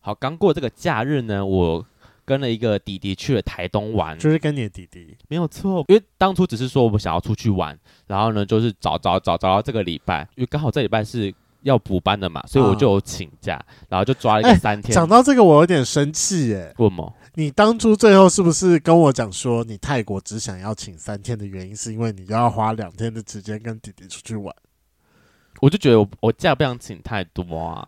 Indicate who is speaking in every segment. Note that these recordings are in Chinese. Speaker 1: 好，刚过这个假日呢，我跟了一个弟弟去了台东玩，
Speaker 2: 就是跟你的弟弟，
Speaker 1: 没有错，因为当初只是说我们想要出去玩，然后呢，就是找找找找到这个礼拜，因为刚好这礼拜是要补班的嘛，所以我就有请假，然后就抓了一个
Speaker 2: 哎
Speaker 1: 三天。
Speaker 2: 讲到这个我有点生气耶。
Speaker 1: 问吗？
Speaker 2: 你当初最后是不是跟我讲说，你泰国只想要请三天的原因，是因为你要花两天的时间跟弟弟出去玩？
Speaker 1: 我就觉得我我假不想请太多 啊。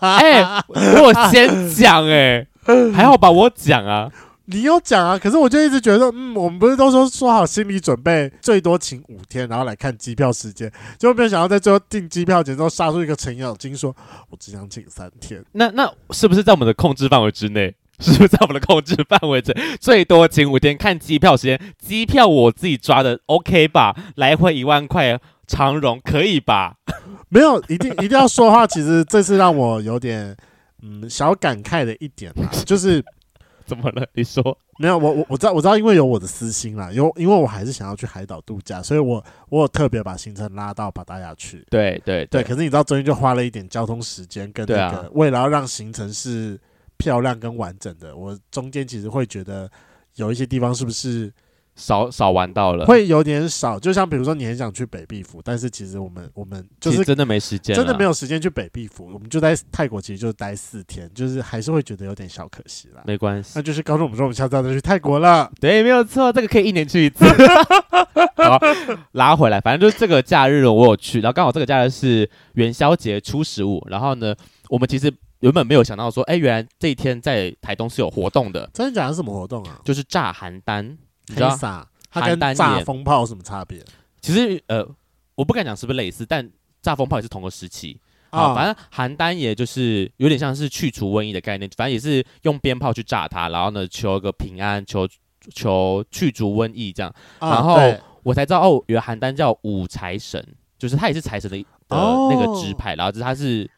Speaker 1: 哎、我有先讲哎、还好吧，我讲啊。
Speaker 2: 你有讲啊，可是我就一直觉得，嗯，我们不是都说说好心理准备，最多请五天，然后来看机票时间，结果没有想到在最后订机票前之后杀出一个程咬金说，我只想请三天。
Speaker 1: 那那是不是在我们的控制范围之内？ 是不是在我们的控制范围之内？最多请五天，看机票时间，机票我自己抓的，OK 吧？来回一万块，长荣可以吧？
Speaker 2: 没有，一定 一定要说的话，其实这次让我有点嗯小感慨的一点啦，就是
Speaker 1: 怎么了？你说
Speaker 2: 没有我我我知道我知道，因为有我的私心啦，有因为我还是想要去海岛度假，所以我我有特别把行程拉到巴达雅去。
Speaker 1: 对对
Speaker 2: 对，可是你知道中间就花了一点交通时间跟那
Speaker 1: 对
Speaker 2: 个，
Speaker 1: 啊
Speaker 2: 为了要让行程是漂亮跟完整的，我中间其实会觉得有一些地方是不是
Speaker 1: 少少玩到了，
Speaker 2: 会有点少，就像比如说你很想去北壁府，但是其实我们我们就
Speaker 1: 其实啊
Speaker 2: 是。
Speaker 1: 真的没时间，
Speaker 2: 真的没
Speaker 1: 有，
Speaker 2: 有时间去北壁府，我们就在泰国，其实就待四天，就是还是会觉得有点小可惜啦。
Speaker 1: 没关系
Speaker 2: 那，就是告诉我们说，我们下次要再去泰国了。
Speaker 1: 对，没有错，这个可以一年去一次。 好，拉回来，反正就是这个假日我有去，然后刚好这个假日是元宵节初十五，然后呢，我们其实原本没有想到说，哎，原来这一天在台东是有活动的，
Speaker 2: 真的假的？是什么活动啊？
Speaker 1: 就是炸邯郸，你知
Speaker 2: 黑
Speaker 1: 道？
Speaker 2: 撒，它
Speaker 1: 邯
Speaker 2: 跟
Speaker 1: 郸眼
Speaker 2: 炸风炮有什么差别
Speaker 1: 其实呃，我不敢讲是不是类似，但炸风炮也是同个时期。啊、反正邯郸也就是有点像是去除瘟疫的概念，反正也是用鞭炮去炸它，然后呢求一个平安，求求去除瘟疫这样。
Speaker 2: 啊
Speaker 1: 然后
Speaker 2: 对
Speaker 1: 我才知道哦，原来邯郸叫五财神，就是他也是财神的一的
Speaker 2: 哦
Speaker 1: 那个支派，然后就是他是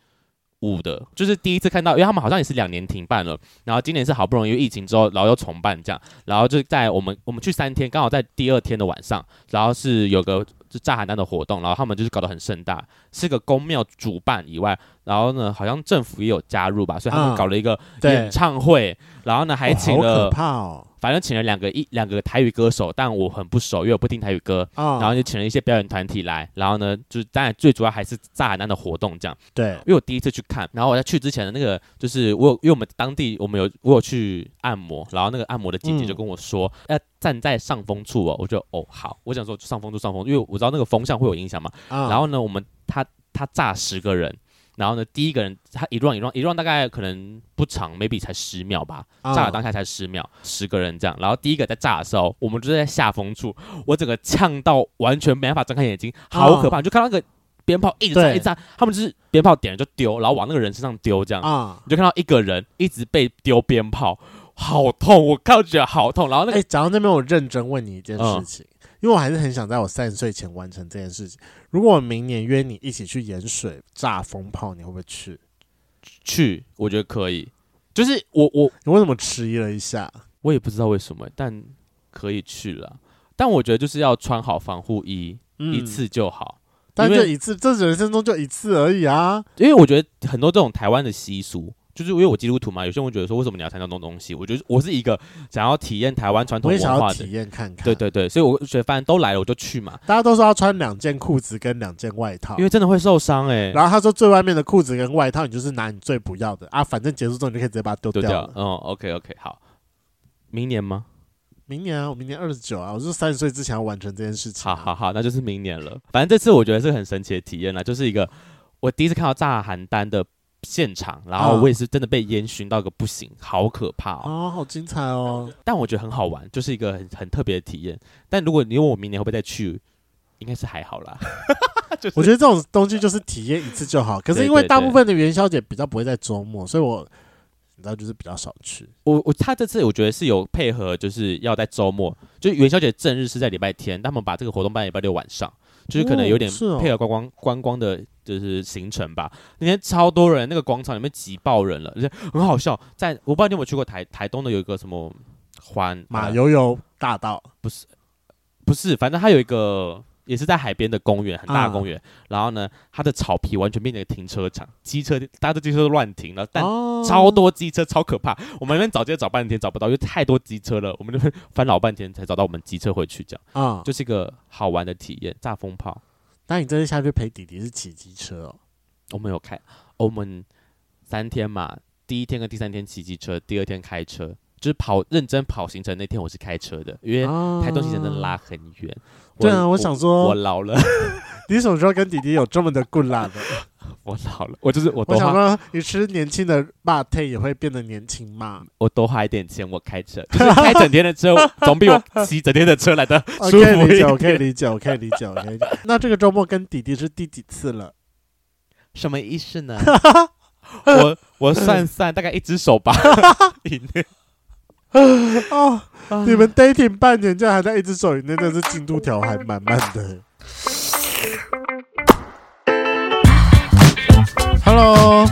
Speaker 1: 五的，就是第一次看到，因为他们好像也是两年停办了，然后今年是好不容易因为疫情之后，然后又重办这样，然后就在我们我们去三天，刚好在第二天的晚上，然后是有个就炸邯郸的活动，然后他们就是搞得很盛大，是个公庙主办以外，然后呢好像政府也有加入吧，所以他
Speaker 2: 嗯
Speaker 1: 们搞了一个
Speaker 2: 对
Speaker 1: 演，唱会，然后呢还
Speaker 2: 哇
Speaker 1: 请
Speaker 2: 好
Speaker 1: 了
Speaker 2: 可。怕哦
Speaker 1: 反正请了两个一两个台语歌手，但我很不熟，因为我不听台语歌。
Speaker 2: 啊！
Speaker 1: 然后就请了一些表演团体来，然后呢，就是当然最主要还是炸南的活动这样。
Speaker 2: 对
Speaker 1: 因为我第一次去看，然后我在去之前的那个，就是我有因为我们当地我们有我有去按摩，然后那个按摩的姐姐
Speaker 2: 嗯
Speaker 1: 就跟我说，要站在上风处哦，我就哦好，我想说上风处上风处，因为我知道那个风向会有影响嘛。
Speaker 2: 啊，
Speaker 1: 然后呢，我们他他炸十个人，然后呢，第一个人他一 round 一 round 一 round 大概可能不长，maybe 才十秒吧，
Speaker 2: 啊
Speaker 1: 炸了当下才十秒，十个人这样。然后第一个在炸的时候，我们就在下风处，我整个呛到完全没办法睁开眼睛，好可怕！你就看到那个鞭炮一直炸
Speaker 2: 对
Speaker 1: 一直炸，他们就是鞭炮点了就丢，然后往那个人身上丢这样。
Speaker 2: 啊！
Speaker 1: 你就看到一个人一直被丢鞭炮，好痛！我看到觉得好痛。然后那个、
Speaker 2: 哎，讲到这边，我认真问你一件事
Speaker 1: 嗯
Speaker 2: 情，因为我还是很想在我三十岁前完成这件事情。如果我明年约你一起去盐水炸风炮，你会不会去？
Speaker 1: 去，我觉得可以，就是我我
Speaker 2: 你为什么迟疑了一下？
Speaker 1: 我也不知道为什么，但可以去了。但我觉得就是要穿好防护衣，
Speaker 2: 嗯
Speaker 1: 一，次就好。
Speaker 2: 但
Speaker 1: 因
Speaker 2: 就
Speaker 1: 为
Speaker 2: 一次，这人生中就一次而已啊！
Speaker 1: 因为我觉得很多这种台湾的习俗，就是因为我基督徒嘛，有些人会觉得说，为什么你要参加这种东西？我觉得我是一个想要体验台湾传统
Speaker 2: 我也
Speaker 1: 文
Speaker 2: 想要
Speaker 1: 化
Speaker 2: 体
Speaker 1: 的，
Speaker 2: 验看看。
Speaker 1: 对，对对，所以我就觉得反正都来了，我就去嘛，
Speaker 2: 大家都说要穿两件裤子跟两件外套
Speaker 1: 因，为真的会受伤哎、欸，
Speaker 2: 然后他说最外面的裤子跟外套，你就是拿你最不要的啊，反正结束之后你就可以直接把它丢
Speaker 1: 对
Speaker 2: 掉
Speaker 1: 掉
Speaker 2: 了。，
Speaker 1: 嗯，OK OK，好，明年吗？
Speaker 2: 明年啊，我明年二十九啊，我是三十岁之前要完成这件事情、
Speaker 1: 好
Speaker 2: 啊。
Speaker 1: 好好，那就是明年了。反正这次我觉得是很神奇的体验啦，啊就是一个我第一次看到炸邯郸的现场，然
Speaker 2: 啊
Speaker 1: 后我也是真的被烟熏到一个不行，好可怕哦。
Speaker 2: 哦，好精彩 哦！
Speaker 1: 但我觉得很好玩，就是一个很很特别的体验。但如果你问我明年会不会再去，应该是还好啦。
Speaker 2: 我觉得这种东西就是体验一次就好。可是因为
Speaker 1: 对对对
Speaker 2: 大部分的元宵节比较不会在周末，所以我你知道就是比较少去。
Speaker 1: 我我他这次我觉得是有配合，就是要在周末，就元宵节正日是在礼拜天，他们把这个活动办在礼拜六晚上，就是可能有点
Speaker 2: 哦是哦
Speaker 1: 配合观光、观光的，就是行程吧。那天超多人，那个广场里面挤爆人了，而且很好笑。在我不知道你有没有去过台台东的有一个什么环
Speaker 2: 马
Speaker 1: 呃
Speaker 2: 悠悠大道
Speaker 1: 不是，反正它有一个也是在海边的公园，很大
Speaker 2: 啊
Speaker 1: 的公园。然后呢，它的草皮完全变成一个停车场，机车大家的机车都乱停了，但
Speaker 2: 哦
Speaker 1: 超多机车，超可怕。我们那边找机车找半天找不到，因为太多机车了，我们那边翻老半天才找到我们机车回去，这样
Speaker 2: 啊！就
Speaker 1: 就是一个好玩的体验。炸风炮，
Speaker 2: 那你这次下去陪弟弟是骑机车哦？
Speaker 1: 我们有开，我们三天嘛，第一天跟第三天骑机车，第二天开车，就是跑认真跑行程那天我是开车的，因为
Speaker 2: 啊
Speaker 1: 台东行程真的拉很远。
Speaker 2: 对啊，我想
Speaker 1: 我
Speaker 2: 说，
Speaker 1: 老了，
Speaker 2: 你什么时候跟弟弟有这么的棍辣的？
Speaker 1: 我老了，我就是 我
Speaker 2: 我
Speaker 1: 多
Speaker 2: 想
Speaker 1: 花
Speaker 2: 说，你吃年轻的辣配也会变得年轻嘛
Speaker 1: 我多花一点钱，我开车， 就是开整天的车，总比我骑整天的车来的
Speaker 2: 我
Speaker 1: 舒
Speaker 2: 哦可以
Speaker 1: 服
Speaker 2: 理
Speaker 1: 一
Speaker 2: 解，我可以
Speaker 1: 点。
Speaker 2: 理解，我可以理解，我可以理解。那这个周末跟弟弟是第几次了？
Speaker 1: 什么意思呢？ 我我算算，大概一只手吧 以内。
Speaker 2: 哦，
Speaker 1: 啊
Speaker 2: 你们 dating 半年，竟然还在一只手以内，真的是进度条还蛮慢的。Hello，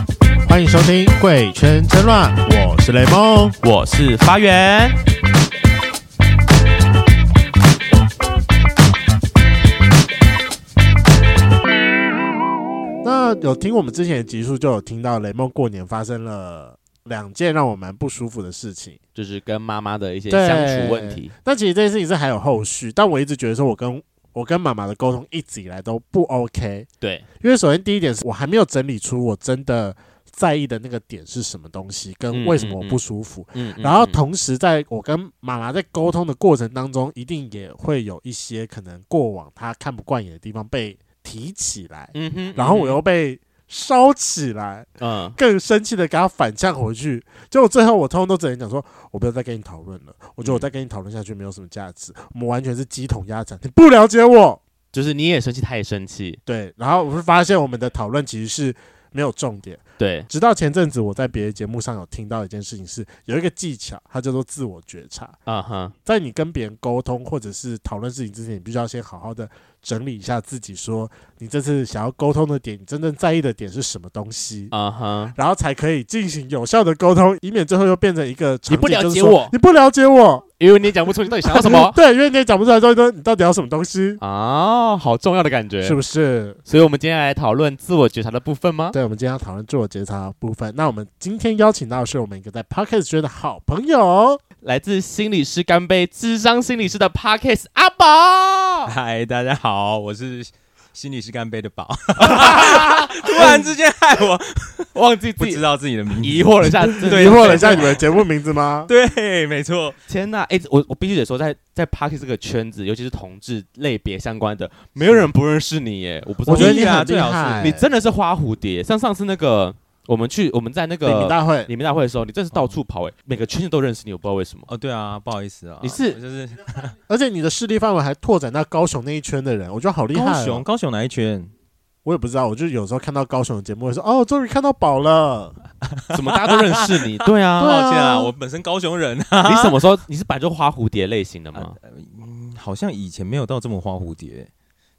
Speaker 2: 欢迎收听《贵圈争乱》，我是雷梦。
Speaker 1: 我是发源，
Speaker 2: 那有听我们之前的集数，就有听到雷梦过年发生了两件让我蛮不舒服的事情。
Speaker 1: 就是跟妈妈的一些
Speaker 2: 对
Speaker 1: 相处问题。
Speaker 2: 但其实这件事情是还有后续，但我一直觉得说我跟我跟妈妈的沟通一直以来都不 OK，
Speaker 1: 对，
Speaker 2: 因为首先第一点是我还没有整理出我真的在意的那个点是什么东西，跟
Speaker 1: 嗯
Speaker 2: 为什么
Speaker 1: 嗯
Speaker 2: 我
Speaker 1: 嗯
Speaker 2: 不舒服。
Speaker 1: 嗯，
Speaker 2: 然后
Speaker 1: 嗯
Speaker 2: 同时，在我跟妈妈在沟通的过程当中，一定也会有一些可能过往她看不惯眼的地方被提起来，
Speaker 1: 嗯哼，
Speaker 2: 然后我又被烧起来，
Speaker 1: 嗯，
Speaker 2: 更生气的给他反呛回去。结果最后我通通都只能讲说，我不要再跟你讨论了。我觉得我再跟你讨论下去没有什么价值，我们完全是鸡同鸭讲，你不了解我。
Speaker 1: 就是你也生气，他也生气，
Speaker 2: 对，然后我就发现我们的讨论其实是没有重点。
Speaker 1: 对，
Speaker 2: 直到前阵子我在别的节目上有听到一件事情是，有一个技巧，它叫做自我觉察。
Speaker 1: 嗯哼，
Speaker 2: 在你跟别人沟通或者是讨论事情之前，你必须要先好好的整理一下自己，说你这次想要沟通的点，你真正在意的点是什么东西。
Speaker 1: 嗯哼，
Speaker 2: 然后才可以进行有效的沟通，以免最后又变成一个
Speaker 1: 你不
Speaker 2: 场
Speaker 1: 了
Speaker 2: 景就是
Speaker 1: 解
Speaker 2: 说
Speaker 1: 我啊
Speaker 2: 你不了解我，
Speaker 1: 因为你也讲不出你到底想要什 么
Speaker 2: 对，因为你也讲不出来，说说你到底要什么东西，
Speaker 1: 啊，好重要的感觉，
Speaker 2: 是不是？
Speaker 1: 所以，我们今天来讨论自我觉察的部分吗？
Speaker 2: 对，我们今天要讨论自我觉察的部分。那我们今天邀请到的是我们一个在 Podcast 圈的好朋友，哦
Speaker 1: 来自心理师干杯，智商心理师的 Parkes 阿宝，
Speaker 3: 嗨，大家好，我是心理师干杯的宝。 突然之间害我
Speaker 1: 忘记
Speaker 3: 不
Speaker 1: 自
Speaker 3: 知
Speaker 1: 己
Speaker 3: 道自己的名字。
Speaker 1: 疑惑了一 下，自己
Speaker 3: 对
Speaker 2: 疑惑了一下你们的节目名字吗？
Speaker 3: 对，没错，
Speaker 1: 天呐，哎、我我必须得说，在在 Parkes 这个圈子，尤其是同志类别相关的，没有人不认识你耶，我不知道，
Speaker 2: 我觉得你
Speaker 3: 对啊
Speaker 2: 很厉
Speaker 3: 最好是
Speaker 2: 害，
Speaker 1: 你真的是花蝴蝶。像上次那个，我们去我们在那
Speaker 2: 李明
Speaker 1: 个
Speaker 2: 大会
Speaker 1: 你们大会的时候，你真是到处跑哎，每个圈子都认识你，我不知道为什 么。
Speaker 3: 哦，对啊，不好意思啊，
Speaker 1: 你是
Speaker 3: 我就是
Speaker 2: 而且你的势力范围还拓展到高雄那一圈的人，我觉得好厉害、哦
Speaker 3: 高雄，，高雄哪一圈？
Speaker 2: 我也不知道，我就有时候看到高雄的节目，会说哦，终于看到宝了。
Speaker 1: 怎么大家都认识 你？对啊，
Speaker 2: 对啊
Speaker 3: 抱歉啊，我本身高雄人啊，
Speaker 1: 你什么时候你是本来就花蝴蝶类型的吗？
Speaker 3: 嗯好像以前没有到这么花蝴蝶，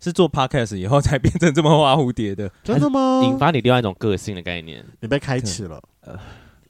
Speaker 3: 是做 podcast 以后才变成这么花蝴蝶的。
Speaker 2: 真的吗？
Speaker 1: 引发你另外一种个性的概念
Speaker 2: 你被开启了。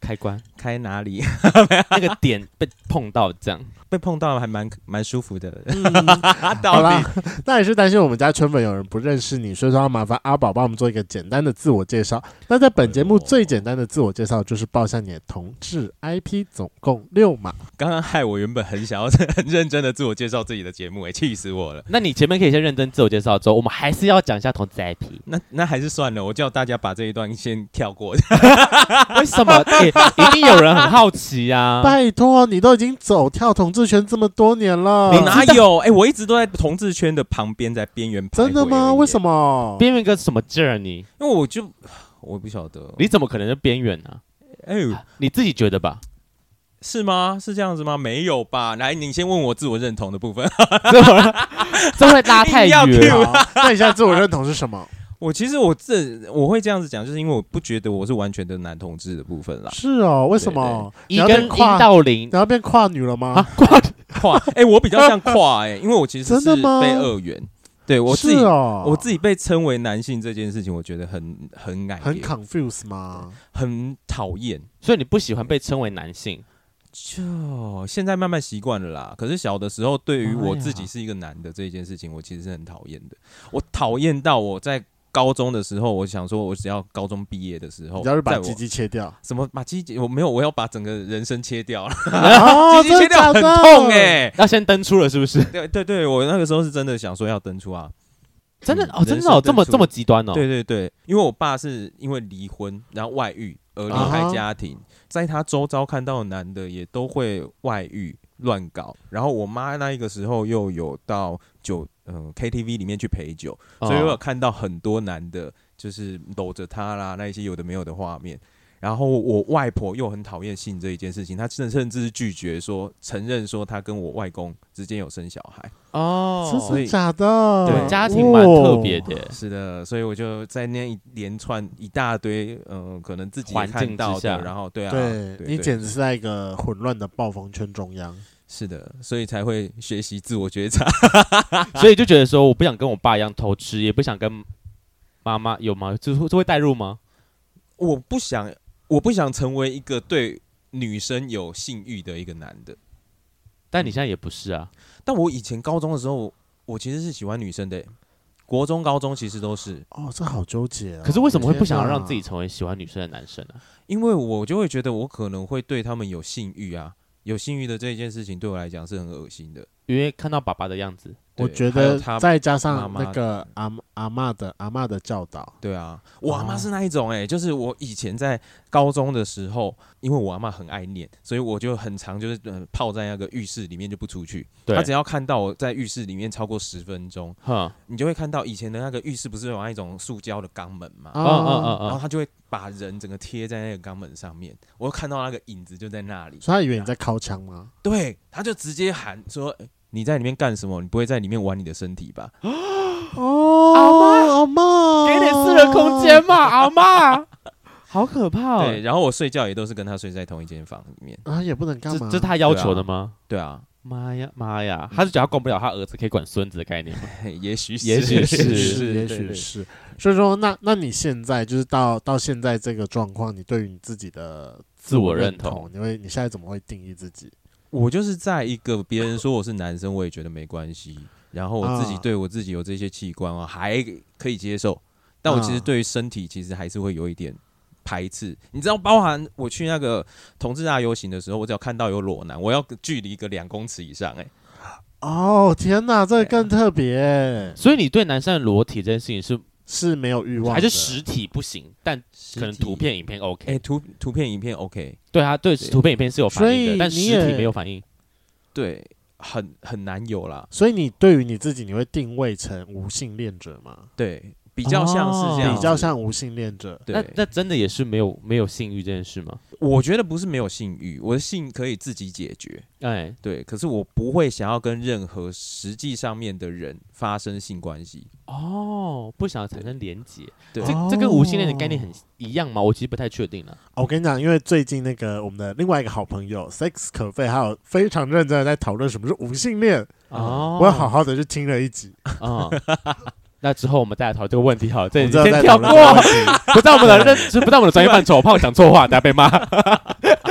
Speaker 1: 开关。
Speaker 3: 开哪里
Speaker 1: 那个点被碰到，这样
Speaker 3: 被碰到还蛮蛮舒服 的。
Speaker 2: 嗯
Speaker 3: 啊，
Speaker 2: 好
Speaker 3: 到
Speaker 2: 啦
Speaker 3: 底，
Speaker 2: 那也是担心我们家春粉有人不认识你，所以说要麻烦阿宝帮我们做一个简单的自我介绍。那在本节目最简单的自我介绍就是报下你的同志 IP，总共六码。
Speaker 3: 刚刚害我原本很想要很认真的自我介绍自己的节目、哎，气死我了。
Speaker 1: 那你前面可以先认真自我介绍，之后我们还是要讲一下同志 IP。
Speaker 3: 那那还是算了，我叫大家把这一段先跳过。
Speaker 1: 为什么？ 欸一定有人很好奇呀、啊。
Speaker 2: 拜托，你都已经走跳同志圈这么多年了，
Speaker 3: 我哪有？哎、我一直都在同志圈的旁边，在边缘。
Speaker 2: 真的吗？为什
Speaker 3: 么？
Speaker 2: 么？
Speaker 1: 边缘个什么劲儿？你
Speaker 3: 因为我就 我不晓得。
Speaker 1: 你怎么可能是边缘呢？
Speaker 3: 哎、
Speaker 1: 你自己觉得吧？
Speaker 3: 是吗？是这样子吗？没有吧？来，你先问我自我认同的部分。
Speaker 1: 这会 这会拉太
Speaker 3: 硬要
Speaker 1: 远了。
Speaker 2: 好那你现在自我认同是什么？
Speaker 3: 我其实我这我会这样子讲，就是因为我不觉得我是完全的男同志的 部分啦。
Speaker 2: 是哦，为什么？你
Speaker 1: 一
Speaker 2: 要
Speaker 1: 跟
Speaker 2: 变
Speaker 1: 一
Speaker 2: 跨，
Speaker 1: 到零
Speaker 2: 你要变跨女了吗？
Speaker 1: 啊，跨
Speaker 3: 跨，哎、我比较像跨、哎，因为我其实
Speaker 2: 真的
Speaker 3: 是
Speaker 2: 吗
Speaker 3: 被二元。对我自己，
Speaker 2: 是哦，
Speaker 3: 我自己被称为男性这件事情，我觉得很很矮，
Speaker 2: 很 confuse 吗？
Speaker 3: 很讨厌。
Speaker 1: 所以你不喜欢被称为男性，
Speaker 3: 就哦现在慢慢习惯了啦。可是小的时候，对
Speaker 2: 哦
Speaker 3: 于
Speaker 1: 妈
Speaker 3: 我
Speaker 1: 呀
Speaker 3: 自
Speaker 2: 啊
Speaker 3: 己是一个男的这一件事情，我其实是很讨厌的。我讨厌到我在高中的时候，我想说，我只要高中毕业的时
Speaker 1: 哦
Speaker 3: 候，
Speaker 2: 你要是把
Speaker 3: 在我
Speaker 2: 鸡鸡切掉，
Speaker 3: 什么把鸡鸡，我没有，我要把整个人生切掉了，
Speaker 2: 啊
Speaker 3: 鸡鸡切掉很痛哎、
Speaker 1: 要先登出了是不 是？
Speaker 3: 对对对，我那个时候是真的想说要登出啊。
Speaker 1: 真的
Speaker 3: 嗯
Speaker 1: 哦，
Speaker 3: 人
Speaker 1: 真的哦，
Speaker 3: 生
Speaker 1: 这么
Speaker 3: 登出
Speaker 1: 这么极端哦。
Speaker 3: 对对对，因为我爸是因为离婚然后外遇而离开家庭，
Speaker 1: 啊
Speaker 3: 在他周遭看到的男的也都会外遇乱搞，然后我妈那一个时候又有到酒嗯、KTV 里面去陪酒，
Speaker 1: 哦，
Speaker 3: 所以我有看到很多男的就是搂着她啦那一些有的没有的画面。然后我外婆又很讨厌性这一件事情，她甚甚至是拒绝说承认说她跟我外公之间有生小孩。
Speaker 2: 真
Speaker 1: 哦，
Speaker 3: 所以
Speaker 2: 是假的？
Speaker 1: 对，家庭蛮特别
Speaker 2: 哇。
Speaker 1: 的耶。
Speaker 3: 是的，所以我就在那一连串一大堆，嗯、可能自己
Speaker 1: 环境
Speaker 3: 看到
Speaker 1: 之下
Speaker 3: 的，然后对啊，
Speaker 2: 对
Speaker 3: 对
Speaker 2: 你
Speaker 3: 对
Speaker 2: 简直是在一个混乱的暴风圈中央。
Speaker 3: 是的，所以才会学习自我觉察。
Speaker 1: 所以就觉得说，我不想跟我爸一样偷吃，也不想跟妈妈有吗？这这会带入吗？
Speaker 3: 我不想，我不想成为一个对女生有性欲的一个男的。
Speaker 1: 但你现在也不是啊。
Speaker 3: 但我以前高中的时候，我其实是喜欢女生的、欸国中、高中其实都是，
Speaker 2: 哦，这好纠结啊！
Speaker 1: 可是为什么会不想要
Speaker 2: 天哪
Speaker 1: 让自己？成为喜欢女生的男生呢、
Speaker 3: 因为我就会觉得我可能会对他们有性欲啊，有性欲的这一件事情对我来讲是很恶心的。
Speaker 1: 因为看到爸爸的样子，
Speaker 2: 我
Speaker 3: 对
Speaker 2: 觉
Speaker 3: 还有
Speaker 2: 得
Speaker 3: 他
Speaker 2: 再加上
Speaker 3: 妈妈
Speaker 2: 那个阿阿嬷的阿嬷的教导，
Speaker 3: 对啊，我阿妈
Speaker 2: 哦
Speaker 3: 是那一种哎、就是我以前在高中的时候，因为我阿妈很爱念，所以我就很常就是呃泡在那个浴室里面就不出去。
Speaker 1: 对
Speaker 3: 她只要看到我在浴室里面超过十分钟，
Speaker 2: 哦
Speaker 1: 哼，
Speaker 3: 你就会看到以前的那个浴室不是有那一种塑胶的肛门嘛，
Speaker 1: 嗯嗯嗯
Speaker 3: 然后
Speaker 2: 哦
Speaker 1: 嗯，
Speaker 3: 她就会把人整个贴在那个肛门上面，我就看到那个影子就在那里，
Speaker 2: 所以他以为你在敲墙吗？
Speaker 3: 对，她就直接喊说。欸你在里面干什么？你不会在里面玩你的身体吧？
Speaker 2: 哦，阿嬷，
Speaker 1: 给点私人空间 嘛，阿妈，好可怕
Speaker 3: 对，
Speaker 1: 哦！
Speaker 3: 然后我睡觉也都是跟她睡在同一间房里面。
Speaker 2: 啊，也不能干
Speaker 1: 这
Speaker 2: 嘛？
Speaker 1: 这是他要求的吗？
Speaker 3: 对啊，
Speaker 1: 妈呀妈呀，他是只要管不了他儿子，可以管孙子的概念吗？
Speaker 3: 也许是，
Speaker 1: 也许是
Speaker 2: 也
Speaker 3: 对
Speaker 2: 许
Speaker 3: 对
Speaker 2: 是。所以说，那那你现在就是到到现在这个状况，你对于你自己的
Speaker 1: 自我
Speaker 2: 认
Speaker 1: 认同，
Speaker 2: 你会你现在怎么会定义自己？
Speaker 3: 我就是在一个别人说我是男生，我也觉得没关系。然后我自己
Speaker 2: 啊
Speaker 3: 对我自己有这些器官啊，还可以接受。但我其实
Speaker 2: 啊
Speaker 3: 对于身体其实还是会有一点排斥。你知道，包含我去那个同志大游行的时候，我只要看到有裸男，我要距离一个两公尺以上、欸。哎，
Speaker 2: 哦，天哪，这个更特别，
Speaker 1: 所以你对男生的裸体这件事情是
Speaker 2: 是没有欲望的，
Speaker 1: 还是实体不行，但可能图片、影片
Speaker 3: 哎、
Speaker 1: OK。
Speaker 3: 图图片、影片 OK。
Speaker 1: 对啊，对
Speaker 3: 对
Speaker 1: 图片、影片是有反应
Speaker 2: 所以
Speaker 1: 的，但实
Speaker 2: 你也
Speaker 1: 体没有反应。
Speaker 3: 对，很很难有啦。
Speaker 2: 所以你对于你自己，你会定位成无性恋者吗？对，
Speaker 3: 比较像是这样
Speaker 1: 哦
Speaker 3: 子，
Speaker 2: 比较像无性恋者。
Speaker 1: 那
Speaker 3: 对。
Speaker 1: 那真的也是没有没有性欲这件事吗？
Speaker 3: 我觉得不是没有性欲，我的性可以自己解决。
Speaker 1: 哎，
Speaker 3: 对，可是我不会想要跟任何实际上面的人发生性关系。
Speaker 1: 哦，不想产生连结，
Speaker 3: 对，
Speaker 1: 这这跟无性恋的概念很一样吗？我其实不太确定了。
Speaker 2: 哦我跟你讲，因为最近那个我们的另外一个好朋友 Sex 可费，还有非常认真的在讨论什么是无性恋，
Speaker 1: 哦，
Speaker 2: 我也好好的去听了一集，
Speaker 1: 啊、那之后我们再来讨论这个问题好了，这
Speaker 2: 我
Speaker 1: 里
Speaker 2: 们之后
Speaker 1: 先
Speaker 2: 再
Speaker 1: 跳
Speaker 2: 讨
Speaker 1: 过
Speaker 2: 论这，个问题。
Speaker 1: 不在我们的认知，不在我们的专业范畴，我怕我讲错话，大家被 骂，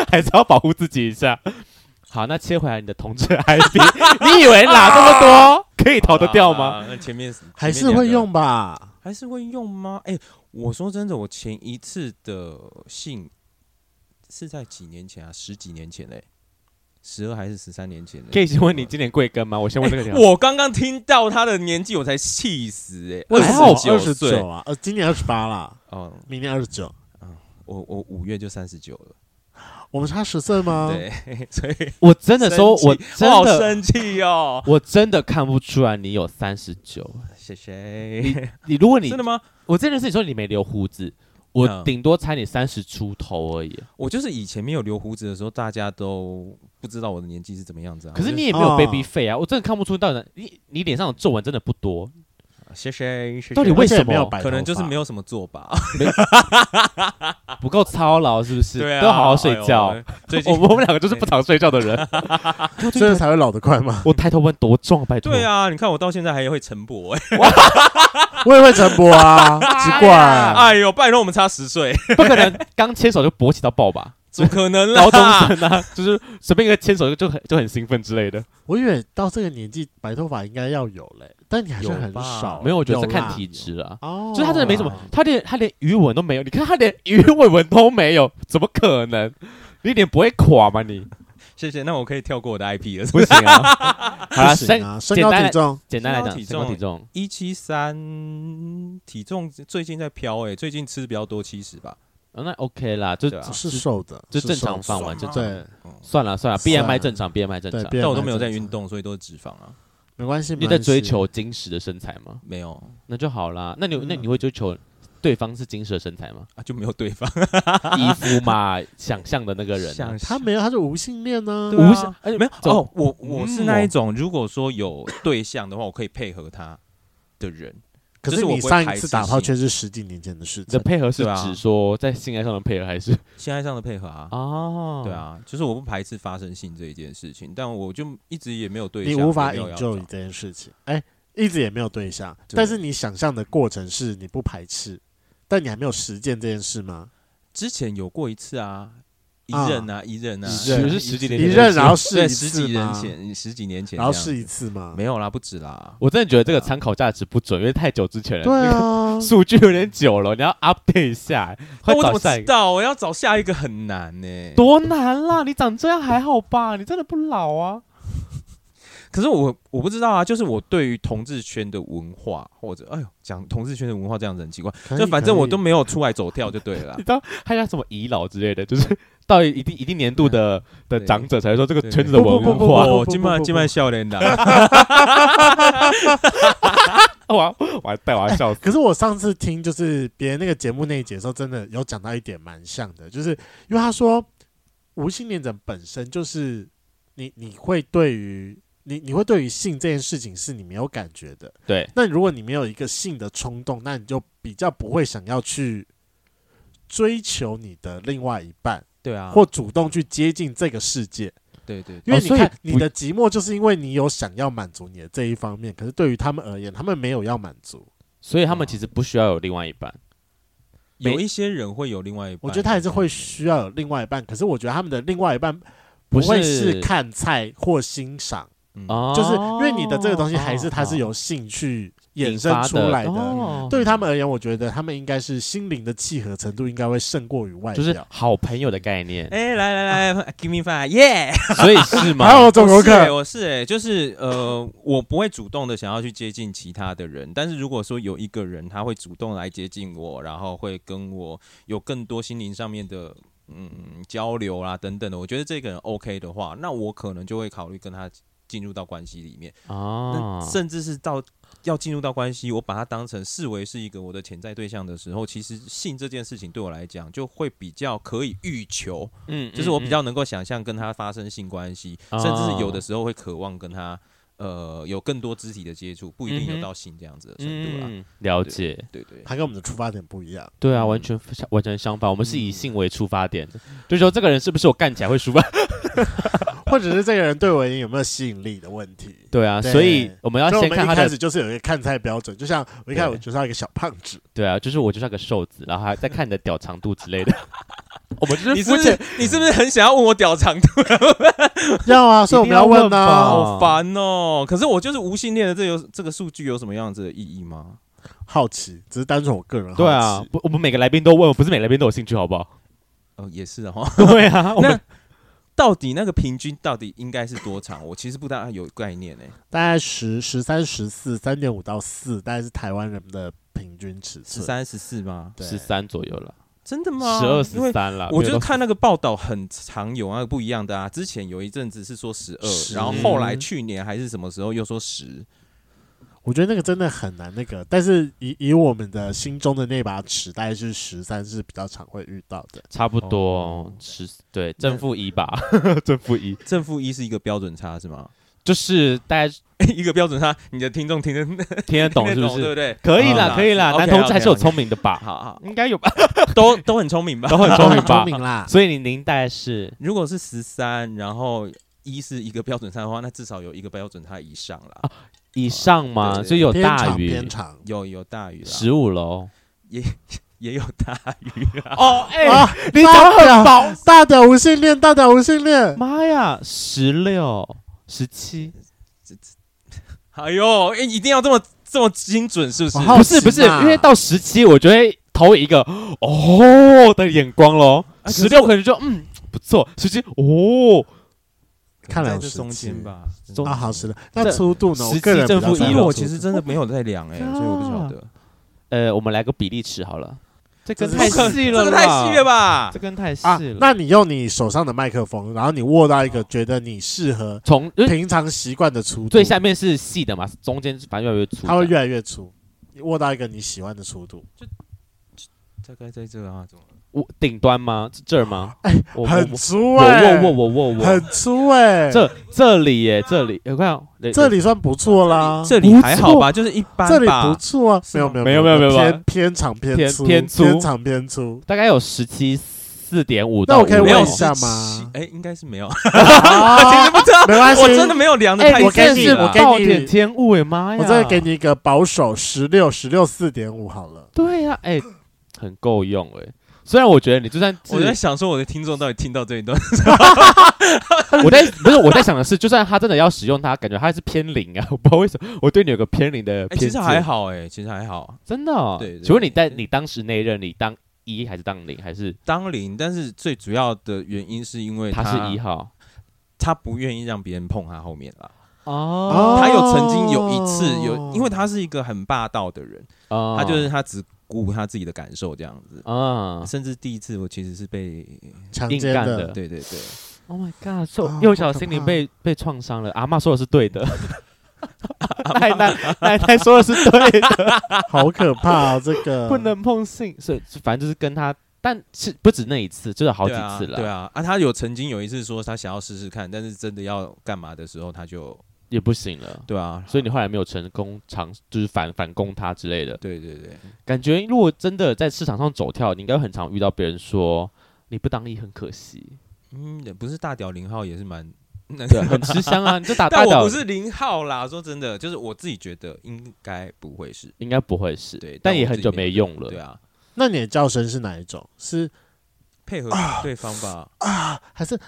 Speaker 1: 还是要保护自己一下。好，那切回来你的同志 IP，你以为哪这么多可以逃得哦掉吗？
Speaker 3: 啊？那前 面前面
Speaker 2: 还是会
Speaker 3: 两个，
Speaker 2: 用吧？
Speaker 3: 还是会用吗？哎、我说真的，我前一次的性是在几年前啊，十几年前嘞、十二还是十三年前、欸？
Speaker 1: 可以先问你今年贵庚吗？我先问这个问题。
Speaker 3: 我刚刚听到他的年纪，我才气死哎、欸！
Speaker 2: 还好二
Speaker 3: 十
Speaker 2: 十
Speaker 3: 岁
Speaker 2: 九啊，呃，今年二十八啦，
Speaker 3: 哦，
Speaker 2: 明年二十九，
Speaker 3: 我我五月就三十九了，
Speaker 2: 我们差十岁吗？
Speaker 1: 啊
Speaker 3: 对， 所以
Speaker 1: 我真的说，我
Speaker 3: 生气
Speaker 1: 真
Speaker 3: 好
Speaker 1: 的，
Speaker 3: 生气哦！
Speaker 1: 我真的看不出来你有三十九。
Speaker 3: 谢谢。
Speaker 1: 你如果你
Speaker 3: 真的吗？
Speaker 1: 我这件事你说你没留胡子，我
Speaker 3: 嗯
Speaker 1: 顶多猜你三十出头而已。
Speaker 3: 我就是以前没有留胡子的时候，大家都不知道我的年纪是怎么样子啊。
Speaker 1: 可是你
Speaker 3: 我
Speaker 1: 也没有
Speaker 2: 哦
Speaker 1: baby 费啊，我真的看不出到底哪你你脸上的皱纹真的不多，
Speaker 3: 就谢谢，谢谢
Speaker 1: 到底为
Speaker 2: 而且
Speaker 1: 什么
Speaker 2: 没有白头发
Speaker 3: 可能就是没有什么做吧？
Speaker 1: 不够操劳是不是？
Speaker 3: 对啊，
Speaker 1: 都好好睡觉。
Speaker 3: 哎呦。最近
Speaker 1: 我我们两个就是不常睡觉的人。
Speaker 2: 所以才会老得快 嘛。
Speaker 1: 我抬头纹多重，拜托。
Speaker 3: 对，啊，你看我到现在还会晨勃，哎
Speaker 2: 我也会晨勃啊，奇怪，
Speaker 3: 哎呦，拜托我们差十岁，
Speaker 1: 不可能刚牵手就勃起到爆吧？
Speaker 3: 怎么可能啦？
Speaker 1: 高中生啊，就是随便一个牵手就很就很兴奋之类的。
Speaker 2: 我以为到这个年纪白头发应该要有嘞，但你还是很少。
Speaker 1: 没有，我觉得是
Speaker 2: 有啦
Speaker 1: 看体质啊。
Speaker 2: 哦，
Speaker 1: 就是他真的没什么，他连他连鱼尾纹都没有，你看他连鱼尾纹都没有，怎么可能？你脸不会垮吗你？
Speaker 3: 谢谢，那我可以跳过我的 IP 了。
Speaker 1: 不行啊！好
Speaker 2: 不
Speaker 1: 了，
Speaker 2: 行
Speaker 1: 身
Speaker 2: 啊，身高体重
Speaker 1: 简单来讲，
Speaker 3: 身
Speaker 1: 身
Speaker 3: 高
Speaker 1: 高
Speaker 3: 体
Speaker 1: 体重
Speaker 3: 一七三体重最近在飘哎、最近吃的比较多，七十吧。
Speaker 1: 哦那 OK 啦，就
Speaker 3: 对啊
Speaker 2: 是瘦的，
Speaker 1: 就是正
Speaker 2: 瘦
Speaker 1: 常
Speaker 2: 的
Speaker 1: 范围，就正
Speaker 2: 对
Speaker 1: 算了算了
Speaker 2: 算了
Speaker 1: ，BMI 正常，BMI 啊正
Speaker 2: 对
Speaker 1: 常。，
Speaker 2: BMI
Speaker 3: 嗯但我都没有在
Speaker 2: 正常
Speaker 3: 运，动，所以都是脂肪啊。
Speaker 2: 没关系。
Speaker 1: 你在
Speaker 2: 没关系
Speaker 1: 追求精实的身材吗？
Speaker 3: 没有
Speaker 1: 那就好啦。那你
Speaker 3: 嗯
Speaker 1: 那你会追求对方是精实的身材 吗？
Speaker 3: 啊，就没有对方
Speaker 1: 衣服嘛，想象的那个人啊，
Speaker 2: 他没有，他是无性恋呢
Speaker 3: 对。啊
Speaker 1: 无想，而且
Speaker 3: 没有
Speaker 1: 哎走
Speaker 3: 哦，我我是
Speaker 1: 嗯
Speaker 3: 那一种，如果说有对象的话，我可以配合他的人。
Speaker 2: 可
Speaker 3: 就是是我
Speaker 2: 你
Speaker 3: 不会
Speaker 2: 上一
Speaker 3: 排
Speaker 2: 次
Speaker 3: 斥
Speaker 2: 打炮
Speaker 3: 性
Speaker 2: 却是十几年前的事
Speaker 1: 你的
Speaker 2: 情。
Speaker 1: 配合是
Speaker 3: 对啊
Speaker 1: 指说在性爱上的配合还是
Speaker 3: 性爱上的配合啊，
Speaker 1: 哦？
Speaker 3: 对，啊，就是我不排斥发生性这一件事情，但我就一直也没有对
Speaker 2: 你
Speaker 3: 象，
Speaker 2: 无法
Speaker 3: 也没有要
Speaker 2: enjoy
Speaker 3: 找
Speaker 2: 这件事情，哎，一直也没有对象，
Speaker 3: 对
Speaker 2: 但是你想象的过程是你不排斥，但你还没有实践这件事吗？
Speaker 3: 之前有过一次啊，一
Speaker 2: 啊
Speaker 3: 任啊，一任啊，
Speaker 2: 一
Speaker 1: 任
Speaker 3: 一啊
Speaker 1: 是十几年
Speaker 2: 一
Speaker 1: 前
Speaker 2: 任然后试
Speaker 3: 对
Speaker 2: 一
Speaker 3: 十
Speaker 2: 次
Speaker 3: 几年
Speaker 2: 吗？
Speaker 3: 前，啊十几年前这
Speaker 2: 然后
Speaker 3: 样，
Speaker 2: 试一次吗？
Speaker 3: 没有啦，不止啦。
Speaker 1: 我真的觉得这个参考价值不准，因为太久之前了。
Speaker 2: 对
Speaker 1: 那个
Speaker 2: 啊，
Speaker 1: 数据有点久了，你要 update 一下，快
Speaker 3: 那哎我怎
Speaker 1: 找下
Speaker 3: 么知
Speaker 1: 一个。嗯
Speaker 3: 道？我要找下一个很难呢、
Speaker 1: 多难啦！你长这样还好吧？你真的不老啊？
Speaker 3: 可是我我不知道啊，就是我对于同志圈的文化，或者哎呦，讲同志圈的文化这样子很奇怪，
Speaker 2: 可以
Speaker 3: 就反正我都
Speaker 2: 可以
Speaker 3: 没有出来走跳就对了啦
Speaker 1: 你。知道还有什么遗老之类的， 就是到一定一定年度的的
Speaker 3: 对
Speaker 1: 长者才会说这个
Speaker 3: 对
Speaker 1: 圈子的文
Speaker 2: 不不 不不
Speaker 1: 化。
Speaker 3: 哦，今麦今麦笑脸 的啊，
Speaker 1: 我要我还带我要笑死。
Speaker 2: 可是我上次听就是别人那个节目那一节的时候，真的有讲到一点蛮像的，就是因为他说无性恋者本身就是你你会对于你你会对于性这件事情是你没有感觉的，
Speaker 1: 对，
Speaker 2: 那如果你没有一个性的冲动，那你就比较不会想要去追求你的另外一半，
Speaker 3: 对啊，
Speaker 2: 或主动去接近这个世界。
Speaker 3: 对对
Speaker 2: 因为
Speaker 1: 哦
Speaker 2: 你
Speaker 1: 所以
Speaker 2: 看，
Speaker 1: 不
Speaker 2: 你的寂寞就是因为你有想要满足你的这一方面，可是对于他们而言，他们没有要满足。
Speaker 1: 所以他们其实不需要有另外一半。
Speaker 3: 有一些人会有另外一半，
Speaker 2: 我觉得他还是会需要有另外一半，可是我觉得他们的另外一半
Speaker 1: 不
Speaker 2: 会
Speaker 1: 是
Speaker 2: 是看菜或欣赏，
Speaker 3: 嗯
Speaker 1: 哦，
Speaker 2: 就是因为你的这个东西
Speaker 1: 哦
Speaker 2: 还是它是
Speaker 1: 哦
Speaker 2: 由兴趣衍
Speaker 1: 引
Speaker 2: 生
Speaker 1: 发
Speaker 2: 出来的。
Speaker 1: 哦
Speaker 2: 对于他们而言，我觉得他们应该是心灵的契合程度应该会胜过于外
Speaker 1: 就是
Speaker 2: 表。
Speaker 1: 好朋友的概念，
Speaker 3: 哎，来来来，give me five，耶！
Speaker 1: 所以是吗？
Speaker 2: 啊还有总
Speaker 3: 我
Speaker 2: 有
Speaker 3: 是欸
Speaker 2: 可
Speaker 3: 我是哎、就是呃，我不会主动的想要去接近其他的人，但是如果说有一个人他会主动来接近我，然后会跟我有更多心灵上面的嗯交流啦、等等的，我觉得这个人 OK 的话，那我可能就会考虑跟他进入到关系里面，
Speaker 2: 嗯
Speaker 3: 那
Speaker 1: 哦，
Speaker 3: 甚至是到要进入到关系，我把他当成视为是一个我的潜在对象的时候，其实性这件事情对我来讲就会比较可以欲求。
Speaker 1: 嗯
Speaker 3: 就是我比较能够想象跟他发生性关系，
Speaker 1: 哦
Speaker 3: 甚至是有的时候会渴望跟他呃有更多肢体的接触，不一定
Speaker 1: 嗯哼
Speaker 3: 有到性这样子的程度啦。
Speaker 1: 嗯了解，
Speaker 3: 对对，
Speaker 2: 他跟我们的出发点不一样。
Speaker 1: 对啊，
Speaker 3: 嗯
Speaker 1: 完全完全相反，我们是以性为出发
Speaker 2: 嗯
Speaker 1: 点，就是说这个人是不是我干起来会舒服？
Speaker 2: 或者是这个人对我而言有没有吸引力的问题。
Speaker 1: 对啊，
Speaker 2: 对
Speaker 1: 所以我们要
Speaker 2: 所以
Speaker 1: 先
Speaker 2: 我们
Speaker 1: 看
Speaker 2: 一
Speaker 1: 他
Speaker 2: 开
Speaker 1: 的
Speaker 2: 始就是有一个看菜标准，就像我一开始我就是要一个小胖子，
Speaker 1: 对啊，就是我就是那个瘦子，然后还在看你的屌长度之类 的。我们就
Speaker 3: 你
Speaker 1: 是
Speaker 3: 是不
Speaker 1: 肤
Speaker 3: 是
Speaker 1: 浅，
Speaker 3: 你是不是很想要问我屌长度？
Speaker 2: 要啊，所以我们要问啊呢、
Speaker 1: 吧
Speaker 3: 好烦哦！可是我就是无性恋的，这有这个数据有什么样子的意义吗？
Speaker 2: 好奇，只是单纯我个人好奇。
Speaker 1: 对啊，不我们每个来宾都问，不是每个来宾都有兴趣，好不好？
Speaker 3: 哦，也是哈、哦。
Speaker 1: 对啊，我们
Speaker 3: 那到底那个平均到底应该是多长？我其实不大有概念欸诶、
Speaker 2: 大概十十三、十四，三点五到四，大概是台湾人的平均尺
Speaker 3: 十
Speaker 2: 寸。
Speaker 3: 三十四吗？
Speaker 2: 对
Speaker 1: 十三左右了，
Speaker 3: 真的吗？
Speaker 1: 十二
Speaker 3: 因为
Speaker 1: 十三了。
Speaker 3: 我
Speaker 1: 没有到
Speaker 3: 就看那个报道，很常有那个不一样的啊。之前有一阵子是说十
Speaker 2: 十
Speaker 3: 二，然后后来去年还是什么时候又说十，
Speaker 2: 我觉得那个真的很难那个，但是以以我们的心中的那把尺，大概是十三是比较常会遇到的。
Speaker 1: 差不多
Speaker 3: 哦
Speaker 1: 十对正负一吧， 正负一
Speaker 3: 正负一是一个标准差是吗？
Speaker 1: 就是大家
Speaker 3: 一个标准差，你的听众听得 听得
Speaker 1: 听得懂是不
Speaker 3: 对不
Speaker 1: 是？
Speaker 3: 对？
Speaker 1: 可以
Speaker 2: 哦
Speaker 1: 啦，
Speaker 3: 嗯
Speaker 1: 可以啦，
Speaker 3: OK，
Speaker 1: 男同志还是有
Speaker 3: OK，OK
Speaker 1: 聪明的 吧？
Speaker 3: 好好，
Speaker 1: 应该有吧？
Speaker 3: 都都很聪明吧
Speaker 1: 都？很聪明吧
Speaker 2: 聪？明啦，
Speaker 1: 所以你您大概是
Speaker 3: 如果是十三，然后一是一个标准差的话，那至少有一个标准差以上啦。
Speaker 1: 以上
Speaker 3: 对
Speaker 1: 嘛，
Speaker 3: 对对
Speaker 1: 所以有
Speaker 2: 偏
Speaker 1: 大
Speaker 2: 长
Speaker 1: 于
Speaker 2: 偏长。
Speaker 3: 有有大于啦，
Speaker 1: 十五楼，
Speaker 3: 也有大鱼啊，
Speaker 1: 哦，哎、
Speaker 2: 啊
Speaker 1: 你讲的很薄，
Speaker 2: 大屌无性恋，大屌无性恋，
Speaker 1: 妈呀，十六、十七，
Speaker 3: 哎呦，哎、一定要这么这么精准是不是啊
Speaker 2: 我？哦好啊
Speaker 1: 不是不是，
Speaker 2: 奇嘛
Speaker 1: 因为到十七，我就会投一个哦的眼光喽。
Speaker 2: 哎
Speaker 3: 啊可是
Speaker 1: 十六可能就嗯不错，十七哦，
Speaker 2: 看来
Speaker 3: 在
Speaker 2: 有
Speaker 3: 这
Speaker 2: 十
Speaker 3: 中
Speaker 2: 七
Speaker 3: 间吧，
Speaker 1: 中
Speaker 2: 啊，好吃的。
Speaker 1: 这
Speaker 2: 那粗度呢？我
Speaker 1: 实
Speaker 2: 个
Speaker 1: 际
Speaker 2: 人比较
Speaker 1: 正负
Speaker 2: 在
Speaker 1: 一
Speaker 3: 因
Speaker 2: 乎
Speaker 3: 为
Speaker 1: 了
Speaker 3: 我其实真的没有在量哎、
Speaker 1: God
Speaker 3: 所以我不晓得，
Speaker 1: 呃，我们来个比例尺好了，这跟
Speaker 2: 这
Speaker 1: 太
Speaker 2: 是
Speaker 1: 细了，
Speaker 3: 这个 太细了？吧
Speaker 1: 这？跟太细
Speaker 2: 啊
Speaker 1: 了。。
Speaker 2: 那你用你手上的麦克风，然后你握到一个觉得你适合
Speaker 1: 从因为
Speaker 2: 平常习惯的粗度，
Speaker 1: 最下面是细的嘛，中间反正越来越粗，
Speaker 2: 它会越来越粗。你握到一个你喜欢的粗度，
Speaker 3: 大概在这啊，怎么了？
Speaker 1: 我顶端吗？这儿吗？
Speaker 2: 哎
Speaker 1: 我我
Speaker 2: 很粗
Speaker 1: 我
Speaker 2: 哎、
Speaker 1: 我我我我我
Speaker 2: 很粗哎、
Speaker 1: 这这里耶，这里有看
Speaker 2: 这里算不错啦，
Speaker 3: 这里还好吧，就是一般吧。
Speaker 2: 这里不错啊，
Speaker 3: 是
Speaker 2: 没有
Speaker 3: 吗
Speaker 2: 没有
Speaker 1: 没有没有没有
Speaker 2: 偏偏长偏
Speaker 1: 偏
Speaker 2: 粗
Speaker 1: 偏粗
Speaker 2: 偏长偏粗，
Speaker 1: 大概有十七四点五
Speaker 2: 那
Speaker 1: 到
Speaker 2: 我可以
Speaker 1: 56
Speaker 3: 没有
Speaker 2: 问一下吗
Speaker 3: 哎、应该是没有，
Speaker 2: 啊
Speaker 3: 其实不知 道，
Speaker 2: 没关系
Speaker 3: 我真的没有量的
Speaker 1: 哎，
Speaker 3: 太
Speaker 1: 你
Speaker 2: 我给
Speaker 1: 真
Speaker 3: 细
Speaker 1: 的
Speaker 2: 你
Speaker 1: 是
Speaker 3: 了。
Speaker 2: 我给
Speaker 1: 暴
Speaker 2: 你
Speaker 1: 殄天物哎妈呀！
Speaker 2: 我再给你一个保守十六十六四点五好了。
Speaker 1: 对呀、哎、很够用哎、虽然我觉得你就算
Speaker 3: 我在
Speaker 1: 是
Speaker 3: 想说，我的听众到底听到这一段，
Speaker 1: 我 在不是我在想的是，就算他真的要使用它，感觉它还是偏零啊，我 不知道为什么我对你有个偏零的
Speaker 3: 哎、
Speaker 1: 偏
Speaker 3: 其
Speaker 1: 见、
Speaker 3: 实还好、哎，其实还好，
Speaker 1: 真的、哦。
Speaker 3: 对对
Speaker 1: 请问你在
Speaker 3: 对
Speaker 1: 你当时那一任，你当一还是当零，还是
Speaker 3: 当零。但是最主要的原因是因为
Speaker 1: 他
Speaker 3: 他
Speaker 1: 是一，号？
Speaker 3: 他不愿意让别人碰他后面啦。
Speaker 1: 哦
Speaker 3: 他有曾经有一次
Speaker 2: 哦
Speaker 3: 有，因为他是一个很霸道的人，
Speaker 1: 哦
Speaker 3: 他就是他只顾他自己的感受这样子。
Speaker 1: 啊、
Speaker 3: 甚至第一次我其实是被，
Speaker 2: 强
Speaker 1: 硬
Speaker 2: 奸
Speaker 1: 干的
Speaker 2: 的
Speaker 3: 对对对，
Speaker 1: o h Oh my God！受、
Speaker 3: 哦
Speaker 2: 啊
Speaker 1: 幼
Speaker 2: 好
Speaker 1: 小
Speaker 2: 可
Speaker 1: 心灵
Speaker 2: 怕
Speaker 1: 被被创伤了，阿嬷说的是对 的，奶奶奶奶说的是对的。
Speaker 2: 好可怕、哦，这
Speaker 3: 嗯
Speaker 2: 个
Speaker 1: 不能碰性，所以反正就是跟他，但是不止那一次，就是好几
Speaker 3: 对啊
Speaker 1: 次了，
Speaker 3: 对啊，啊，他有曾经有一次说他想要试试看，但是真的要干嘛的时候，他就
Speaker 1: 也不行了。
Speaker 3: 对啊，
Speaker 1: 所以你后来没有成功尝，就是反反攻他之类的
Speaker 3: 对对对，
Speaker 1: 感觉。如果真的在市场上走跳，你应该很常遇到别人说你不当一很可惜，
Speaker 3: 嗯，也不是大屌零号也是 蛮那
Speaker 1: 对，
Speaker 3: 个，
Speaker 1: 很吃香 啊。你就打大
Speaker 3: 但我
Speaker 1: 屌
Speaker 3: 不，是零号啦。说真的，就是我自己觉得应该不会是，
Speaker 1: 应该不会是，
Speaker 3: 对
Speaker 1: 但
Speaker 3: 但
Speaker 1: 也
Speaker 3: 我
Speaker 1: 很
Speaker 3: 自己
Speaker 1: 久
Speaker 3: 没
Speaker 1: 没用了。
Speaker 3: 对啊，
Speaker 2: 那你的叫声是哪一种？是
Speaker 3: 配合对方吧。
Speaker 2: 还是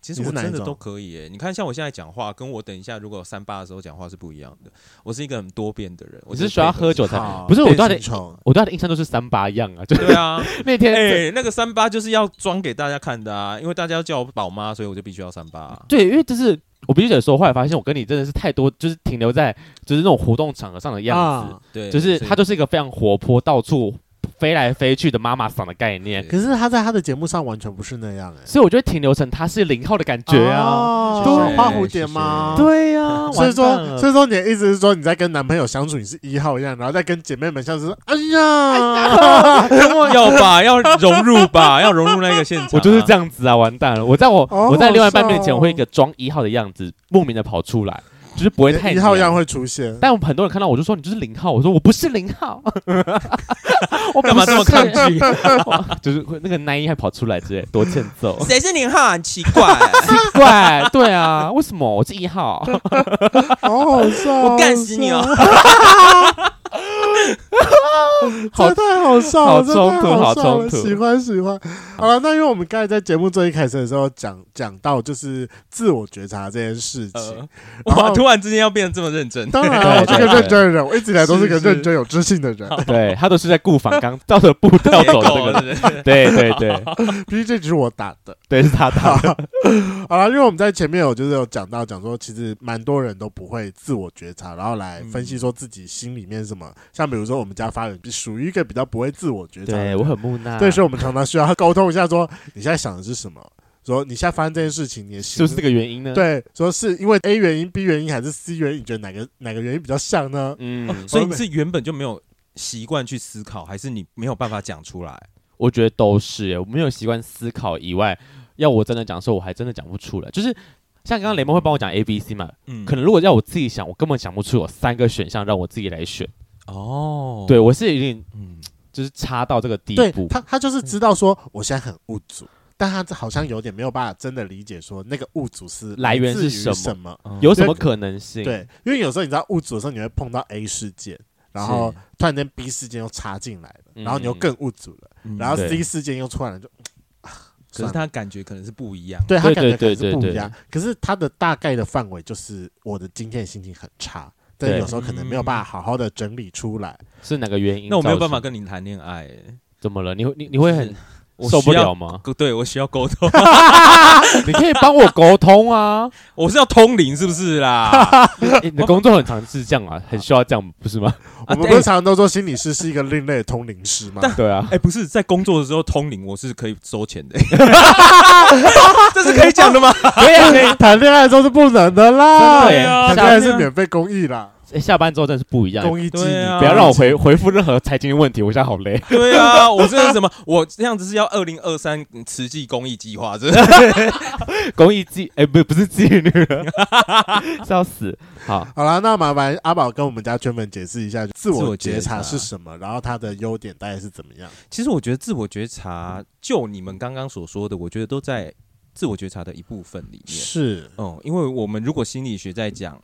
Speaker 3: 其实
Speaker 2: 你是
Speaker 3: 我
Speaker 2: 哪一
Speaker 3: 真的
Speaker 2: 种
Speaker 3: 都可以耶。你看，像我现在讲话，跟我等一下如果有三八的时候讲话是不一样的。我是一个很多变的人，我
Speaker 1: 我是
Speaker 3: 觉得
Speaker 1: 需要
Speaker 3: 配合
Speaker 1: 喝酒才，
Speaker 2: 好
Speaker 1: 不是我
Speaker 2: 变
Speaker 1: 到
Speaker 2: 形
Speaker 1: 底，
Speaker 2: 虫
Speaker 1: 我对他的印象都是三八样啊，就
Speaker 3: 对啊，
Speaker 1: 那天
Speaker 3: 哎，那个三八就是要装给大家看的啊，因为大家要叫我宝妈，所以我就必须要三八啊。
Speaker 1: 对，因为就是我必须得说，后来发现我跟你真的是太多，就是停留在就是那种活动场合上的样子，
Speaker 2: 啊
Speaker 3: 对，
Speaker 1: 就是
Speaker 3: 所以
Speaker 1: 她就是一个非常活泼、到处飞来飞去的妈妈桑的概念，
Speaker 3: 对
Speaker 2: 可是他在他的节目上完全不是那样哎、
Speaker 1: 所以我觉得停留成她是零号的感觉啊，
Speaker 2: 哦啊
Speaker 1: 对
Speaker 2: 花蝴蝶吗？。
Speaker 1: 对呀、
Speaker 2: 所以
Speaker 1: 完蛋
Speaker 2: 说，
Speaker 1: 了
Speaker 3: 啊
Speaker 2: 所以说你的意思是说，你在跟男朋友相处，你是一号一样，然后再跟姐妹们相处，哎呀，
Speaker 3: 要吧，要融入吧，要融入那个现场啊。
Speaker 1: 我就是这样子啊，完蛋了！我在我、
Speaker 2: 哦好
Speaker 1: 我在另外一半面前，
Speaker 2: 笑哦
Speaker 1: 我会一个装一号的样子，莫名的跑出来，就是不会太
Speaker 2: 一号一
Speaker 1: 娘
Speaker 2: 样会出 现。
Speaker 1: 但我很多人看到我就说你就是零号，我说我不是零 号，我
Speaker 3: 干嘛
Speaker 1: 不
Speaker 3: 这么
Speaker 1: 是
Speaker 3: 抗拒？，
Speaker 1: 就是会那个男一还跑出来之类，多欠揍
Speaker 3: 谁是零号？很奇怪，
Speaker 1: 怪对啊，为什么我是一号？
Speaker 2: 好好笑哦！
Speaker 3: 我干死你哦！
Speaker 2: 好笑！这太好笑了，
Speaker 1: 好
Speaker 2: 这太
Speaker 1: 冲突好
Speaker 2: 好笑
Speaker 1: 冲
Speaker 2: 了
Speaker 1: 突
Speaker 2: 喜欢喜欢。好了，那因为我们刚才在节目最一开始的时候讲讲到就是自我觉察这件事情
Speaker 3: 呃，
Speaker 2: 然后
Speaker 3: 哇，突然之间要变得这么认真，
Speaker 2: 当然
Speaker 1: 对
Speaker 2: 啊我是个
Speaker 1: 对对
Speaker 2: 认真的人，我一直以来都是个
Speaker 3: 是是
Speaker 2: 认真有知性的人。
Speaker 1: 对他都是在顾反刚照着步调走的这个人，
Speaker 3: 对对
Speaker 1: 对对对
Speaker 2: 毕竟这只是我打 的。
Speaker 1: 对是他打的，
Speaker 2: 好了，因为我们在前面有就是有讲到，讲说其实蛮多人都不会自我觉察，然后来分
Speaker 1: 嗯
Speaker 2: 析说自己心里面是什么。像比如说我们家发源属于一个比较不会自我觉察的
Speaker 1: 对
Speaker 2: 人，
Speaker 1: 我很木讷，
Speaker 2: 对，所
Speaker 1: 是
Speaker 2: 以我们常常需要沟通一下说，你现在想的是什么？说你现在发生这件事情，你的心
Speaker 1: 不是这个原因呢？，
Speaker 2: 对，说是因为 A 原因、B 原因还是 C 原因？你觉得哪个哪个原因比较像呢？
Speaker 1: 嗯，
Speaker 3: 所以你是原本就没有习惯去思考，还是你没有办法讲出来？
Speaker 1: 我觉得都是耶，我没有习惯思考以外，要我真的讲的时候，我还真的讲不出来，就是。像刚刚雷蒙会帮我讲 A、B、C 嘛？
Speaker 3: 嗯
Speaker 1: 可能如果要我自己想，我根本想不出有三个选项让我自己来选。
Speaker 3: 哦，
Speaker 1: 对，我是有点
Speaker 3: 嗯，
Speaker 1: 就是差到这个地
Speaker 2: 对
Speaker 1: 步。
Speaker 2: 他，他就是知道说我现在很物足，但他这好像有点没有办法真的理解说那个物足是
Speaker 1: 来源
Speaker 2: 自于
Speaker 1: 是什么
Speaker 2: 什么。
Speaker 3: 哦
Speaker 1: 有什么可能性？
Speaker 2: 对，因为有时候你知道物足的时候，你会碰到 A 事件，然后突然间 B 事件又插进来了，
Speaker 1: 嗯
Speaker 2: 然后你又更误组了，
Speaker 3: 嗯
Speaker 2: 然后
Speaker 1: 对
Speaker 2: C 事件又突然就，啊
Speaker 3: 可
Speaker 2: 算
Speaker 3: 是
Speaker 2: 了
Speaker 3: 他感觉可能是不一样。
Speaker 2: 对他
Speaker 1: 对
Speaker 2: 感觉可
Speaker 1: 对
Speaker 2: 能是
Speaker 1: 对
Speaker 2: 不
Speaker 1: 对
Speaker 2: 一样。可是他的大概的范围就是我的今天的心情很差，但
Speaker 1: 对啊
Speaker 2: 有时候可能没有办法好好的整理出来。
Speaker 1: 是哪个原因？
Speaker 3: 那我没有办法，跟你谈恋爱、欸
Speaker 1: 怎么了？你会你你会很
Speaker 3: 我
Speaker 1: 受不
Speaker 3: 需要
Speaker 1: 了吗？
Speaker 3: 对我需要沟通，
Speaker 1: 你可以帮我沟通啊！
Speaker 3: 我是要通灵是不是 啦？
Speaker 1: 欸你的工作很常是这样啊，很需要这样，不是吗？
Speaker 2: 我们
Speaker 3: 啊对
Speaker 2: 不是常常都说心理师是一个另类的通灵师吗？
Speaker 3: 但
Speaker 1: 对啊
Speaker 3: 哎、，不是在工作的时候通灵，我是可以收 钱的、这是可以讲的吗？
Speaker 1: 对啊，可以
Speaker 2: 谈恋爱的时候是不能的
Speaker 1: 真
Speaker 2: 啦，
Speaker 1: 的耶
Speaker 2: 谈恋爱
Speaker 1: 啊
Speaker 2: 是免费公益啦，
Speaker 1: 欸下班之后真的是不一样。
Speaker 2: 公益机
Speaker 3: 对啊
Speaker 1: 不要让我回回复任何财经的问题，我现在好累。
Speaker 3: 对啊，我这是什么？我这样子是要二零二三慈济公益计划，这是
Speaker 1: 公益妓，哎、不不是妓女， 笑死。好，
Speaker 2: 好啦，那麻烦阿宝跟我们家圈粉解释一下自
Speaker 3: 自
Speaker 2: 我
Speaker 3: 我
Speaker 2: 觉
Speaker 3: 觉
Speaker 2: 察
Speaker 3: 察
Speaker 2: 是什么，然后它的优点大概是怎么样？
Speaker 3: 其实我觉得自我觉
Speaker 1: 嗯
Speaker 3: 察，就你们刚刚所说的，我觉得都在自我觉察的一部分里面。
Speaker 2: 是
Speaker 3: 嗯，因为我们如果心理学在讲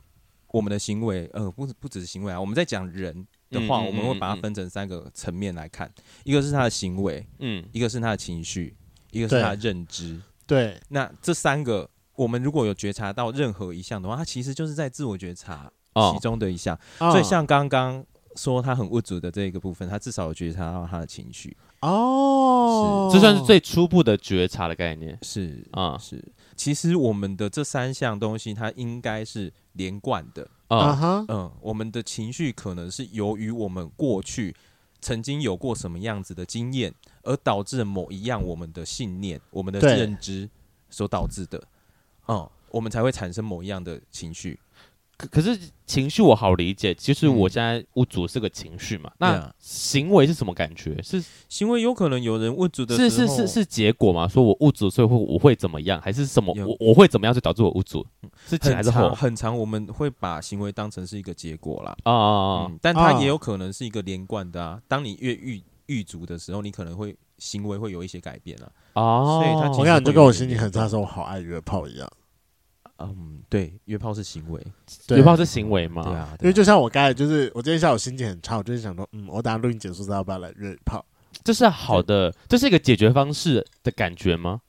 Speaker 3: 我们的行为，呃，不不只是行为啊，我们在讲人的话，
Speaker 1: 嗯嗯嗯
Speaker 3: 我们会把它分成三个层面来看，一个是他的行为，
Speaker 1: 嗯，
Speaker 3: 一个是他的情绪，一个是他的认知。
Speaker 2: 对，
Speaker 3: 那这三个，我们如果有觉察到任何一项的话，它其实就是在自我觉察其
Speaker 1: 哦，
Speaker 3: 中的一项。所
Speaker 2: 最
Speaker 3: 以像刚刚说他很物质的这个部分，他至少有觉察到他的情绪，
Speaker 2: 哦，
Speaker 1: 这算是最初步的觉察的概念
Speaker 3: 是
Speaker 1: 啊
Speaker 3: 是。其实我们的这三项东西，它应该是连贯的。
Speaker 2: 啊
Speaker 1: 啊，
Speaker 2: 哈，
Speaker 3: 嗯，我们的情绪可能是由于我们过去曾经有过什么样子的经验，而导致某一样我们的信念、我们的
Speaker 2: 对
Speaker 3: 认知所导致的。嗯，我们才会产生某一样的情绪。
Speaker 1: 可可是情绪我好理解，其实
Speaker 3: 嗯
Speaker 1: 我现在屋主是个情绪嘛，
Speaker 3: 对
Speaker 1: 那
Speaker 3: 啊
Speaker 1: 行为是什么感觉？是
Speaker 3: 行为有可能有人物质的
Speaker 1: 是
Speaker 3: 时
Speaker 1: 是
Speaker 3: 候
Speaker 1: 是是结果吗？说我物主，所以会我会怎么样，还是什么？
Speaker 3: 有
Speaker 1: 我我会怎么样就导致我物主是前还
Speaker 3: 很
Speaker 1: 是后
Speaker 3: 长？很长，我们会把行为当成是一个结果啦。
Speaker 1: 啊啊啊
Speaker 3: 嗯，但它
Speaker 2: 啊
Speaker 3: 也有可能是一个连贯的啊。当你越狱狱足的时候，你可能会行为会有一些改变啊。
Speaker 1: 啊！哦
Speaker 3: 所以他其
Speaker 2: 我
Speaker 3: 实
Speaker 2: 跟你讲，就跟我心情很差的时候，我好爱约炮一样。
Speaker 3: 嗯，对，约炮是行为，
Speaker 2: 对
Speaker 1: 有报是行为吗？
Speaker 3: 对啊，
Speaker 2: 因
Speaker 3: 对
Speaker 2: 为
Speaker 3: 啊
Speaker 2: 就像我刚才，就是我今天下午心情很差，我就是想说，嗯，我等下录音结束之后要不要来约炮？
Speaker 1: 这是好的，这是一个解决方式的感觉吗？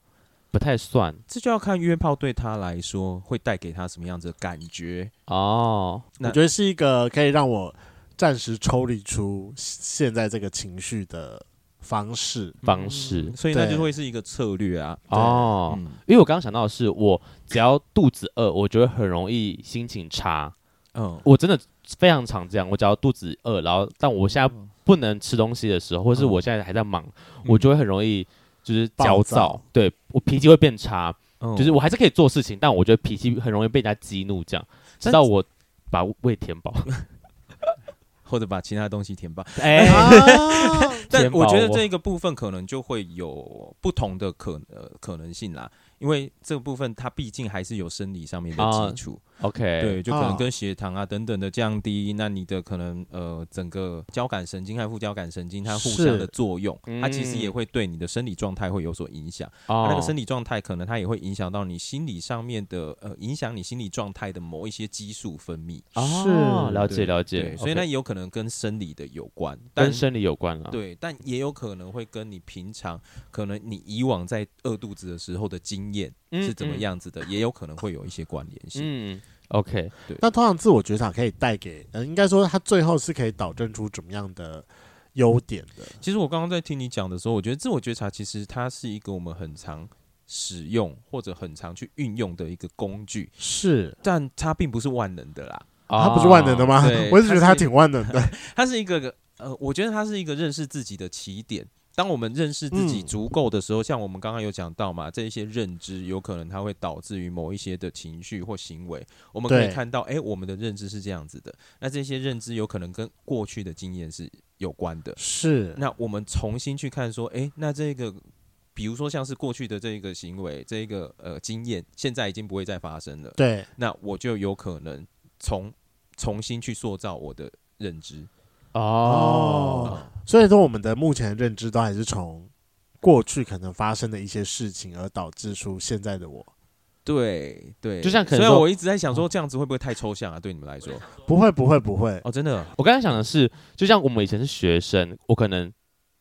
Speaker 1: 不太算
Speaker 3: 这就要看约炮对他来说会带给他什么样子的感觉。
Speaker 1: 哦。
Speaker 3: 那
Speaker 2: 我觉得是一个可以让我暂时抽离出现在这个情绪的方 式。
Speaker 1: 方式
Speaker 3: 所以那
Speaker 2: 对
Speaker 3: 就会是一个策略嗯啊。
Speaker 1: 哦，
Speaker 3: 嗯，
Speaker 1: 因为我刚刚想到的是，我只要肚子饿，我就会很容易心情差。
Speaker 3: 嗯，
Speaker 1: 我真的非常常这样，我只要肚子饿，然后但我现在不能吃东西的时候，或是
Speaker 3: 嗯
Speaker 1: 我现在还在忙，我就会很容易就是焦
Speaker 2: 暴
Speaker 1: 躁
Speaker 2: 躁，
Speaker 1: 对我脾气会变差。
Speaker 3: 嗯
Speaker 1: 就是我还是可以做事情，但我觉得脾气很容易被人家激怒，这样直到我把胃填 饱。
Speaker 3: 或者把其他东西填饱。
Speaker 1: 哎，
Speaker 2: 啊
Speaker 3: 但
Speaker 1: 填饱
Speaker 3: 我觉得
Speaker 1: 我
Speaker 3: 这个部分可能就会有不同的可呃可能性啦，因为这个部分它毕竟还是有生理上面的
Speaker 1: 啊
Speaker 3: 基础。
Speaker 1: OK，
Speaker 3: 对，就可
Speaker 2: 啊
Speaker 3: 能跟血糖啊等等的降低，那你的可能呃整个交感神经和副交感神经它互相
Speaker 2: 是
Speaker 3: 的作用，它其实
Speaker 1: 嗯
Speaker 3: 也会对你的生理状态会有所影响。
Speaker 1: 哦
Speaker 3: 它那个生理状态可能它也会影响到你心理上面的呃影响你心理状态的某一些激素分泌。
Speaker 1: 哦
Speaker 2: 是
Speaker 1: 了解
Speaker 3: 对
Speaker 1: 了
Speaker 3: 对
Speaker 1: 解，
Speaker 3: 所以那
Speaker 1: OK，
Speaker 3: 也有可能跟生理的有关，但
Speaker 1: 跟生理有关了。
Speaker 3: 对，但也有可能会跟你平常可能你以往在饿肚子的时候的经验
Speaker 1: 嗯
Speaker 3: 是怎么？样子的，也有可能会有一些关联性。
Speaker 1: 嗯嗯，OK，
Speaker 2: 那通常自我觉察可以带给，呃，应该说它最后是可以导正出怎么样的优点的？
Speaker 3: 其实我刚刚在听你讲的时候，我觉得自我觉察其实它是一个我们很常使用或者很常去运用的一个工具，
Speaker 2: 是，
Speaker 3: 但它并不是万能的啦。
Speaker 2: 它不是万能的
Speaker 1: 哦？
Speaker 2: 吗？
Speaker 3: 啊 对
Speaker 2: 我一直觉得它
Speaker 3: 它是
Speaker 2: 挺万能的。
Speaker 3: 它是一个呃，我觉得它是一个认识自己的起点。当我们认识自己
Speaker 2: 嗯
Speaker 3: 足够的时候，像我们刚刚有讲到嘛，这一些认知有可能它会导致于某一些的情绪或行为。我们可以
Speaker 2: 对
Speaker 3: 看到，哎、我们的认知是这样子的。那这些认知有可能跟过去的经验是有关的。
Speaker 2: 是，
Speaker 3: 那我们重新去看说，诶，那这个，比如说像是过去的这个行为，这个呃经验，现在已经不会再发生了，
Speaker 2: 对，
Speaker 3: 那我就有可能重重新去塑造我的认知。
Speaker 1: 哦，
Speaker 2: 哦所以说我们的目前的认知都还是从过去可能发生的一些事情而导致出现在的我。
Speaker 3: 对对，
Speaker 1: 就像可能
Speaker 3: 虽然
Speaker 1: 说嗯
Speaker 3: 我一直在想说这样子会不会太抽象啊？对你们来说，
Speaker 2: 不会不会不会，
Speaker 3: 哦，真的，
Speaker 1: 我刚才想的是，就像我们以前是学生，我可能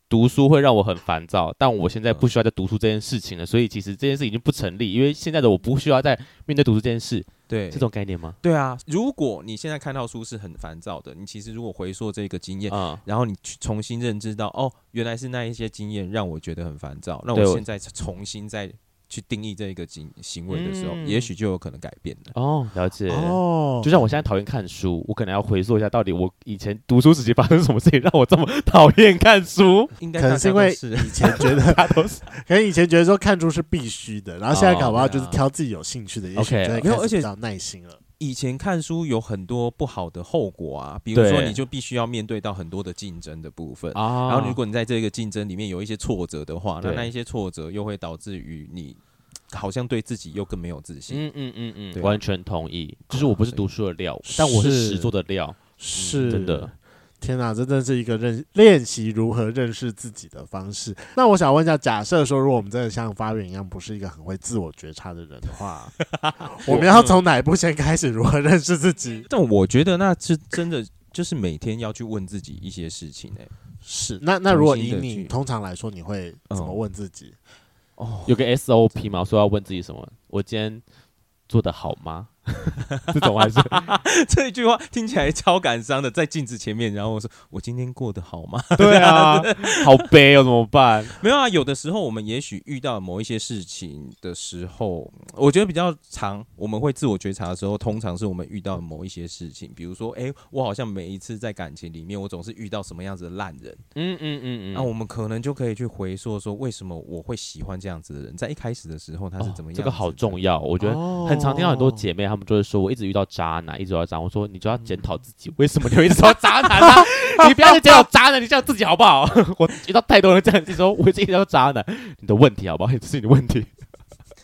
Speaker 1: 读书会让我很烦躁，但我现在不需要再读书这件事情了，所以其实这件事已经不成立，因为现在的我不需要再面对读书这件事，
Speaker 3: 对，
Speaker 1: 这种概念吗？
Speaker 3: 对啊。如果你现在看到书是很烦躁的，你其实如果回溯这个经验，
Speaker 1: 嗯，
Speaker 3: 然后你去重新认知到，哦，原来是那一些经验让我觉得很烦躁，那
Speaker 1: 对我
Speaker 3: 我现在重新再去定义这一个行行为的时候，
Speaker 1: 嗯
Speaker 3: 也许就有可能改变了。
Speaker 1: 哦，了解。
Speaker 2: 哦，
Speaker 1: 就像我现在讨厌看书，我可能要回溯一下，到底我以前读书时期发生什么事情让我这么讨厌看书？
Speaker 3: 应该
Speaker 2: 可能是因为
Speaker 3: 是
Speaker 2: 以前觉得，
Speaker 1: 大家都是
Speaker 2: 可能以前觉得说看书是必须的，然后现在搞不好就是
Speaker 1: 哦对啊
Speaker 2: 挑自己有兴趣的，也许
Speaker 1: OK，
Speaker 2: 就会
Speaker 3: 没有
Speaker 2: 开
Speaker 3: 而
Speaker 2: 始
Speaker 3: 且嗯
Speaker 2: 比较耐心了。
Speaker 3: 以前看书有很多不好的后果啊，比如说
Speaker 1: 对
Speaker 3: 你就必须要面对到很多的竞争的部分。
Speaker 1: 啊
Speaker 3: 然后，如果你在这个竞争里面有一些挫折的话，那
Speaker 1: 对
Speaker 3: 那一些挫折又会导致于你好像对自己又更没有自信。
Speaker 1: 嗯嗯嗯嗯，
Speaker 3: 对啊
Speaker 1: 完全同意，就是我不是
Speaker 3: 对
Speaker 1: 读书的料，但我是
Speaker 2: 是
Speaker 1: 实做的料，
Speaker 2: 是
Speaker 1: 真的。
Speaker 2: 天哪，这真的是一个认练习如何认识自己的方式。那我想问一下，假设说，如果我们真的像发源一样，不是一个很会自我觉察的人的 话，我们要从哪一步先开始？如何认识自 己？
Speaker 3: 但我觉得那是真的，就是每天要去问自己一些事情哎、
Speaker 2: 是那那如果
Speaker 3: 重
Speaker 2: 以
Speaker 3: 新地
Speaker 2: 你
Speaker 3: 去
Speaker 2: 通常来说，你会怎么
Speaker 3: 嗯
Speaker 2: 问自己？
Speaker 3: 哦，
Speaker 1: 有个 SOP 嘛，说要问自己什么，我今天做的好吗？ 这种还是
Speaker 3: 这一句话听起来超感伤的，在镜子前面，然后我说我今天过得好吗？
Speaker 1: 对啊， 好悲哦，怎么办？
Speaker 3: 没有啊，有的时候我们也许遇到某一些事情的时候，我觉得比较长，我们会自我觉察的时候，通常是我们遇到某一些事情，比如说，哎、我好像每一次在感情里面，我总是遇到什么样子的烂人，
Speaker 1: 嗯嗯嗯嗯，
Speaker 3: 那我们可能就可以去回溯说，为什么我会喜欢这样子的人，在一开始的时候他是
Speaker 1: 哦
Speaker 3: 怎么样、
Speaker 1: 这个好重，要，我
Speaker 2: 我
Speaker 1: 觉得。很常听到很多姐妹，她们就会说，我一直遇到渣男，一直遇到渣男。我说，你就要检讨自己，为什么你会一直遇到渣男 啊？你不要去检讨渣男，你检讨自己好不好？ 我遇到太多人这样子说，我一直遇到渣男，你的问题好不好？这是你的问题。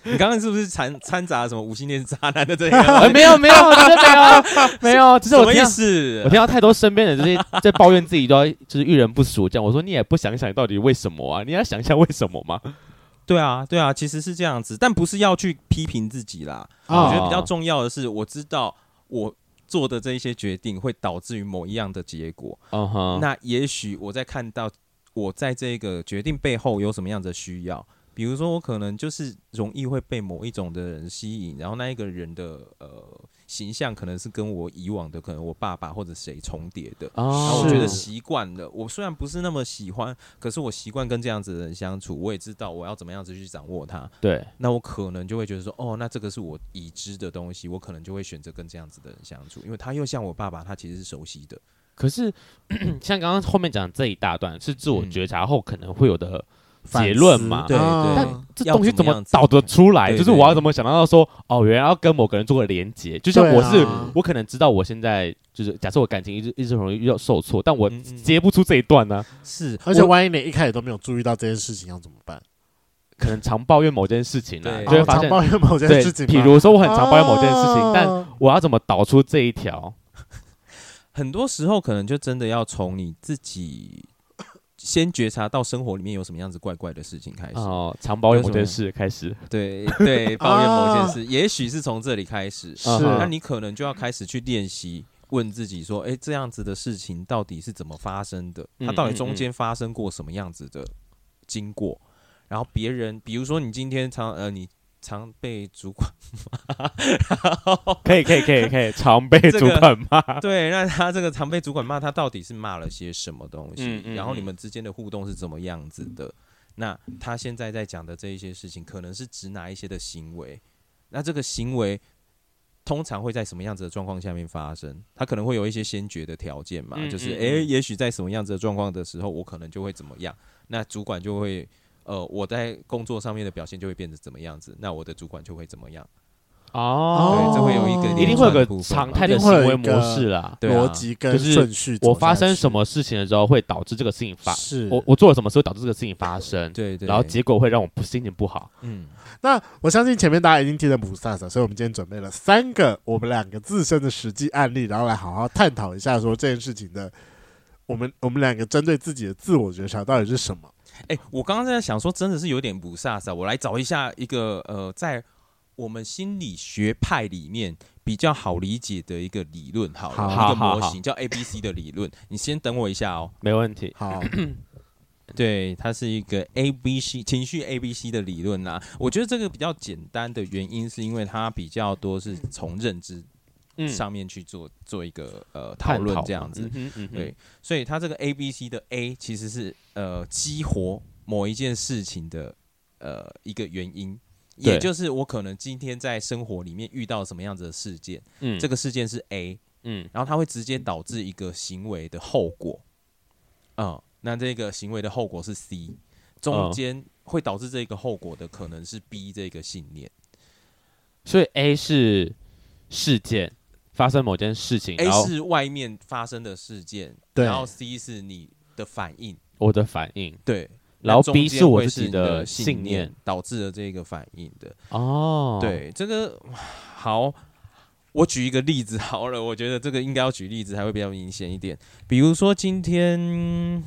Speaker 3: 你刚刚是不是掺掺杂了什么无性恋渣男的 这
Speaker 1: 呃
Speaker 3: 个？
Speaker 1: 没有没有，真的没有没有， 只是
Speaker 3: 什
Speaker 1: 我
Speaker 3: 么
Speaker 1: 听
Speaker 3: 意
Speaker 1: 到
Speaker 3: 思？
Speaker 1: 我听到太多身边的这些 在抱怨自己都要就是遇人不淑这样，我说你也不想想到底为什么啊？你要想一下为什么嘛？
Speaker 3: 对啊，对啊，其实是这样子，但不是要去批评自己啦。
Speaker 2: 哦
Speaker 3: 我觉得比较重要的是，我知道我做的这一些决定会导致于某一样的结果。
Speaker 1: 嗯哼，
Speaker 3: 那也许我在看到我在这个决定背后有什么样的需要，比如说我可能就是容易会被某一种的人吸引，然后那一个人的呃形象可能是跟我以往的可能我爸爸或者谁重叠的。然后
Speaker 1: 哦
Speaker 3: 我觉得
Speaker 2: 是
Speaker 3: 习惯了，我虽然不是那么喜欢，可是我习惯跟这样子的人相处，我也知道我要怎么样子去掌握它。
Speaker 1: 对，
Speaker 3: 那我可能就会觉得说，哦，那这个是我已知的东西，我可能就会选择跟这样子的人相处，因为他又像我爸爸，他其实是熟悉的。
Speaker 1: 可是 像刚刚后面讲的这一大段是自我
Speaker 3: 嗯
Speaker 1: 觉察后可能会有的
Speaker 2: 反
Speaker 1: 结论
Speaker 2: 思
Speaker 1: 嘛，
Speaker 3: 对
Speaker 2: 啊
Speaker 3: 对
Speaker 1: 但，这东西
Speaker 3: 要
Speaker 1: 怎
Speaker 3: 怎么
Speaker 1: 么
Speaker 3: 样子
Speaker 1: 导得出来？
Speaker 3: 对
Speaker 1: 就是
Speaker 3: 对
Speaker 1: 我要怎么想到说，哦，原来要跟某个人做个连接，就像
Speaker 2: 对啊
Speaker 1: 我是、我可能知道我现在就是假设我感情一直一直容易遇到受挫，但我
Speaker 3: 嗯嗯
Speaker 1: 接不出这一段呢、
Speaker 3: 是，
Speaker 2: 而且
Speaker 3: 我
Speaker 2: 万一你一开始都没有注意到这件事情，要怎么办？
Speaker 1: 可能常抱怨某件事情呢、啊
Speaker 3: 对
Speaker 1: 就会
Speaker 2: 哦
Speaker 1: 发
Speaker 2: 常
Speaker 1: 现。
Speaker 2: 抱怨某件
Speaker 1: 对
Speaker 2: 事，情吗，
Speaker 1: 比如说我很常抱怨某件事情，
Speaker 2: 啊
Speaker 1: 但我要怎么导出这一条？
Speaker 3: 很多时候可能就真的要从你自己先觉察到生活里面有什么样子怪怪的事情开始。
Speaker 1: 哦，长保有某件事开始，
Speaker 3: 对 对，抱怨某
Speaker 1: 哦
Speaker 2: 啊
Speaker 3: 件事，也许是从这里开始。
Speaker 2: 是
Speaker 1: 嗯哼
Speaker 3: 那你可能就要开始去练习，问自己说：“诶，这样子的事情到底是怎么发生的？
Speaker 1: 嗯
Speaker 3: 它到底中间发生过什么样子的经过？然后别人，比如说你今天常呃，你常被主管
Speaker 1: 可以可以可以可以，常被
Speaker 3: 这
Speaker 1: 主
Speaker 3: 个
Speaker 1: 管骂，
Speaker 3: 对，那他这个常被主管骂，他到底是骂了些什么东西？
Speaker 1: 嗯嗯
Speaker 3: 然后你
Speaker 1: 嗯
Speaker 3: 们之间的互动是怎么样子的？那他现在在讲的这一些事情，可能是指哪一些的行为？那这个行为通常会在什么样子的状况下面发生？他可能会有一些先决的条件嘛，
Speaker 1: 嗯
Speaker 3: 就是
Speaker 1: 嗯
Speaker 3: 诶、
Speaker 1: 嗯
Speaker 3: 也许在什么样子的状况的时候，我可能就会怎么样？那主管就会。呃，我在工作上面的表现就会变得怎么样子，那我的主管就会怎么样，
Speaker 1: 哦，
Speaker 3: 对，这会有一个
Speaker 2: 哦
Speaker 1: 一定
Speaker 3: 连
Speaker 1: 会有
Speaker 3: 串的
Speaker 1: 个
Speaker 3: 部分
Speaker 1: 常
Speaker 3: 嘛
Speaker 1: 态的
Speaker 2: 一定会有
Speaker 1: 行为
Speaker 2: 一个
Speaker 1: 模式啦。
Speaker 3: 对啊
Speaker 2: 逻辑跟
Speaker 1: 就是
Speaker 2: 顺序走下去，
Speaker 1: 我发生什么事情的时候，会导致这个事情发，
Speaker 2: 是
Speaker 1: 我我做了什么事会导致这个事情发生，
Speaker 3: 对对，
Speaker 1: 然后结果会让我不心情不好。
Speaker 3: 嗯，
Speaker 2: 那我相信前面大家已经听得不飒飒，所以我们今天准备了三个我们两个自身的实际案例，然后来好好探讨一下说这件事情的，我们我们两个针对自己的自我觉察到底是什么？
Speaker 3: 啊哎、我刚刚在想说，真的是有点不飒飒。我来找一下一个呃，在我们心理学派里面比较好理解的一个理论，好了，
Speaker 2: 好
Speaker 3: 一
Speaker 1: 好
Speaker 3: 个
Speaker 1: 好
Speaker 3: 模型叫 A B C 的理论。 你先等我一下哦。
Speaker 1: 没问题。
Speaker 2: 好，
Speaker 3: 对，它是一个 A B C 情绪 A B C 的理论啦。我觉得这个比较简单的原因，是因为它比较多是从认知
Speaker 1: 嗯
Speaker 3: 上面去做、做一个呃讨论这样子。
Speaker 1: 嗯哼嗯哼
Speaker 3: 对，所以它这个 A B C 的 A 其实是呃激活某一件事情的呃一个原因，
Speaker 1: 对
Speaker 3: 也就是我可能今天在生活里面遇到什么样子的事件，
Speaker 1: 嗯
Speaker 3: 这个事件是 A，
Speaker 1: 嗯
Speaker 3: 然后它会直接导致一个行为的后果，嗯，那这个行为的后果是 C，中
Speaker 1: 嗯
Speaker 3: 间会导致这个后果的可能是 B 这个信念
Speaker 1: 所以 A 是事件发生某件事情，
Speaker 3: ，A
Speaker 1: 然后
Speaker 3: 是外面发生的事件，
Speaker 2: 对
Speaker 3: 然后 C 是你的反应。
Speaker 1: 我的反应
Speaker 3: 对，
Speaker 1: 然后
Speaker 3: 那
Speaker 1: B
Speaker 3: 中间
Speaker 1: 是我
Speaker 3: 会
Speaker 1: 自己
Speaker 3: 你
Speaker 1: 的
Speaker 3: 的
Speaker 1: 信
Speaker 3: 念
Speaker 1: 念
Speaker 3: 导致了这个反应的。
Speaker 1: 哦，，
Speaker 3: 对，这个好，我举一个例子好了，我觉得这个应该要举例子才会比较明显一点。比如说今天，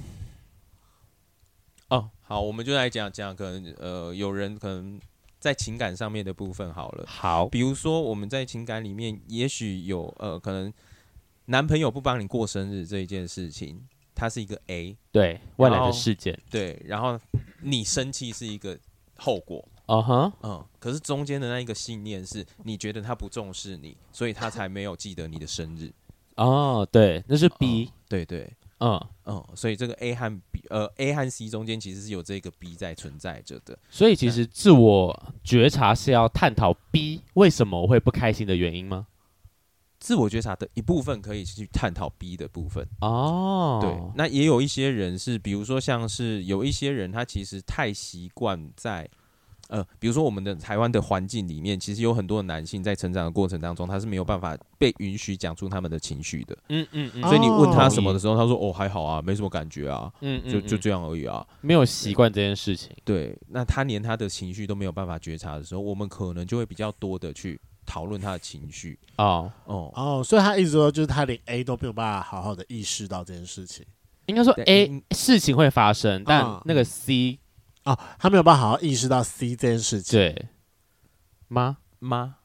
Speaker 3: 哦，好，我们就来讲讲，可能呃，有人可能在情感上面的部分好了。
Speaker 1: 好，
Speaker 3: 比如说我们在情感里面，也许有呃，可能男朋友不帮你过生日这一件事情，它是一个 A，
Speaker 1: 对，外来
Speaker 3: 然
Speaker 1: 的
Speaker 3: 后
Speaker 1: 事件，
Speaker 3: 对，然后你生气是一个后果，
Speaker 1: 哦哼，
Speaker 3: 嗯，可是中间的那一个信念是你觉得他不重视你，所以他才没有记得你的生日。
Speaker 1: 哦，对，那是 B，
Speaker 3: 对对，
Speaker 1: 嗯，
Speaker 3: 嗯，所以这个 A 和 B，呃，A 和 C 中间其实是有这个 B 在存在着的。
Speaker 1: 所以其实自我觉察是要探讨 B 为什么我会不开心的原因吗？
Speaker 3: 自我觉察的一部分可以去探讨 B 的部分，
Speaker 1: 哦，
Speaker 3: 对。那也有一些人是，比如说像是有一些人他其实太习惯在，呃，比如说我们的台湾的环境里面，其实有很多的男性在成长的过程当中，他是没有办法被允许讲出他们的情绪的。
Speaker 1: 嗯嗯嗯，
Speaker 2: 哦
Speaker 3: 所以你问他什么的时候，他说：“哦，还好啊，没什么感觉啊，
Speaker 1: 嗯嗯，
Speaker 3: 就就
Speaker 1: 嗯
Speaker 3: 这样而已啊。
Speaker 1: 没有习惯这件事情，”
Speaker 3: 对，那他连他的情绪都没有办法觉察的时候，我们可能就会比较多的去讨论他的情绪。
Speaker 1: 哦，
Speaker 3: 哦，
Speaker 2: 哦，所以他一直说，就是他连 A 都没有办法好好的意识到这件事情
Speaker 1: 应该说
Speaker 3: 对
Speaker 1: A
Speaker 3: 嗯
Speaker 1: 事情会发生，但
Speaker 2: 嗯
Speaker 1: 那个 C
Speaker 2: 哦，他没有办法好好意识到 C 这件事情。
Speaker 1: 对吗？
Speaker 3: 妈，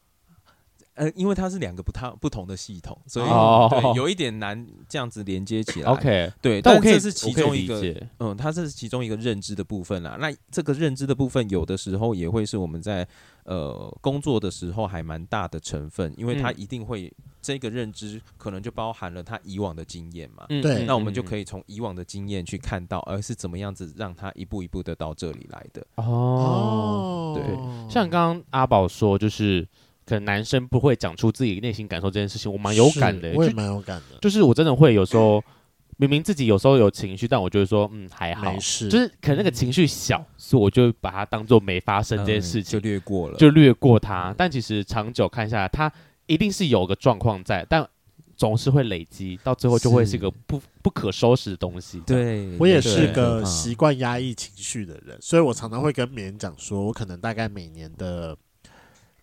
Speaker 3: 呃，因为它是两个不太不同的系统，所以、
Speaker 1: 哦
Speaker 3: 对有一点难这样子连接起来。
Speaker 1: OK，
Speaker 3: 对，
Speaker 1: 但我可以
Speaker 3: 这是其中一
Speaker 1: 我可以
Speaker 3: 个
Speaker 1: 理解
Speaker 3: 嗯，它这是其中一个认知的部分啦。那这个认知的部分，有的时候也会是我们在呃工作的时候还蛮大的成分，因为它
Speaker 1: 嗯
Speaker 3: 一定会、这个认知可能就包含了他以往的经验嘛。
Speaker 1: 嗯
Speaker 2: 对
Speaker 3: 那我们就可
Speaker 1: 以
Speaker 3: 以从以往的经验去看到，而、是怎么样子让他一步一步的到这里来的。
Speaker 1: 哦。
Speaker 2: 对
Speaker 1: 像刚刚阿宝说，就是可能男生不会讲出自己内心感受这件事情，我蛮有感的、
Speaker 2: 我也
Speaker 1: 就
Speaker 2: 蛮有感的，
Speaker 1: 就是我真的会有时候明明自己有时候有情绪，但我就会说嗯还好
Speaker 2: 没，事，
Speaker 1: 就是可能那个情绪小，所以我就把它当做没发生这件事
Speaker 3: 嗯就
Speaker 1: 情，
Speaker 3: 略过了。
Speaker 1: 就略过它。但其实长久看下来，它一定是有个状况在，但总是会累积，到最后就会是一个不不可收拾的东西。
Speaker 3: 对，
Speaker 2: 我也
Speaker 3: 没
Speaker 2: 是
Speaker 3: 错
Speaker 2: 个
Speaker 3: 嗯
Speaker 2: 习惯压抑情绪的人，所以我常常会跟别人讲说，我可能大概每年的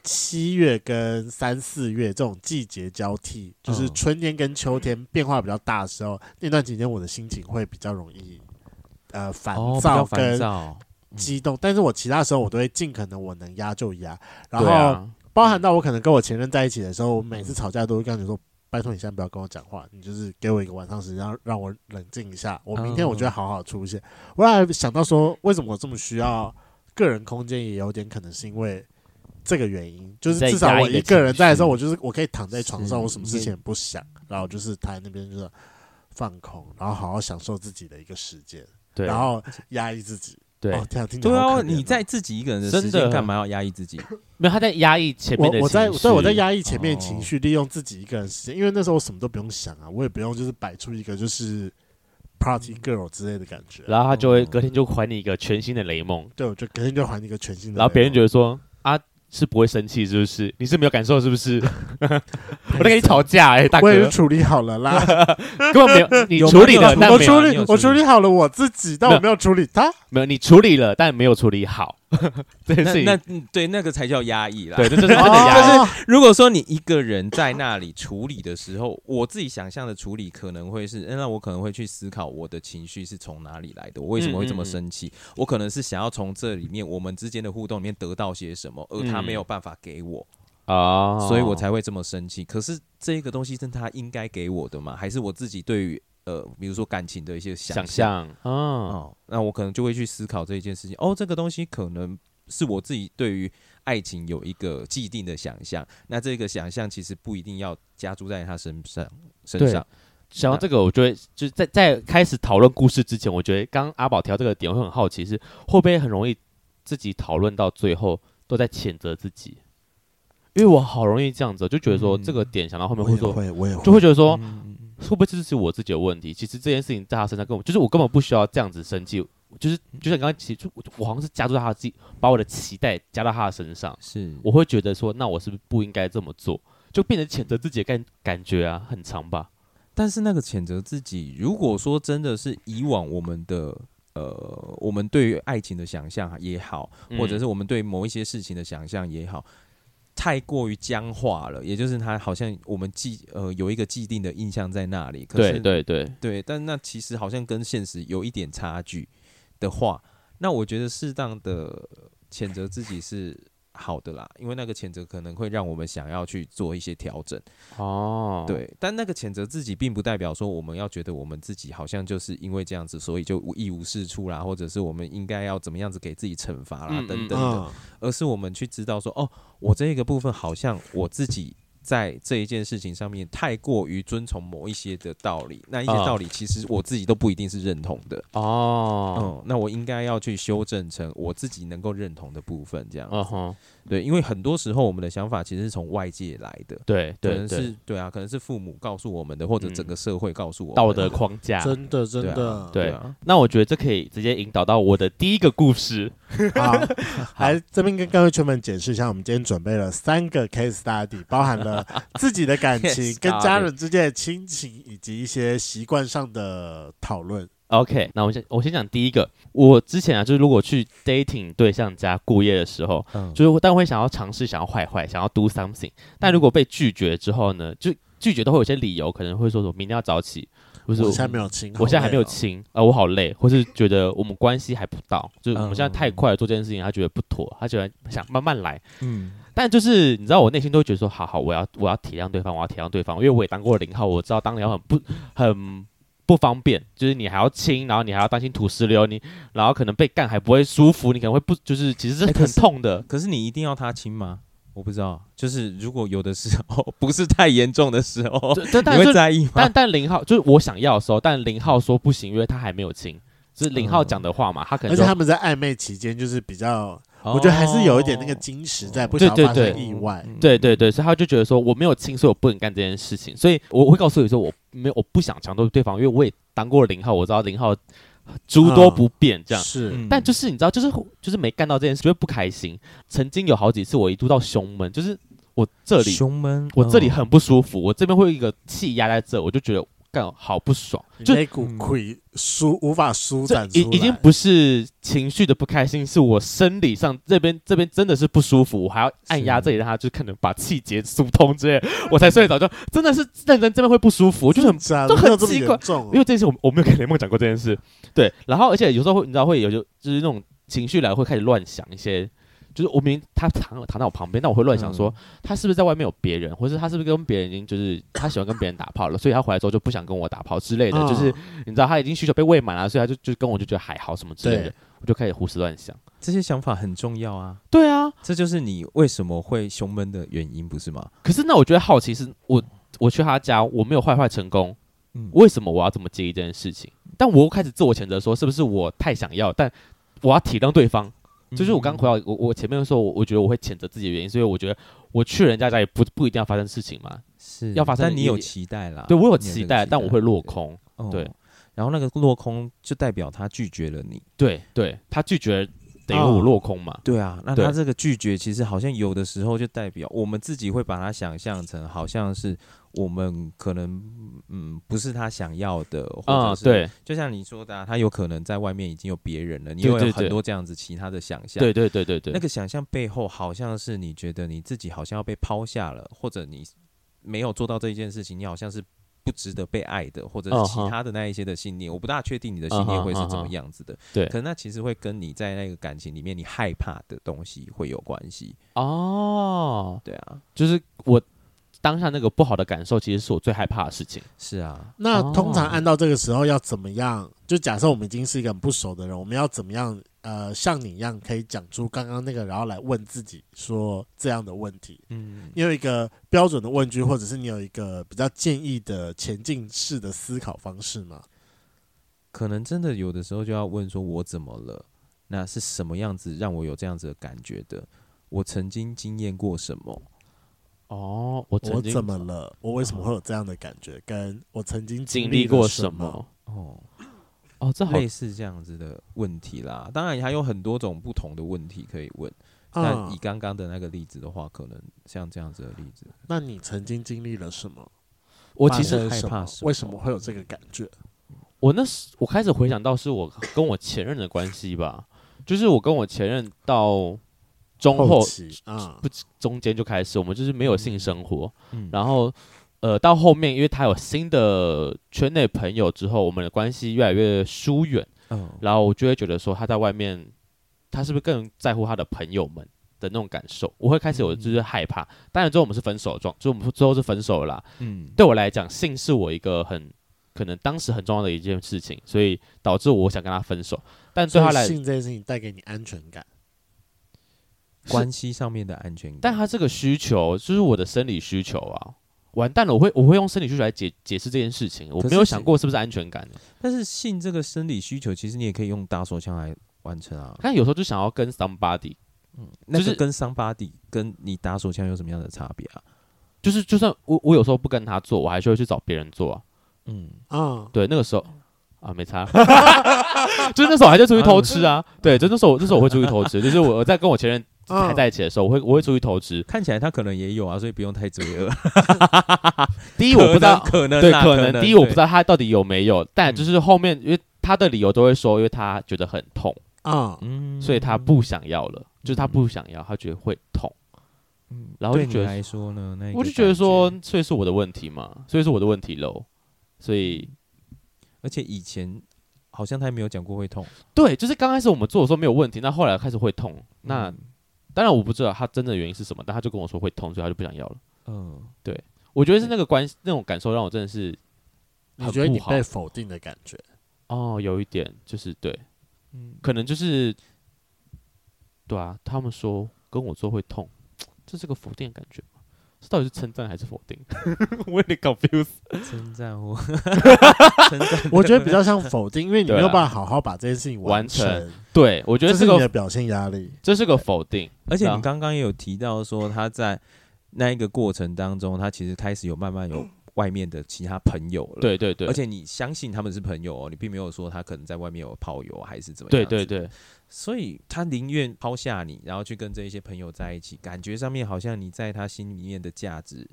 Speaker 2: 七月跟三四月这种季节交替，就是
Speaker 3: 嗯
Speaker 2: 春天跟秋天变化比较大的时候，那段期间我的心情会比较容易呃烦
Speaker 3: 哦，比较
Speaker 2: 躁
Speaker 3: 烦
Speaker 2: 跟
Speaker 3: 躁，嗯
Speaker 2: 激动，但是我其他时候我都会尽可能我能压就压，然
Speaker 1: 对
Speaker 2: 后
Speaker 1: 啊，
Speaker 2: 包含到我可能跟我前任在一起的时候，我每次吵架都会跟他说。拜托你现在不要跟我讲话，你就是给我一个晚上时间，让让我冷静一下。我明天我
Speaker 1: 嗯
Speaker 2: 就会好好出现。我后来想到说，为什么我这么需要个人空间，也有点可能是因为这个原因，就是
Speaker 1: 在
Speaker 2: 至少
Speaker 1: 压抑
Speaker 2: 我
Speaker 1: 你的
Speaker 2: 一个人在的时候，
Speaker 1: 情绪
Speaker 2: 我就是我可以躺在床上，
Speaker 3: 是
Speaker 2: 我什么事情也不想，然后就是躺在那边就是放空，然后好好享受自己的一个时间，
Speaker 1: 对，啊
Speaker 2: 然后哦压抑自己。
Speaker 1: 对，
Speaker 2: 哦，天啊，听起来
Speaker 3: 对
Speaker 2: 好
Speaker 3: 啊，
Speaker 2: 可怜
Speaker 3: 你
Speaker 2: 哦
Speaker 3: 在自己一个人的
Speaker 1: 真
Speaker 3: 时
Speaker 1: 的
Speaker 3: 间干嘛要压抑自己？
Speaker 1: 没有他在压抑前面的
Speaker 2: 我我在
Speaker 1: 情绪
Speaker 2: 对我在压抑前面的情
Speaker 3: 哦
Speaker 2: 绪，利用自己一个人时间，因为那时候我什么都不用想啊，我也不用就是摆出一个就是 party girl 之类的感觉。
Speaker 1: 嗯
Speaker 2: 啊
Speaker 1: 然后他就会隔天就还你一个全新的雷梦，
Speaker 2: 对，我就隔天就还你一个全新的。
Speaker 1: 然后别人觉
Speaker 2: 得
Speaker 1: 得说啊是不会生气是不是？你是没有感受是不是？我在跟你吵架哎、大
Speaker 2: 我
Speaker 1: 哥，
Speaker 2: 也是处理好了 啦，
Speaker 1: 根本没有你
Speaker 3: 有
Speaker 1: 处理
Speaker 3: 吗
Speaker 1: 了，
Speaker 3: 有
Speaker 1: 但
Speaker 2: 我
Speaker 1: 没
Speaker 3: 有
Speaker 1: 有
Speaker 2: 处
Speaker 3: 你
Speaker 2: 理
Speaker 3: 有
Speaker 2: 我
Speaker 3: 处
Speaker 2: 处
Speaker 3: 理
Speaker 2: 理好了我自己，
Speaker 1: 没
Speaker 2: 但
Speaker 1: 有
Speaker 2: 我没有处理他。
Speaker 1: 没有你处理了，但没有处理好， 这件事
Speaker 3: 那
Speaker 1: 情，
Speaker 3: 那嗯对那个才叫压抑啦。
Speaker 1: 对，这这是真的压力。
Speaker 2: 哦
Speaker 3: 如果说你一个人在那里处理的时候，我自己想象的处理可能会是，嗯那我可能会去思考我的情绪是从哪里来的，我为什么会这么生
Speaker 1: 嗯
Speaker 3: 气？我可能是想要从这里面我们之间的互动里面得到些什么，而他
Speaker 1: 嗯
Speaker 3: 没有办法给我，
Speaker 1: 哦，
Speaker 3: 所以我才会这么生气。可是这个东西是他应该给我的吗？还是我自己对于呃，比如说感情的一些想
Speaker 1: 想
Speaker 3: 象？
Speaker 1: 象啊，
Speaker 3: 哦，那我可能就会去思考这一件事情。哦，这个东西可能是我自己对于爱情有一个既定的想象，那这个想象其实不一定要加注在他身上身
Speaker 1: 对
Speaker 3: 上。
Speaker 1: 想到这个，我觉得就是在在开始讨论故事之前，我觉得刚刚阿宝提到这个点，我会很好奇是会不会很容易自己讨论到最后都在谴责自己，因为我好容易这样子，就觉得说
Speaker 3: 嗯
Speaker 1: 这个点想到后面
Speaker 2: 我
Speaker 1: 会
Speaker 2: 也
Speaker 1: 说，
Speaker 2: 会，我也
Speaker 1: 就
Speaker 2: 会。
Speaker 1: 会觉得说
Speaker 3: 嗯
Speaker 1: 会不会这是我自己的问题？其实这件事情在他身上根本就是我根本不需要这样子生气，就是就像刚刚其实就我我好像是加注到他自己，把我的期待加到他的身上，
Speaker 3: 是
Speaker 1: 我会觉得说，那我是不是不应该这么做？就变成谴责自己的感感觉啊，很长吧？
Speaker 3: 但是那个谴责自己，如果说真的是以往我们的呃，我们对于爱情的想象也好，或
Speaker 1: 嗯
Speaker 3: 者是我们对某一些事情的想象也好，太过于僵化了，也就是它好像我们既呃有一个既定的印象在那里，可
Speaker 1: 对
Speaker 3: 是
Speaker 1: 对对，
Speaker 3: 对，但那其实好像跟现实有一点差距的话，那我觉得适当的谴责自己是好的啦，因为那个谴责可能会让我们想要去做一些调整。
Speaker 1: 哦，
Speaker 3: 对，但那个谴责自己，并不代表说我们要觉得我们自己好像就是因为这样子，所以就无一无是处啦，或者是我们应该要怎么样子给自己惩罚啦，
Speaker 1: 嗯
Speaker 3: 等
Speaker 1: 嗯
Speaker 3: 等的，而是我们去知道说，哦，我这个部分好像我自己。在这一件事情上面，太过于遵从某一些的道理，那一些
Speaker 1: 啊
Speaker 3: 道理其实我自己都不一定是认同的。
Speaker 1: 哦，
Speaker 3: 嗯，那我应该要去修正成我自己能够认同的部分，这样。
Speaker 1: 嗯哼，
Speaker 3: 对，因为很多时候我们的想法其实是从外界来的，
Speaker 1: 对
Speaker 3: 可
Speaker 1: 对
Speaker 3: 能
Speaker 1: 对，
Speaker 3: 是对啊，可能是父母告诉我们的，或者整个社会告诉我们
Speaker 1: 道德
Speaker 3: 的
Speaker 1: 框架。
Speaker 2: 真的真
Speaker 3: 对
Speaker 2: 的
Speaker 3: 啊，
Speaker 1: 对
Speaker 3: 啊，
Speaker 1: 那我觉得这可以直接引导到我的第一个故事。
Speaker 2: 好，来这边跟各位圈粉解释一下，我们今天准备了三个 case study，包含了自己的感情
Speaker 3: Case、
Speaker 2: 跟
Speaker 3: study
Speaker 2: 家人之间的亲情，以及一些习惯上的讨论。
Speaker 1: OK，那我先我先讲第一个。我之前啊，就是如果去 dating 对象家过夜的时候，
Speaker 3: 嗯，
Speaker 1: 就是但会想要尝试，想要坏坏，想要 do something。但如果被拒绝之后呢，就拒绝都会有些理由，可能会说什么明天要早起，或
Speaker 3: 哦
Speaker 1: 是
Speaker 2: 我现在没有亲，
Speaker 1: 我现在
Speaker 2: 好
Speaker 1: 还
Speaker 2: 累
Speaker 1: 没有
Speaker 2: 哦，
Speaker 1: 亲，呃，我好累，或是觉得我们关系还不到，就是我们现在
Speaker 3: 嗯
Speaker 1: 太快了做这件事情，他觉得不妥，他觉得想慢慢来。
Speaker 3: 嗯，
Speaker 1: 但就是你知道，我内心都会觉得说，好好，我要我要体谅对方，我要体谅对方，因为我也当过零号，我知道当零号很不很不方便，就是你还要亲，然后你还要担心土石流，你然后可能被干还不会舒服，你可能会不就是其实是
Speaker 3: 哎可
Speaker 1: 很
Speaker 3: 是
Speaker 1: 痛的。
Speaker 3: 可是你一定要他亲吗？我不知道，就是如果有的时候 不是太严重的时候，
Speaker 1: 这这
Speaker 3: 哦你
Speaker 1: 但
Speaker 3: 会
Speaker 1: 是
Speaker 3: 在意吗
Speaker 1: 但？但零号就是我想要的时候，但零号说不行，因为他还没有亲，就是零
Speaker 3: 嗯
Speaker 1: 号讲的话嘛，他可
Speaker 2: 而
Speaker 1: 能
Speaker 2: 且
Speaker 1: 说
Speaker 2: 他们在暧昧期间，就是比较，
Speaker 3: 哦
Speaker 2: 我觉得还是有一点那个
Speaker 1: 哦
Speaker 2: 矜持在，不
Speaker 1: 对
Speaker 2: 想要发
Speaker 1: 对嗯
Speaker 2: 生意外。
Speaker 1: 对对对，所以他就觉得说我没有亲，所以我不能干这件事情，所以我会告诉你说我没有，我不想强迫对方，因为我也当过零号，我知道零号诸多不便这样。嗯
Speaker 2: 是，
Speaker 1: 但就是你知道，就是就是没干到这件事，就会不开心。曾经有好几次，我一度到胸闷，就是我这里，
Speaker 3: 胸闷，嗯
Speaker 1: 我这里很不舒服，我这边会有一个气压在这，我就觉得干好不爽，就
Speaker 2: 那股
Speaker 3: 嗯
Speaker 2: 溃舒无法舒
Speaker 1: 这
Speaker 2: 展出
Speaker 1: 已
Speaker 2: 来，
Speaker 1: 已经不是情绪的不开心，是我生理上这边这边真的是不舒服，我还要按压
Speaker 3: 是
Speaker 1: 这里，让它就可能把气节疏通之类的，我才睡得着。就真的是认真这边会不舒服，我就很
Speaker 2: 是啊，
Speaker 1: 就很
Speaker 2: 没有这么
Speaker 1: 奇
Speaker 2: 严
Speaker 1: 怪
Speaker 2: 重哦，
Speaker 1: 因为这件事我我没有跟雷梦讲过这件事，对。然后而且有时候会你知道会有就就是那种情绪来会开始乱想一些，就是我明明他躺躺在我旁边，但我会乱想
Speaker 2: 嗯
Speaker 1: 说、他是不是在外面有别人，或是他是不是跟别人已经就是他喜欢跟别人打炮了，所以他回来之后就不想跟我打炮之类的，
Speaker 2: 嗯
Speaker 1: 就是你知道他已经需求被喂满了，所以他就就跟我就觉得还好什么之类的
Speaker 2: 对，
Speaker 1: 我就开始胡思乱想。
Speaker 3: 这些想法很重要啊，
Speaker 1: 对啊，
Speaker 3: 这就是你为什么会胸闷的原因，不是吗？
Speaker 1: 可是那我觉得好奇是我我去他家我没有坏坏成功，
Speaker 3: 嗯，
Speaker 1: 为什么我要这么介意这件事情？但我又开始自我谴责说，是不是我太想要？但我要体谅对方，
Speaker 3: 嗯
Speaker 1: 嗯就是我刚回到我我前面说，我我觉得我会谴责自己的原因，所以我觉得我去人家家也不不一定要发生事情嘛。
Speaker 3: 是
Speaker 1: 要发生
Speaker 3: 但你
Speaker 1: 也
Speaker 3: 有期待啦，
Speaker 1: 对我有
Speaker 3: 啊你这个
Speaker 1: 期待，但我会落空。
Speaker 3: 哦
Speaker 1: 对
Speaker 3: 然后那个落空就代表他拒绝了你，
Speaker 1: 对对，他拒绝等于我落空嘛。
Speaker 3: 对啊，那
Speaker 1: 对
Speaker 3: 他这个拒绝，其实好像有的时候就代表我们自己会把它想象成好像是我们可能嗯不是他想要的，或
Speaker 1: 啊、
Speaker 3: 者是、，
Speaker 1: 对
Speaker 3: 就像你说的、啊，他有可能在外面已经有别人了，你
Speaker 1: 对
Speaker 3: 会
Speaker 1: 对
Speaker 3: 有很
Speaker 1: 对
Speaker 3: 多这样子其他的想象。
Speaker 1: 对对对对对，
Speaker 3: 那个想象背后好像是你觉得你自己好像要被抛下了，或者你没有做到这一件事情，你好像是不值得被爱的，或者
Speaker 1: 嗯
Speaker 3: 是
Speaker 1: 哼
Speaker 3: 其他的那一些的信念。我不大确定你的信
Speaker 1: 嗯
Speaker 3: 念
Speaker 1: 哼
Speaker 3: 会是
Speaker 1: 嗯
Speaker 3: 怎么
Speaker 1: 哼
Speaker 3: 样子的，
Speaker 1: 对
Speaker 3: 可能那其实会跟你在那个感情里面你害怕的东西会有关系。
Speaker 1: 哦，
Speaker 3: 对啊，
Speaker 1: 就是我当下那个不好的感受，其实是我最害怕的事情。
Speaker 3: 是啊，
Speaker 2: 那
Speaker 1: 哦
Speaker 2: 通常按到这个时候要怎么样？就假设我们已经是一个很不熟的人，我们要怎么样？呃，像你一样可以讲出刚刚那个，然后来问自己说这样的问题。
Speaker 3: 嗯，
Speaker 2: 你有一个标准的问句，或者是你有一个比较建议的前进式的思考方式吗？
Speaker 3: 可能真的有的时候就要问说，我怎么了？那是什么样子让我有这样子的感觉的？我曾经经验过什么？
Speaker 1: 哦，我
Speaker 2: 我
Speaker 1: 曾经
Speaker 2: 怎么了？我为什么会有这样的感觉？跟我曾经
Speaker 1: 经
Speaker 2: 历
Speaker 1: 历过
Speaker 2: 了
Speaker 1: 什
Speaker 2: 么？
Speaker 1: 么？
Speaker 3: 哦，
Speaker 1: 哦，这好
Speaker 3: 类似这样子的问题啦。当然还有很多种不同的问题可以问。
Speaker 2: 啊
Speaker 3: 但以，刚刚的那个例子的话，可能像这样子的例子，
Speaker 2: 那你曾经经历了什么？
Speaker 1: 我其实
Speaker 2: 发生
Speaker 3: 害怕
Speaker 2: 什么
Speaker 3: 什么
Speaker 2: 为什么会有这个感觉？
Speaker 1: 我那时我开始回想到是我跟我前任的关系吧，就是我跟我前任到中嗯后
Speaker 2: 期啊，
Speaker 1: 不中间就开始，我们就是没有性生活，
Speaker 3: 嗯，
Speaker 1: 然后呃到后面因为他有新的圈内朋友之后，我们的关系越来越疏远，
Speaker 3: 嗯，
Speaker 1: 然后我就会觉得说他在外面，他是不是更在乎他的朋友们的那种感受？我会开始有就是害怕，当然之后我们是分手的状，就我们最后是分手了啦，
Speaker 3: 嗯，
Speaker 1: 对我来讲，性是我一个很可能当时很重要的一件事情，所以导致我想跟他分手。但对他
Speaker 2: 所以
Speaker 1: 来，
Speaker 2: 性这件事情带给你安全感。
Speaker 3: 关系上面的安全感，
Speaker 1: 但他这个需求就是我的生理需求啊。完蛋了，我会我会用生理需求来解解释这件事情，我
Speaker 3: 可是
Speaker 1: 没有
Speaker 3: 是
Speaker 1: 想过是不是安全感。
Speaker 3: 但是性这个生理需求，其实你也可以用大手枪来完成啊。
Speaker 1: 但有时候就想要跟 somebody，
Speaker 3: 那
Speaker 1: 就
Speaker 3: 个
Speaker 1: 是
Speaker 3: 跟伤疤底跟你打手枪有什么样的差别啊？
Speaker 1: 就是就算我我有时候不跟他做，我还是会去找别人做啊。
Speaker 3: 嗯，
Speaker 2: 啊、
Speaker 1: 对，那个时候啊，没差， 就是那时候我还在出去偷吃啊。
Speaker 3: 嗯
Speaker 1: 对，就那时候我那时候我会出去偷吃，就是我我在跟我前任
Speaker 2: 嗯
Speaker 1: 还在一起的时候，我会我会出去偷吃。
Speaker 3: 看起来他可能也有啊，所以不用太罪恶。
Speaker 1: 第一，我不知道
Speaker 3: 可 能
Speaker 1: 对，
Speaker 3: 啦
Speaker 1: 可
Speaker 3: 能啊嗯
Speaker 1: 能第一我不知
Speaker 3: 道，
Speaker 1: 道他到底有没有，但就是后面因为他的理由都会说，因为他觉得很痛，
Speaker 2: 啊、
Speaker 3: 嗯
Speaker 1: 所以他不想要了，就是他不想要，他觉得会痛。
Speaker 3: 嗯
Speaker 1: 然后就
Speaker 3: 对你
Speaker 1: 觉得
Speaker 3: 来说呢，那个
Speaker 1: 我就觉得说
Speaker 3: 感，
Speaker 1: 所以是我的问题嘛，所以是我的问题喽。所以
Speaker 3: 而且以前好像他也没有讲过会痛，
Speaker 1: 对，就是刚开始我们做的时候没有问题，那后来开始会痛。那
Speaker 3: 嗯
Speaker 1: 当然我不知道他真正的原因是什么，但他就跟我说会痛，所以他就不想要了。
Speaker 3: 嗯，
Speaker 1: 我觉得是那个关系那种感受让我真的是
Speaker 2: 你觉得你
Speaker 1: 很不好
Speaker 2: 被否定的感 觉？
Speaker 1: 哦，有一点就是对，
Speaker 3: 嗯
Speaker 1: 可能就是，对啊，他们说跟我做会痛，这是个否定的感觉吗？这到底是称赞还是否定？ 我有点 confused。
Speaker 3: 称 赞我，称赞
Speaker 2: 我觉得比较像否定，因为你没有办法好好把这件事情成，
Speaker 1: 啊完对，我觉得
Speaker 2: 这
Speaker 1: 这
Speaker 2: 是
Speaker 1: 个
Speaker 2: 你的表现压力。
Speaker 1: 这是个啊否定，
Speaker 3: 而且
Speaker 1: 然
Speaker 3: 你
Speaker 1: 后
Speaker 3: 刚刚也有提到说，他在那一个过程当中，他其实开始有慢慢有外面的其他朋友了。
Speaker 1: 对对对，
Speaker 3: 而且你相信他们是朋友哦，你并没有说他可能在外面有炮友还是怎么样。
Speaker 1: 对对，对
Speaker 3: 所以他宁愿抛下你，然后去跟这一些朋友在一起，感觉上面好像你在他心里面的价值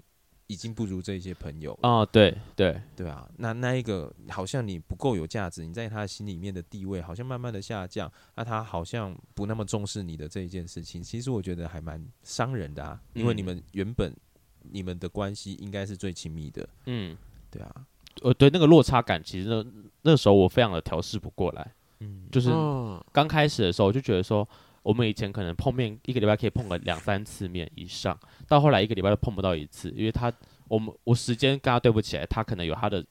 Speaker 3: 已经不如这些朋友了。
Speaker 1: 啊、对对
Speaker 3: 对啊，那那一个好像你不够有价值，你在他心里面的地位好像慢慢的下降，那他好像不那么重视你的这一件事情，其实我觉得还蛮伤人的啊，因为你
Speaker 1: 嗯
Speaker 3: 们原本你们的关系应该是最亲密的，
Speaker 1: 嗯，
Speaker 3: 对啊，
Speaker 1: 呃，对那个落差感，其实那那时候我非常的调试不过来，
Speaker 3: 嗯，
Speaker 1: 就是
Speaker 2: 嗯
Speaker 1: 刚开始的时候就觉得说，我们以前可能碰面一个礼拜可以碰个两三次面以上，到后来一个礼拜都碰不到一次，因为他我们我时间跟他对不起来，他可能有他的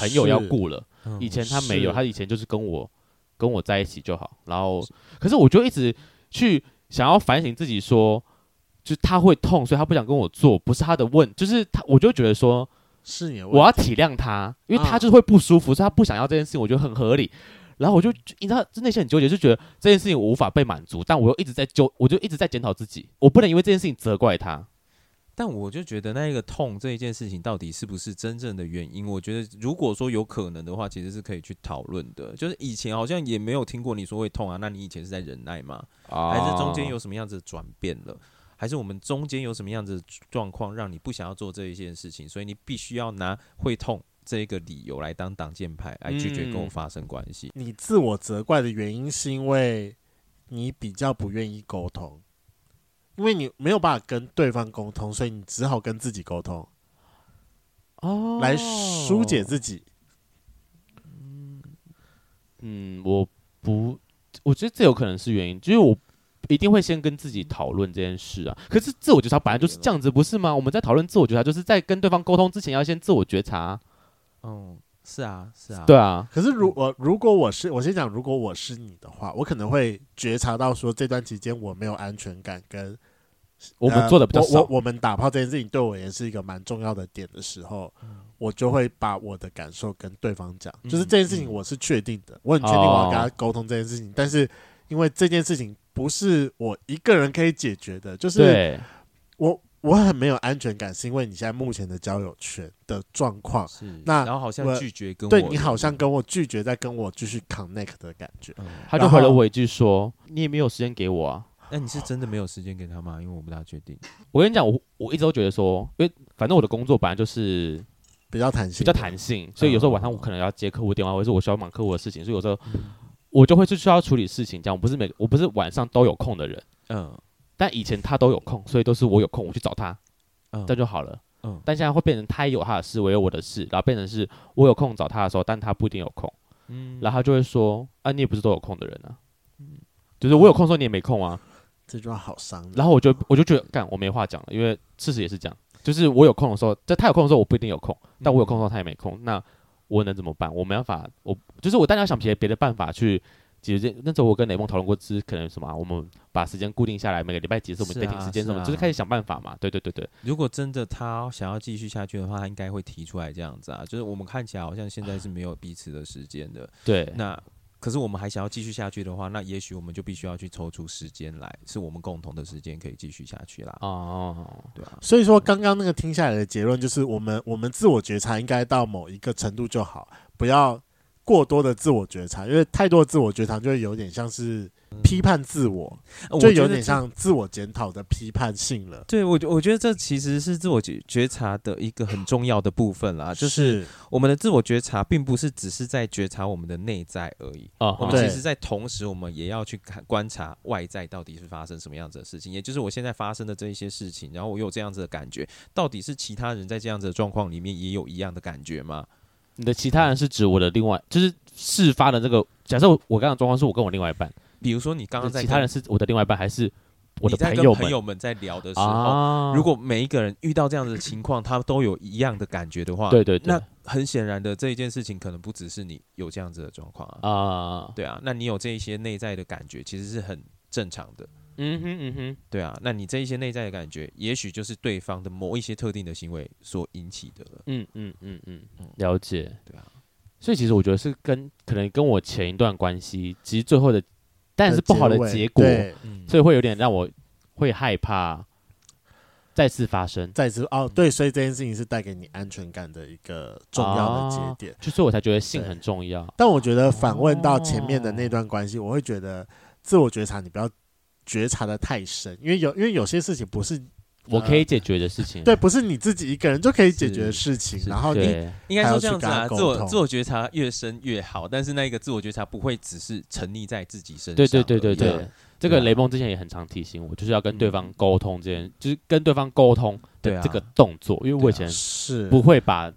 Speaker 1: 朋友要，顾了。以前他没有，
Speaker 2: 是
Speaker 1: 他以前就是跟我跟我在一起就好。然后，可是我就一直去想要反省自己说，就是他会痛，所以他不想跟我做，不是他的问，就是他，我就会觉得说
Speaker 2: 是是你的问题
Speaker 1: 我要体谅他，因为
Speaker 2: 啊
Speaker 1: 他就是会不舒服，所以他不想要这件事情，我觉得很合理。然后我就你知道，内心很纠结，就觉得这件事情我无法被满足，但我又一直在纠，我就一直在检讨自己，我不能因为这件事情责怪他。
Speaker 3: 但我就觉得那一个痛这一件事情到底是不是真正的原因？我觉得如果说有可能的话，其实是可以去讨论的。就是以前好像也没有听过你说会痛啊，那你以前是在忍耐吗？还是中
Speaker 1: 哦
Speaker 3: 间有什么样子的转变了？还是我们中间有什么样子的状况让你不想要做这一件事情，所以你必须要拿会痛这一个理由来当挡箭牌，来拒绝跟我
Speaker 1: 嗯
Speaker 3: 发生关系？
Speaker 2: 你自我责怪的原因是因为你比较不愿意沟通，因为你没有办法跟对方沟通，所以你只好跟自己沟通
Speaker 1: 哦
Speaker 2: 来疏解自己。
Speaker 1: 嗯，我不，我觉得这有可能是原因，就是我一定会先跟自己
Speaker 2: 嗯
Speaker 1: 讨论这件事啊。可是自我觉察本来就是这样子，不是吗？我们在讨论自我觉察，就是在跟对方沟通之前要先自我觉察啊。
Speaker 3: 嗯，是啊，是啊，
Speaker 1: 对啊，
Speaker 2: 可是如我如果我是我先讲，如果我是你的话，我可能会觉察到说这段期间我没有安全感，跟
Speaker 1: 我们
Speaker 2: 呃
Speaker 1: 做的比较
Speaker 2: 我
Speaker 1: 少
Speaker 2: 我。我们打炮这件事情对我也是一个蛮重要的点的时候，
Speaker 1: 嗯
Speaker 2: 我就会把我的感受跟对方讲，
Speaker 3: 嗯
Speaker 2: 就是这件事情我是确定的，我很确定我要跟
Speaker 1: 哦
Speaker 2: 他沟通这件事情，但是因为这件事情不是我一个人可以解决的，就是
Speaker 1: 对，
Speaker 2: 我我很没有安全感，是因为你现在目前的交友圈的状况，
Speaker 3: 是。
Speaker 2: 那
Speaker 3: 然后好像
Speaker 2: 我
Speaker 3: 拒绝跟我
Speaker 2: 对你好像跟我拒绝在跟我继续 connect 的感觉。
Speaker 3: 嗯
Speaker 1: 他就
Speaker 2: 然后
Speaker 1: 回了我一句说：“你也没有时间给我啊。”
Speaker 3: 那你是真的没有时间给他吗？因为我不大确定。
Speaker 1: 我跟你讲，我我一直都觉得说，因为反正我的工作本来就是
Speaker 2: 比较弹性，
Speaker 1: 比较弹性，所以有时候晚上我可能要接客户电话，或者是我需要忙客户的事情，所以有时候
Speaker 3: 嗯
Speaker 1: 我就会去需要处理事情。这样，我不是每我不是晚上都有空的人，
Speaker 3: 嗯
Speaker 1: 但以前他都有空，所以都是我有空我去找他，
Speaker 3: 嗯，
Speaker 1: 这样就好了。
Speaker 3: 嗯
Speaker 1: 但现在会变成他也有他的事，我也有我的事，然后变成是我有空找他的时候，但他不一定有空，
Speaker 3: 嗯
Speaker 1: 然后他就会说：“啊，你也不是都有空的人啊。”就是我有空的时候你也没空啊，
Speaker 2: 这句话好伤人。
Speaker 1: 然后我就我就觉得干我没话讲了，因为事实也是这样，就是我有空的时候，在他有空的时候我不一定有空，
Speaker 3: 嗯
Speaker 1: 但我有空的时候他也没空，那我能怎么办？我没办法，我就是我当然要想别别的办法去解决这。那时候我跟雷梦讨论过，就是可能什么啊、我们把时间固定下来，每个礼拜几次我们
Speaker 3: 是啊
Speaker 1: 约定时间什么，
Speaker 3: 是啊
Speaker 1: 就是开始想办法嘛。对对对对，
Speaker 3: 如果真的他想要继续下去的话，他应该会提出来这样子啊。就是我们看起来好像现在是没有彼此的时间的，
Speaker 1: 对，
Speaker 3: 那可是我们还想要继续下去的话，那也许我们就必须要去抽出时间来，是我们共同的时间可以继续下去啦。
Speaker 1: 哦，
Speaker 3: 对啊，
Speaker 2: 所以说，刚刚那个听下来的结论就是，我们我们自我觉察应该到某一个程度就好，不要过多的自我觉察，因为太多的自我觉察就会有点像是批判自我，
Speaker 1: 嗯
Speaker 3: 呃
Speaker 2: 就
Speaker 3: 我觉
Speaker 2: 有
Speaker 3: 得
Speaker 2: 点
Speaker 3: 这
Speaker 2: 像自我检讨的批判性了。
Speaker 3: 对我觉，我觉得这其实是自我觉觉察的一个很重要的部分
Speaker 1: 啊
Speaker 3: 啦。就是我们的自我觉察，并不是只是在觉察我们的内在而已，
Speaker 1: 哦，
Speaker 3: 我们
Speaker 2: 对
Speaker 3: 其实，在同时，我们也要去看观察外在到底是发生什么样子的事情，也就是我现在发生的这一些事情，然后我有这样子的感觉，到底是其他人在这样子的状况里面也有一样的感觉吗？
Speaker 1: 你的其他人是指我的另外，就是事发的这个。假设我我刚刚的状况是我跟我另外一半，
Speaker 3: 比如说你刚刚在
Speaker 1: 其
Speaker 3: 跟
Speaker 1: 他人是我的另外一半，还是我的
Speaker 3: 你在
Speaker 1: 朋
Speaker 3: 跟
Speaker 1: 友
Speaker 3: 朋
Speaker 1: 们
Speaker 3: 友们在聊的时候，
Speaker 1: 啊？
Speaker 3: 如果每一个人遇到这样子的情况，他都有一样的感觉的话，
Speaker 1: 对对对，
Speaker 3: 那很显然的这一件事情可能不只是你有这样子的状况啊，
Speaker 1: 啊，
Speaker 3: 对啊，那你有这一些内在的感觉，其实是很正常的。
Speaker 1: 嗯哼嗯哼，
Speaker 3: 对啊，那你这一些内在的感觉，也许就是对方的某一些特定的行为所引起的了。
Speaker 1: 嗯嗯嗯嗯，了解。
Speaker 3: 对啊，
Speaker 1: 所以其实我觉得是跟可能跟我前一段关系，其实最后的，但是不好的
Speaker 2: 结尾
Speaker 1: 结果，
Speaker 2: 对
Speaker 3: 嗯，
Speaker 1: 所以会有点让我会害怕再次发生，
Speaker 2: 再次
Speaker 1: 嗯
Speaker 2: 哦，对，所以这件事情是带给你安全感的一个重要的节点。
Speaker 1: 就所以我才觉得性
Speaker 2: 对
Speaker 1: 很重要。
Speaker 2: 但我觉得反问到前面的那段关系，我会觉得自我觉察你不要觉察的太深，因为有因为有些事情不是
Speaker 1: 我可以解决的事情，
Speaker 2: 对，不是你自己一个人就可以解决的
Speaker 3: 是
Speaker 2: 事情，
Speaker 3: 是
Speaker 2: 然后你
Speaker 1: 对，
Speaker 3: 应该说这样子
Speaker 2: 还
Speaker 3: 啊，
Speaker 2: 要去跟他
Speaker 3: 自
Speaker 2: 沟
Speaker 3: 我
Speaker 2: 通
Speaker 3: 自我觉察越深越好，但是那个自我觉察不会只是沉溺在自己身上而已
Speaker 1: 对
Speaker 3: 啊。
Speaker 1: 对对对
Speaker 2: 对
Speaker 1: 对，这
Speaker 3: 对
Speaker 1: 个
Speaker 3: 啊
Speaker 1: 雷蒙之前也很常提醒我，就是要跟对方
Speaker 3: 嗯
Speaker 1: 沟通这件，就是跟对方沟通
Speaker 3: 对
Speaker 1: 的
Speaker 3: 啊
Speaker 1: 这个动作，因为我以
Speaker 3: 对
Speaker 1: 前
Speaker 2: 啊是
Speaker 1: 不会把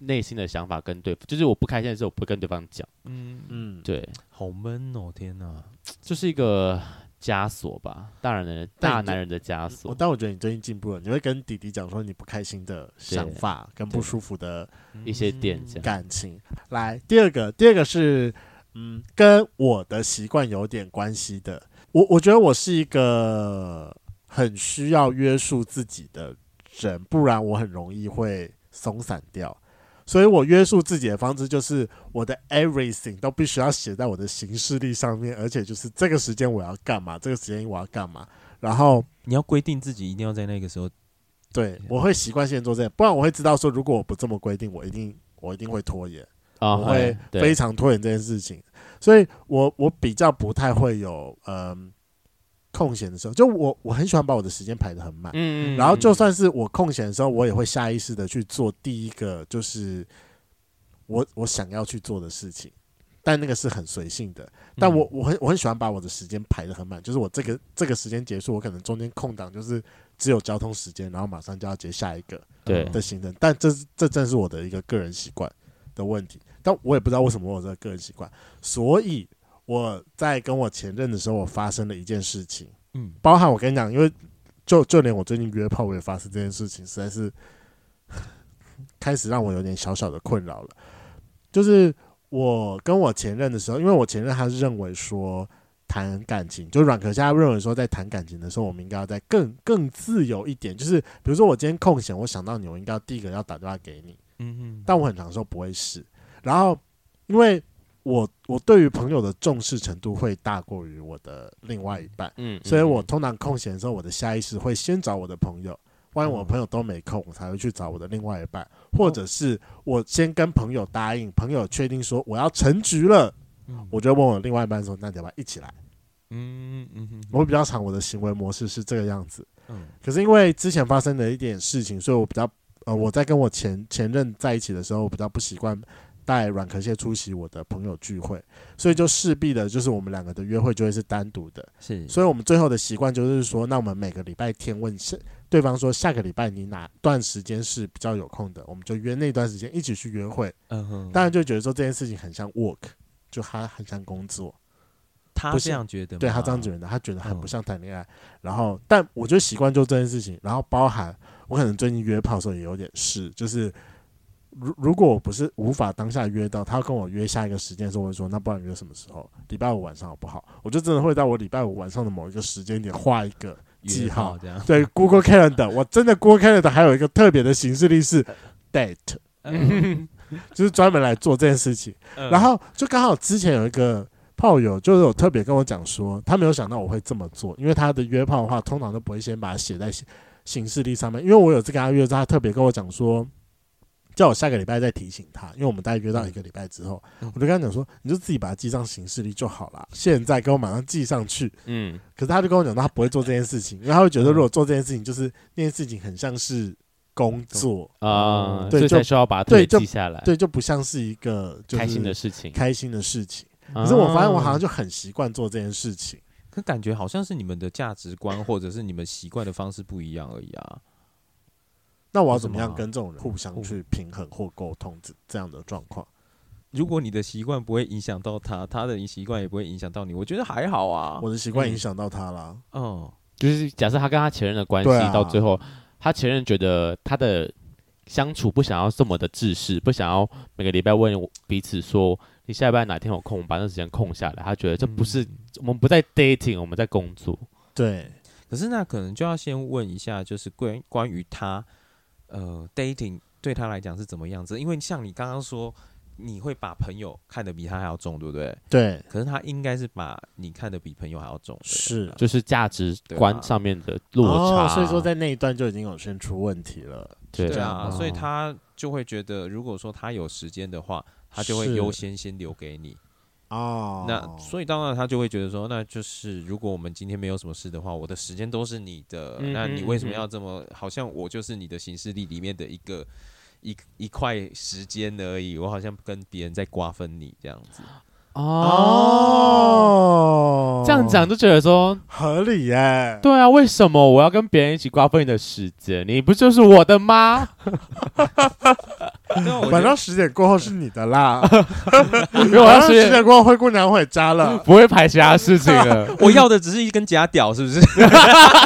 Speaker 1: 内心的想法跟对，就是我不开心的时候我不会跟对方讲，
Speaker 3: 嗯，
Speaker 2: 嗯，
Speaker 1: 对，
Speaker 3: 好闷哦，天哪！
Speaker 1: 就是一个枷锁吧，大人的
Speaker 2: 但
Speaker 1: 大
Speaker 2: 你就
Speaker 1: 男人的枷
Speaker 2: 我
Speaker 1: 锁。
Speaker 2: 哦但我觉得你最近进步了，你会跟弟弟讲说你不开心的想法跟不舒服的
Speaker 1: 一些
Speaker 3: 嗯
Speaker 1: 点这样
Speaker 2: 感情。来，第二个，第二个是嗯，跟我的习惯有点关系的。我我觉得我是一个很需要约束自己的人，不然我很容易会松散掉。所以我约束自己的方式就是，我的 everything 都必须要写在我的行事历上面，而且就是这个时间我要干嘛，这个时间我要干嘛，然后
Speaker 3: 你要规定自己一定要在那个时候
Speaker 2: 对，我会习惯性地做这样，不然我会知道说，如果我不这么规定，我一定我一定会拖延，
Speaker 1: 啊，
Speaker 2: 我会
Speaker 1: 对
Speaker 2: 非常拖延这件事情。所以我我比较不太会有嗯、空闲的时候，就我我很喜欢把我的时间排得很满，
Speaker 1: 嗯
Speaker 2: 然后就算是我空闲的时候，我也会下意识的去做第一个就是我我想要去做的事情，但那个是很随性的。但
Speaker 1: 嗯
Speaker 2: 我我很我很喜欢把我的时间排得很满，就是我这个这个时间结束，我可能中间空档就是只有交通时间，然后马上就要接下一个
Speaker 1: 对
Speaker 3: 呃
Speaker 2: 的行程。但这是这正是我的一个个人习惯的问题，但我也不知道为什么我有这个个人习惯，所以我在跟我前任的时候，我发生了一件事情。
Speaker 3: 嗯，
Speaker 2: 包含我跟你讲，因为就就连我最近约炮，我也发生这件事情，实在是 开始让我有点小小的困扰了。就是我跟我前任的时候，因为我前任他是认为说谈感情，就软壳虾认为说在谈感情的时候，我们应该要再更更自由一点。就是比如说我今天空闲，我想到你，我应该要第一个要打电话给你，
Speaker 3: 嗯嗯，
Speaker 2: 但我很常说不会是。然后因为我我对于朋友的重视程度会大过于我的另外一半。
Speaker 1: 嗯，
Speaker 2: 所以我通常空闲的时候，我的下意识会先找我的朋友。万一
Speaker 3: 嗯
Speaker 2: 我朋友都没空，我才会去找我的另外一半，
Speaker 3: 哦
Speaker 2: 或者是我先跟朋友答应，朋友确定说我要成局了，
Speaker 3: 嗯
Speaker 2: 我就问我另外一半说：“那你要不要一起来
Speaker 3: 嗯嗯？”
Speaker 2: 我会比较常我的行为模式是这个样子。
Speaker 3: 嗯
Speaker 2: 可是因为之前发生了一点事情，所以我比较呃，我在跟我前前任在一起的时候，我比较不习惯带软壳蟹出席我的朋友聚会，所以就势必的就是我们两个的约会就会是单独的。
Speaker 3: 是
Speaker 2: 所以我们最后的习惯就是说，那我们每个礼拜天问下对方说，下个礼拜你哪段时间是比较有空的，我们就约那段时间一起去约会。
Speaker 3: 嗯哼，
Speaker 2: 当然就觉得说这件事情很像 work，就他很像工作，
Speaker 3: 他
Speaker 2: 不
Speaker 3: 这
Speaker 2: 是
Speaker 3: 样觉得吗，
Speaker 2: 对他这样觉得，他觉得很
Speaker 3: 嗯
Speaker 2: 不像谈恋爱。然后，但我就习惯做这件事情，然后包含我可能最近约炮的时候也有点事，就是。如如果我不是无法当下约到，他要跟我约下一个时间的时候，我会说那不然约什么时候？礼拜五晚上好不好？我就真的会在我礼拜五晚上的某一个时间点画一个
Speaker 3: 约
Speaker 2: 记
Speaker 3: 炮
Speaker 2: 号
Speaker 3: 这样，
Speaker 2: 对 Google Calendar，我真的 Google Calendar 还有一个特别的形式力是 date，
Speaker 3: 嗯
Speaker 2: 就是专门来做这件事情。然后就刚好之前有一个炮友，就是有特别跟我讲说，他没有想到我会这么做，因为他的约炮的话，通常都不会先把它写在形形式力上面。因为我有次跟他约之后，他特别跟我讲说，叫我下个礼拜再提醒他，因为我们大概约到一个礼拜之后，
Speaker 3: 嗯
Speaker 2: 我就跟他讲说，你就自己把它记上形式力就好了，现在给我马上记上去。
Speaker 1: 嗯
Speaker 2: 可是他就跟我讲，他不会做这件事情，因为他会觉得如果做这件事情，就是那件事情很像是工作，
Speaker 1: 啊，
Speaker 2: 嗯
Speaker 1: 所
Speaker 2: 对
Speaker 1: 以
Speaker 2: 就
Speaker 1: 才需要把它特别
Speaker 2: 对就
Speaker 1: 记下来，
Speaker 2: 对，就不像是一个就是
Speaker 1: 开心的事情。
Speaker 2: 开心的事情。
Speaker 1: 可
Speaker 2: 可是我发现我好像就很习惯做这件事情。
Speaker 3: 可感觉好像是你们的价值观或者是你们习惯的方式不一样而已啊。
Speaker 2: 那我要怎么样跟这种人互相去平衡或沟通这这样的状况？
Speaker 3: 如果你的习惯不会影响到他，他的习惯也不会影响到你，我觉得还好啊。
Speaker 2: 我的习惯影响到他啦。
Speaker 3: 嗯，
Speaker 1: 就是假设他跟他前任的关系
Speaker 2: 对啊
Speaker 1: 到最后，他前任觉得他的相处不想要这么的自私，不想要每个礼拜问我彼此说你下礼拜哪天有空，把那时间空下来。他觉得这不是、我们不在 dating，我们在工作。
Speaker 2: 对，
Speaker 3: 可是那可能就要先问一下，就是关关于他，呃，dating 对他来讲是怎么样子？因为像你刚刚说，你会把朋友看得比他还要重，对不对？
Speaker 2: 对，
Speaker 3: 可是他应该是把你看得比朋友还要重的，
Speaker 2: 是
Speaker 1: 就是价值
Speaker 3: 对啊
Speaker 1: 观上面的落差，
Speaker 2: 哦所以说在那一段就已经有先出问题了。
Speaker 1: 对
Speaker 3: 对啊，
Speaker 2: 哦
Speaker 3: 所以他就会觉得，如果说他有时间的话，他就会
Speaker 2: 是
Speaker 3: 优先先留给你。
Speaker 2: 哦，
Speaker 3: 那所以当然他就会觉得说，那就是如果我们今天没有什么事的话，我的时间都是你的，
Speaker 1: 嗯
Speaker 3: 那
Speaker 1: 嗯
Speaker 3: 你为什么
Speaker 1: 嗯
Speaker 3: 要这么？好像我就是你的行事历里面的一个一一块时间而已，我好像跟别人在瓜分你这样子。
Speaker 1: 哦，
Speaker 2: 哦，
Speaker 1: 这样讲就觉得说
Speaker 2: 合理耶。
Speaker 1: 对啊，为什么我要跟别人一起瓜分你的时间？你不就是我的吗？
Speaker 3: 对啊，我觉
Speaker 2: 晚
Speaker 3: 得
Speaker 2: 上十点过后是你的啦，
Speaker 1: 因为我
Speaker 2: 晚
Speaker 1: 要
Speaker 2: 上十
Speaker 1: 是
Speaker 2: 点过后灰姑娘回家 了。
Speaker 1: 不会排其他事情了，
Speaker 3: 我要的只是一根假屌，是不是？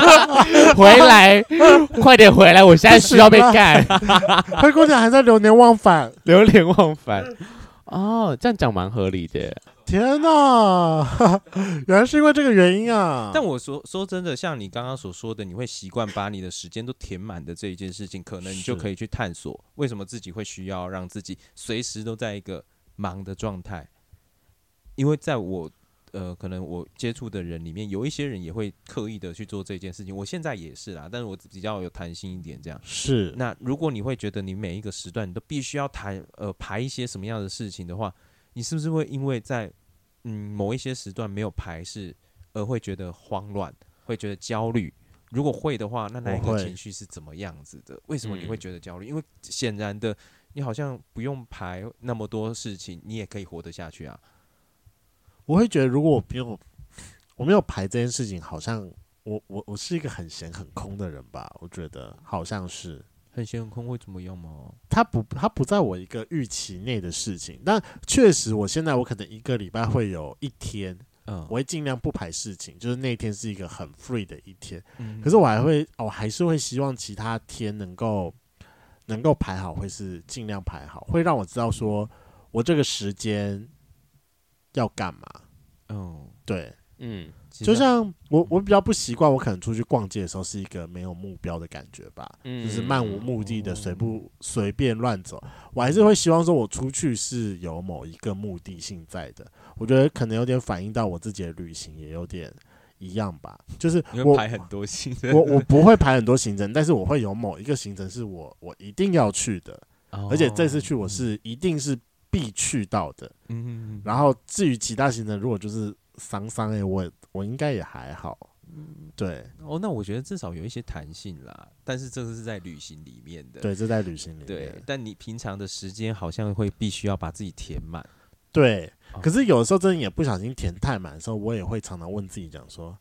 Speaker 1: 回来，快点回来，我现在需要被 干，
Speaker 2: 灰姑娘还在流连忘返，
Speaker 1: 流连忘返。
Speaker 3: 嗯
Speaker 1: 哦，这样讲蛮合理的。
Speaker 2: 天哪！ 原来是因为这个原因啊。
Speaker 3: 但我说说真的，像你刚刚所说的，你会习惯把你的时间都填满的这一件事情，可能你就是可以去探索为什么自己会需要让自己随时都在一个忙的状态。因为在我呃，可能我接触的人里面有一些人也会刻意的去做这件事情。我现在也是啦，但是我比较有弹性一点这样。
Speaker 2: 是
Speaker 3: 那如果你会觉得你每一个时段你都必须要谈呃排一些什么样的事情的话，你是不是会因为在嗯某一些时段没有排是而会觉得慌乱，会觉得焦虑？如果会的话，那那一
Speaker 2: 我
Speaker 3: 个
Speaker 2: 会
Speaker 3: 情绪是怎么样子的？为什么你
Speaker 1: 嗯
Speaker 3: 会觉得焦虑？因为显然的，你好像不用排那么多事情，你也可以活得下去啊。
Speaker 2: 我会觉得，如果我没有我没有排这件事情，好像我我我是一个很闲很空的人吧？我觉得好像是
Speaker 3: 很闲很空会怎么样吗？
Speaker 2: 他不他不在我一个预期内的事情，但确实我现在我可能一个礼拜会有一天，
Speaker 3: 嗯
Speaker 2: 我会尽量不排事情，就是那一天是一个很 free 的一天。
Speaker 3: 嗯
Speaker 2: 可是我还会，我还是会希望其他天能够能够排好，会是尽量排好，会让我知道说
Speaker 3: 嗯
Speaker 2: 我这个时间要干嘛。
Speaker 3: 嗯，
Speaker 2: 对，
Speaker 1: 嗯，
Speaker 2: 就
Speaker 3: 其实
Speaker 2: 像我我比较不习惯，我可能出去逛街的时候是一个没有目标的感觉吧，
Speaker 1: 嗯
Speaker 2: 就是漫无目的的随
Speaker 3: 嗯
Speaker 2: 不随便乱走。我还是会希望说我出去是有某一个目的性在的。我觉得可能有点反映到我自己的旅行，也有点一样吧，就是
Speaker 3: 你
Speaker 2: 我
Speaker 3: 会排很多心，
Speaker 2: 我我不会排很多行程，但是我会有某一个行程是我我一定要去的，
Speaker 3: 哦
Speaker 2: 而且这次去我是一定是必去到的。
Speaker 3: 嗯，嗯
Speaker 2: 然后至于其他行程，如果就是桑桑诶，我我应该也还好。对
Speaker 3: 哦，那我觉得至少有一些弹性啦，但是这个是在旅行里面的。
Speaker 2: 对，这在旅行里面。
Speaker 3: 对，但你平常的时间好像会必须要把自己填满。
Speaker 2: 对
Speaker 3: 哦
Speaker 2: 可是有的时候真的也不小心填太满的时候，我也会常常问自己讲说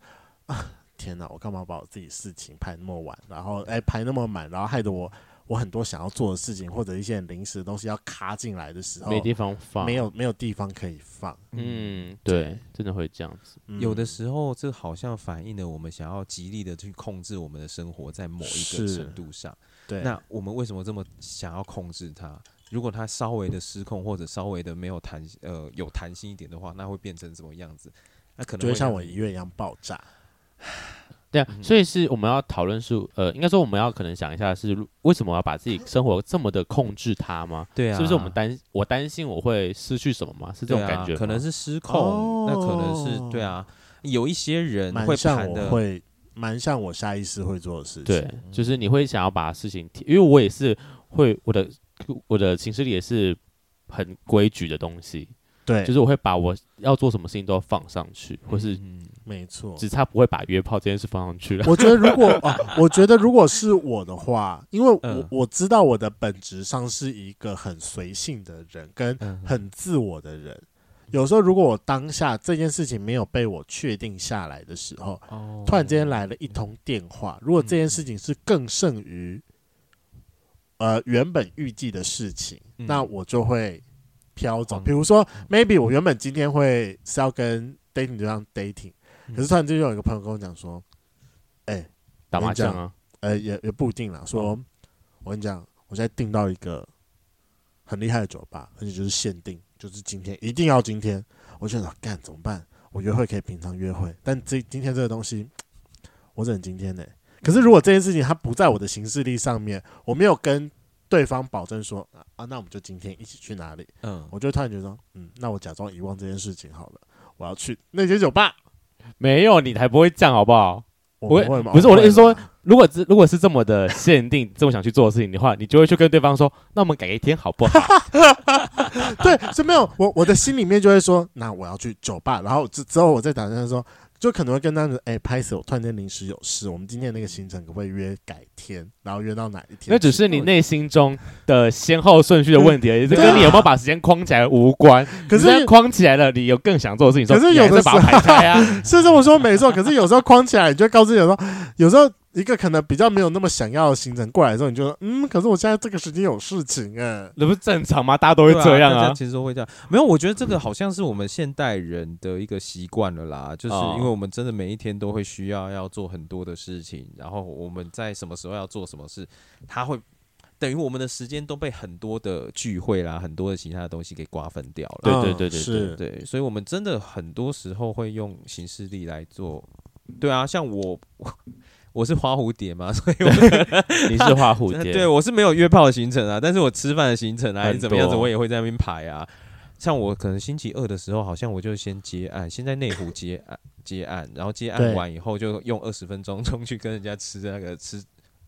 Speaker 2: 啊，天哪，我干嘛把我自己事情排那么晚，然后哎排那么满，然后害得我我很多想要做的事情或者一些很临时的东西要卡进来的时候，
Speaker 1: 没地方放，
Speaker 2: 哦没，有没有地方可以放。
Speaker 1: 嗯，对，真的会这样子，
Speaker 2: 嗯
Speaker 3: 有的时候这好像反映了我们想要极力的去控制我们的生活在某一个
Speaker 2: 是
Speaker 3: 程度上。
Speaker 2: 对，
Speaker 3: 那我们为什么这么想要控制它？如果它稍微的失控，或者稍微的没有弹呃有弹性一点的话，那会变成什么样子？那可能
Speaker 2: 就会
Speaker 3: 会
Speaker 2: 像
Speaker 3: 让
Speaker 2: 我
Speaker 3: 你
Speaker 2: 一月一样爆炸。
Speaker 1: 对啊，
Speaker 3: 嗯
Speaker 1: 所以是我们要讨论是，呃，应该说我们要可能想一下是为什么要把自己生活这么的控制它吗？
Speaker 3: 对啊，
Speaker 1: 是不是我们担我担心我会失去什么吗？是这
Speaker 3: 对
Speaker 1: 种感觉
Speaker 3: 啊、
Speaker 1: 吗？
Speaker 3: 可能是失控，
Speaker 2: 哦
Speaker 3: 那可能是对啊，有一些人
Speaker 2: 蛮
Speaker 3: 会
Speaker 2: 像
Speaker 3: 盘
Speaker 2: 我
Speaker 3: 的，
Speaker 2: 会，蛮像我下意识会做的事情。
Speaker 1: 对，
Speaker 3: 嗯
Speaker 1: 就是你会想要把事情提，因为我也是会我的我的寝室里也是很规矩的东西，
Speaker 2: 对，
Speaker 1: 就是我会把我要做什么事情都放上去，或是
Speaker 3: 嗯
Speaker 2: 没错。
Speaker 1: 只差不会把约炮这件事放上去了。
Speaker 2: 我觉得如果、 啊，我觉得如果是我的话，因为我、
Speaker 3: 嗯
Speaker 2: 我知道我的本质上是一个很随性的人，跟
Speaker 3: 嗯
Speaker 2: 很自我的人。有时候如果我当下这件事情没有被我确定下来的时候，
Speaker 3: 哦
Speaker 2: 突然之间来了一通电话，如果这
Speaker 3: 嗯
Speaker 2: 件事情是更胜于呃原本预计的事情，
Speaker 3: 嗯
Speaker 2: 那我就会飘走。
Speaker 3: 嗯
Speaker 2: 比如说，maybe 我原本今天会是要跟 dating 对象 dating，
Speaker 3: 嗯
Speaker 2: 可是突然之间有一个朋友跟我讲说，
Speaker 1: 打麻将啊，
Speaker 2: 呃，也也不一定啦，
Speaker 1: 哦
Speaker 2: 说我跟你讲，我现在订到一个很厉害的酒吧，而且就是限定，就是今天一定要今天。我就想干怎么办？我约会可以平常约会，但这今天这个东西，我只能今天呢、可是如果这件事情它不在我的行事历上面，我没有跟对方保证说啊啊，那我们就今天一起去哪里，
Speaker 3: 嗯，
Speaker 2: 我就突然觉得说，嗯，那我假装遗忘这件事情好了，我要去那间酒吧。
Speaker 1: 没有你才不会这样好不好？
Speaker 2: 我
Speaker 1: 不会
Speaker 2: 会吗？
Speaker 1: 不是我的意思说
Speaker 2: 会吗，
Speaker 1: 如果是如果是这么的限定，这么想去做的事情的话，你就会去跟对方说，那我们改一天好不好？
Speaker 2: 对，是没有我我的心里面就会说，那我要去酒吧，然后之之后我再打算说，就可能会跟他说，哎、拍死我突然间临时有事，我们今天那个行程可不可以约改天，然后约到哪一天？
Speaker 1: 那只是你内心中的先后顺序的问题而已，这跟你有没有把时间框起来无关。
Speaker 2: 啊可
Speaker 1: 你现在
Speaker 2: 是
Speaker 1: 框起来了，你有更想做的事情，
Speaker 2: 可是
Speaker 1: 说你
Speaker 2: 有
Speaker 1: 还
Speaker 2: 的
Speaker 1: 是把它
Speaker 2: 时候
Speaker 1: 排开 啊。
Speaker 2: 是这么说没错，可是有时候框起来，你就会告诉有时候有时候一个可能比较没有那么想要的行程过来的时候，你就说，嗯，可是我现在这个时间有事情哎、
Speaker 1: 那不是正常吗？大家都会这样
Speaker 3: 对啊大
Speaker 1: 啊
Speaker 3: 家。其实都会这样，没有，我觉得这个好像是我们现代人的一个习惯了啦，就是
Speaker 1: 哦
Speaker 3: 因为我们真的每一天都会需要要做很多的事情，然后我们在什么时候要做什么事，它会等于我们的时间都被很多的聚会啦，很多的其他的东西给瓜分掉了。
Speaker 1: 对对
Speaker 2: 嗯
Speaker 1: 对对
Speaker 2: 是
Speaker 3: 对，所以我们真的很多时候会用行事历来做。对啊，像我，我我是花蝴蝶嘛，所以我
Speaker 1: 你是画 蝴蝶，
Speaker 3: 对我是没有约炮的行程啊，但是我吃饭的行程啊，
Speaker 1: 很
Speaker 3: 你怎么样子
Speaker 1: 多
Speaker 3: 我也会在那边排啊。像我可能星期二的时候，好像我就先接案，先在内湖接案接案，然后接案
Speaker 2: 对
Speaker 3: 完以后就用二十分钟 冲去跟人家吃那个吃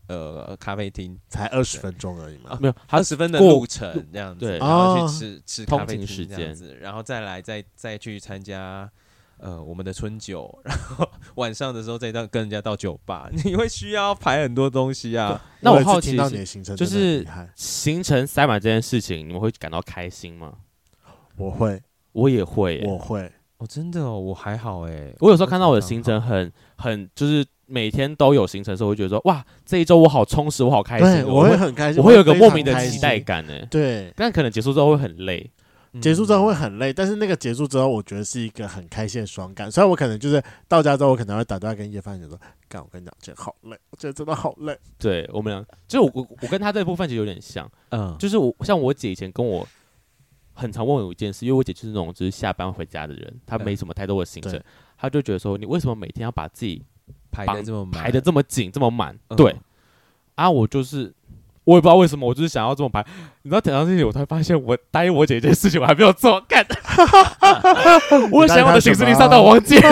Speaker 3: 呃咖啡厅，
Speaker 2: 才二十分钟而已嘛。
Speaker 1: 没有，他
Speaker 3: 啊二十分的
Speaker 1: 过
Speaker 3: 路程这样子，
Speaker 1: 对
Speaker 3: 然后
Speaker 2: 哦
Speaker 3: 去吃、吃咖啡
Speaker 1: 通勤
Speaker 3: 厅
Speaker 1: 时
Speaker 3: 这样
Speaker 1: 间
Speaker 3: 子，然后再来再再去参加。呃，我们的春酒， 然后晚上的时候再到跟人家到酒吧， 你会需要排很多东西啊。
Speaker 1: 那
Speaker 2: 我
Speaker 1: 我
Speaker 2: 也是
Speaker 1: 好
Speaker 2: 听
Speaker 1: 奇
Speaker 2: 到你
Speaker 1: 是
Speaker 2: 的行程
Speaker 1: 就
Speaker 2: 真的很
Speaker 1: 是
Speaker 2: 厉害
Speaker 1: 行程塞满这件事情，你们会感到开心吗？
Speaker 2: 我会，
Speaker 1: 我也会耶、
Speaker 2: 我会，
Speaker 3: 哦，真的哦，我还好哎、
Speaker 1: 我有时候看到我的
Speaker 3: 常
Speaker 1: 行
Speaker 3: 常
Speaker 1: 程很很就是每天都有行程的时候，我会觉得说哇，这一周我好充实，我好开心
Speaker 2: 对，
Speaker 1: 哦，我
Speaker 2: 我会很开心，
Speaker 1: 我会有个
Speaker 2: 非
Speaker 1: 莫
Speaker 2: 常
Speaker 1: 名的
Speaker 2: 开
Speaker 1: 期
Speaker 2: 心
Speaker 1: 待。感呢、
Speaker 2: 对，
Speaker 1: 但可能结束之后会很累，
Speaker 2: 结束之后会
Speaker 3: 嗯
Speaker 2: 很累，但是那个结束之后，我觉得是一个很开心的爽感。虽然我可能就是到家之后，我可能会打电话跟叶凡讲说：“干，我跟你讲，真的好累，我觉得真的好累。
Speaker 1: 对我们俩，就是我我我跟他这部分其实有点像，
Speaker 3: 嗯，
Speaker 1: 就是我像我姐以前跟我很常问我一件事，因为我姐就是那种就是下班回家的人，她
Speaker 3: 嗯
Speaker 1: 没什么太多的行程
Speaker 2: 对，
Speaker 1: 她就觉得说你为什么每天要把自己
Speaker 3: 排
Speaker 1: 绑
Speaker 3: 的这么满
Speaker 1: 排的这么紧这么满？
Speaker 3: 嗯
Speaker 1: 对啊，我就是。我也不知道为什么，我就是想要这么排。你知道，讲到这里，我才发现我答应我姐一件事情，我还没有做。 干，我想我的行事历上
Speaker 2: 啊
Speaker 1: 到我忘记 了。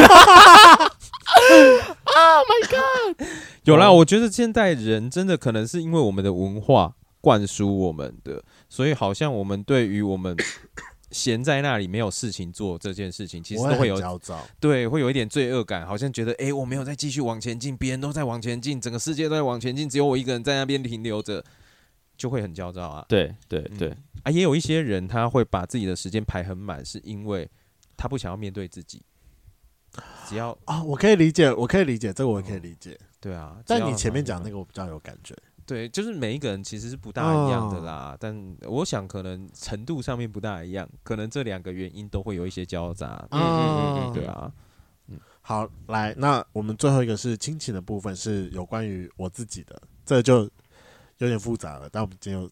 Speaker 3: 有啦，
Speaker 1: 哦
Speaker 3: 我觉得现代人真的可能是因为我们的文化灌输我们的，所以好像我们对于我们 闲在那里没有事情做这件事情，”其实
Speaker 2: 我
Speaker 3: 都会
Speaker 2: 会很
Speaker 3: 有
Speaker 2: 焦躁，
Speaker 3: 对，会有一点罪恶感，好像觉得诶，我没有再继续往前进，别人都在往前进，整个世界都在往前进，只有我一个人在那边停留着，就会很焦躁啊。
Speaker 1: 对对对
Speaker 3: 对，啊，也有一些人他会把自己的时间排很满，是因为他不想要面对自己，只要
Speaker 2: 啊、我可以理解，我可以理解，这个我也可以理解。
Speaker 3: 对啊，只
Speaker 2: 但
Speaker 3: 要
Speaker 2: 你前面
Speaker 3: 他
Speaker 2: 讲那个，我比较有感觉。
Speaker 3: 对，就是每一个人其实是不大一样的啦，但我想可能程度上面不大一样，可能这两个原因都会有一些交杂，
Speaker 1: 嗯嗯嗯嗯
Speaker 3: 对啊，
Speaker 2: 好，来，那我们最后一个是亲情的部分，是有关于我自己的，这就有点复杂了，但我们今天有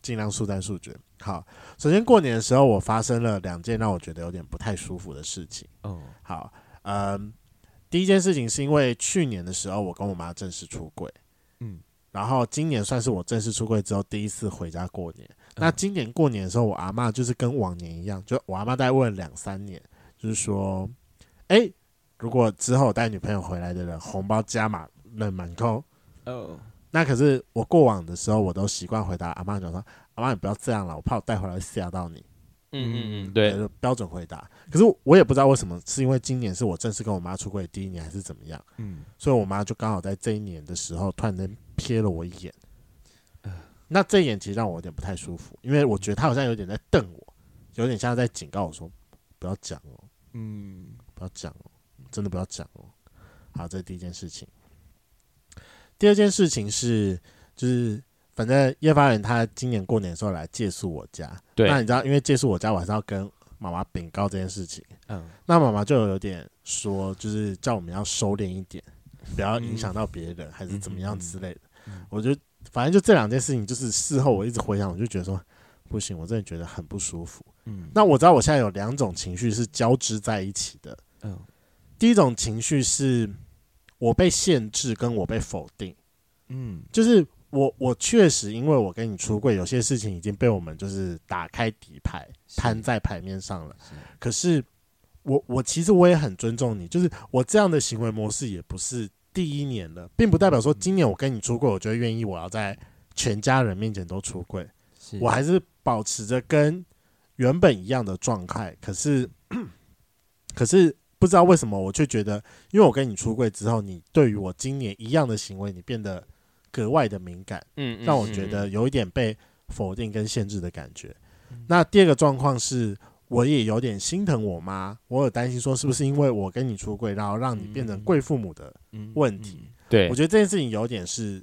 Speaker 2: 尽量速战速决。好，首先过年的时候，我发生了两件让我觉得有点不太舒服的事情。
Speaker 3: 哦，
Speaker 2: 好，嗯，第一件事情是因为去年的时候，我跟我妈正式出柜，
Speaker 3: 嗯，
Speaker 2: 然后今年算是我正式出柜之后第一次回家过年。那今年过年的时候，我阿妈就是跟往年一样，就我阿妈大概问了两三年，就是说，哎、如果之后带女朋友回来的人，红包加码冷满扣。
Speaker 3: 哦，
Speaker 2: 那可是我过往的时候，我都习惯回答阿妈讲说：“阿妈，你不要这样了，我怕我带回来会吓到你。”
Speaker 1: 嗯嗯嗯，
Speaker 2: 对
Speaker 1: 对，
Speaker 2: 就标准回答。可是我也不知道为什么，是因为今年是我正式跟我妈出柜的第一年，还是怎么样？
Speaker 3: 嗯，
Speaker 2: 所以我妈就刚好在这一年的时候，突然间瞥了我一眼。那这一眼其实让我有点不太舒服，因为我觉得她好像有点在瞪我，有点像在警告我说：“不要讲哦，
Speaker 3: 嗯，
Speaker 2: 不要讲哦，真的不要讲哦。”好，这是第一件事情。第二件事情是，就是反正叶发人他今年过年的时候来借宿我家，
Speaker 1: 对
Speaker 2: 那你知道，因为借宿我家，我还是要跟妈妈禀告这件事情。
Speaker 3: 嗯，
Speaker 2: 那妈妈就有点说，就是叫我们要收敛一点，不要影响到别人，还是怎么样之类的。
Speaker 3: 嗯
Speaker 2: 我就反正就这两件事情，就是事后我一直回想，我就觉得说不行，我真的觉得很不舒服。
Speaker 3: 嗯，
Speaker 2: 那我知道我现在有两种情绪是交织在一起的。
Speaker 3: 嗯，
Speaker 2: 第一种情绪是我被限制，跟我被否定，
Speaker 3: 嗯，
Speaker 2: 就是我我确实因为我跟你出柜，有些事情已经被我们就是打开底牌，
Speaker 3: 是
Speaker 2: 摊在牌面上了。
Speaker 3: 是
Speaker 2: 可是我我其实我也很尊重你，就是我这样的行为模式也不是第一年了，并不代表说今年我跟你出柜，我就会愿意我要在全家人面前都出柜，
Speaker 3: 是，
Speaker 2: 我还是保持着跟原本一样的状态。可是， 可是不知道为什么，我却觉得，因为我跟你出柜之后，你对于我今年一样的行为，你变得格外的敏感。
Speaker 1: 嗯，嗯
Speaker 2: 让我觉得，有一点被否定跟限制的感觉。那第二个状况是，我也有点心疼我妈，我有担心说是不是因为我跟你出柜，然后让你变成贵父母的？
Speaker 3: 嗯
Speaker 2: 问题，
Speaker 3: 嗯
Speaker 1: 对
Speaker 2: 我，觉得这件事情有点是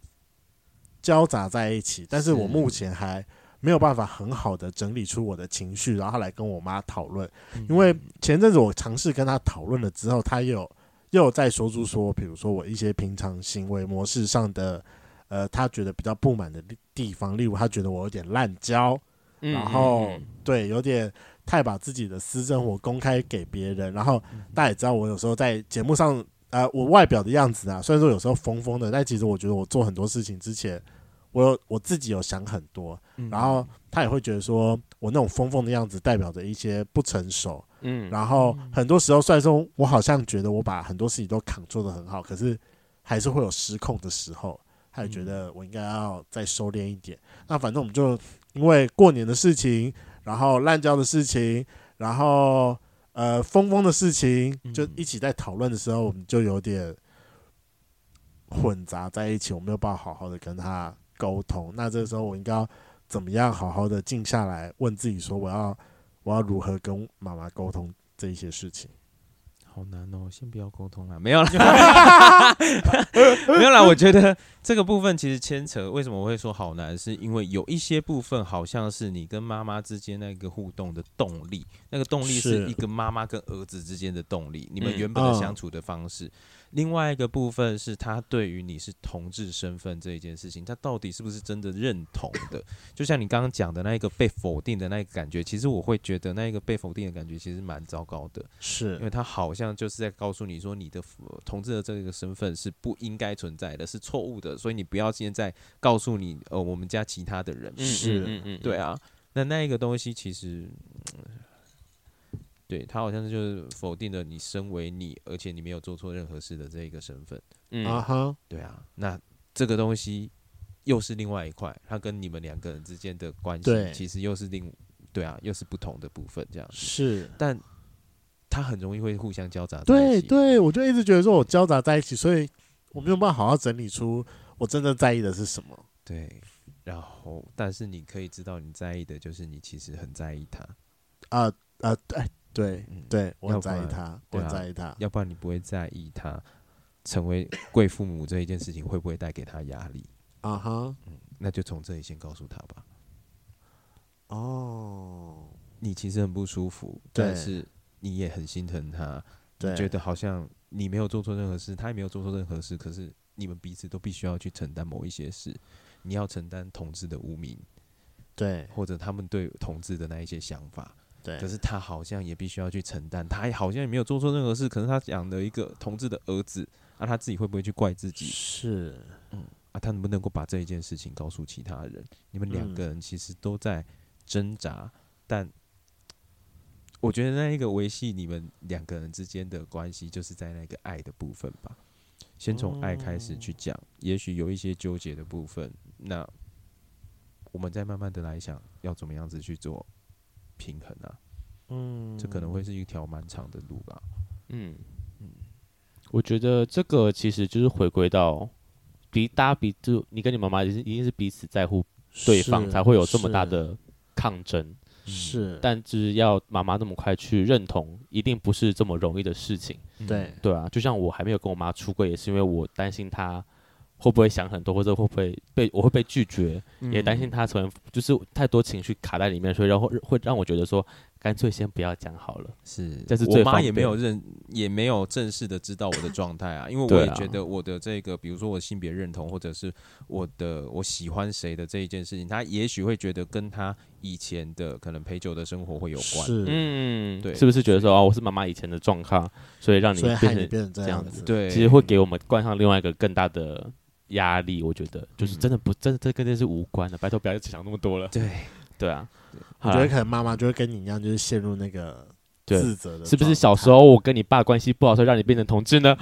Speaker 2: 交杂在一起，但是我
Speaker 3: 是
Speaker 2: 目前还没有办法很好的整理出我的情绪，然后来跟我妈讨论。
Speaker 3: 嗯
Speaker 2: 因为前阵子我尝试跟她讨论了之后，她又有又有在说出说，比如说我一些平常行为模式上的，呃，她觉得比较不满的地地方，例如她觉得我有点滥交，
Speaker 1: 嗯
Speaker 2: 然后
Speaker 1: 嗯嗯
Speaker 2: 对，有点太把自己的私生活公开给别人，然后
Speaker 1: 嗯
Speaker 2: 大家也知道我有时候在节目上，呃，我外表的样子啊，虽然说有时候疯疯的，但其实我觉得我做很多事情之前，我有我自己有想很多，
Speaker 3: 嗯
Speaker 2: 然后他也会觉得说我那种疯疯的样子代表着一些不成熟，
Speaker 1: 嗯，
Speaker 2: 然后很多时候虽然说我好像觉得我把很多事情都扛做得很好，可是还是会有失控的时候，他也觉得我应该要再收敛一点。那反正我们就因为过年的事情，然后滥交的事情，然后呃疯疯的事情，就一起在讨论的时候，我们就有点混杂在一起，我没有办法好好的跟他沟通。那这时候我应该要怎么样好好的静下来，问自己说我要。我要如何跟妈妈沟通这一些事情？
Speaker 3: 好难哦，先不要沟通啦，没有啦， 没有啦。我觉得这个部分其实牵扯，为什么我会说好难，是因为有一些部分好像是你跟妈妈之间那个互动的动力，那个动力
Speaker 2: 是
Speaker 3: 是一个妈妈跟儿子之间的动力，你们
Speaker 1: 嗯
Speaker 3: 原本的
Speaker 2: 嗯
Speaker 3: 相处的方式。另外一个部分是他对于你是同志身份这一件事情，他到底是不是真的认同的？ 就像你刚刚讲的那一个被否定的那个感觉，其实我会觉得那一个被否定的感觉其实蛮糟糕的。因
Speaker 2: 是
Speaker 3: 为他好像就是在告诉你说，你的呃同志的这个身份是不应该存在的，是错误的，所以你不要现在告诉你呃我们家其他的人，
Speaker 1: 嗯
Speaker 2: 是
Speaker 1: 嗯嗯，
Speaker 3: 对啊，那那一个东西其实，嗯对他好像就是否定了你身为你，而且你没有做错任何事的这一个身份，
Speaker 1: 嗯，
Speaker 2: 啊
Speaker 1: 嗯，
Speaker 2: 哈，
Speaker 3: 对啊，那这个东西又是另外一块，他跟你们两个人之间的关
Speaker 2: 对
Speaker 3: 系其实又是另对啊，又是不同的部分这样子，
Speaker 2: 是，
Speaker 3: 但。他很容易会互相交杂在一
Speaker 2: 对
Speaker 3: 起，
Speaker 2: 对，我就一直觉得说我交杂在一起，所以我没有办法好好整理出我真正在意的是什么。
Speaker 3: 对，然后但是你可以知道你在意的就是你其实很在意他，
Speaker 2: 啊啊，对对
Speaker 3: 嗯，
Speaker 2: 对，我很
Speaker 3: 要不
Speaker 2: 在
Speaker 3: 然
Speaker 2: 意他，我
Speaker 3: 对
Speaker 2: 很
Speaker 3: 啊
Speaker 2: 在意他。
Speaker 3: 要不然你不会在意他成为贵父母这一件事情会不会带给他压力。
Speaker 2: 啊哈，
Speaker 3: 那就从这里先告诉他吧，
Speaker 2: 哦，
Speaker 3: 你其实很不舒服，
Speaker 2: 对
Speaker 3: 但是你也很心疼他，
Speaker 2: 对，
Speaker 3: 觉得好像你没有做错任何事，他也没有做错任何事，可是你们彼此都必须要去承担某一些事，你要承担同志的污名，
Speaker 2: 对
Speaker 3: 或者他们对同志的那一些想法。可
Speaker 2: 对
Speaker 3: 是他好像也必须要去承担，他也好像也没有做错任何事，可是他养了一个同志的儿子，啊，他自己会不会去怪自己
Speaker 2: 是，
Speaker 3: 啊？他能不能够把这一件事情告诉其他人？你们两
Speaker 2: 嗯
Speaker 3: 个人其实都在挣扎，但我觉得那一个维系你们两个人之间的关系，就是在那个爱的部分吧。先从爱开始
Speaker 2: 哦
Speaker 3: 去讲，也许有一些纠结的部分，那我们再慢慢的来想要怎么样子去做平衡啊。
Speaker 2: 嗯，
Speaker 3: 这可能会是一条蛮长的路吧。
Speaker 1: 嗯，我觉得这个其实就是回归到彼大家彼就你跟你妈妈一定一定是彼此在乎对方，
Speaker 2: 是
Speaker 1: 才会有这么大的抗争。
Speaker 2: 是，
Speaker 1: 但就是要妈妈那么快去认同，一定不是这么容易的事情。
Speaker 2: 对
Speaker 1: 对啊，就像我还没有跟我妈出柜，也是因为我担心她会不会想很多，或者会不会被我会被拒绝，嗯也担心她成为就是太多情绪卡在里面，所以然后会让我觉得说，干脆先不要讲好了。
Speaker 3: 是，
Speaker 1: 这是
Speaker 3: 我
Speaker 1: 最
Speaker 3: 妈
Speaker 1: 方
Speaker 3: 也没
Speaker 1: 便
Speaker 3: 有认，也没有正式的知道我 的状态啊，因为
Speaker 1: 对
Speaker 3: 我也
Speaker 1: 啊
Speaker 3: 觉得我的这个，比如说我性别认同，或者是我的我喜欢谁的这一件事情，她也许会觉得跟她以前的可能陪酒的生活会有关。
Speaker 2: 是，
Speaker 1: 嗯，
Speaker 3: 对
Speaker 1: 是不是觉得说哦，我是妈妈以前的状况，所以让你
Speaker 2: 所以害
Speaker 1: 变
Speaker 2: 你
Speaker 1: 成
Speaker 2: 变成这
Speaker 1: 这
Speaker 2: 样
Speaker 1: 样子
Speaker 2: 子。
Speaker 3: 对，
Speaker 1: 其实会给我们冠上另外一个更大的压力，我觉得就是真的不，真的这跟这是无关的，拜托不要想那么多了。
Speaker 3: 对，
Speaker 1: 对啊，好
Speaker 2: 我觉得
Speaker 1: 啦，
Speaker 2: 可能妈妈就会跟你一样，就是陷入那个
Speaker 1: 对
Speaker 2: 自责的状态，
Speaker 1: 是不是小时候我跟你爸关系不好，所以让你变成同志呢？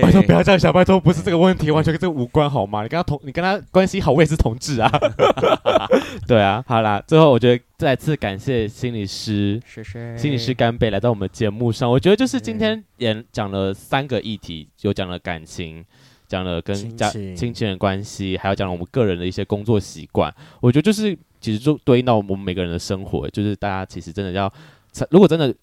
Speaker 1: 拜托不要这样想，拜托不是这个问题，完全跟这个无关好吗？你跟他 同，你跟他关系好，我也是同志啊。 对啊，好啦，最后我觉得再次感谢心理师
Speaker 3: 谢谢
Speaker 1: 心理师干贝来到我们节目上，我觉得就是今天
Speaker 2: 嗯
Speaker 1: 演讲了三个议题，有讲了感情，讲了跟
Speaker 2: 亲
Speaker 1: 家
Speaker 2: 情
Speaker 1: 亲情的关系，还有讲了我们个人的一些工作习惯。我觉得就是其实就对应到我们每个人的生活，就是大家其实真的要，如果真的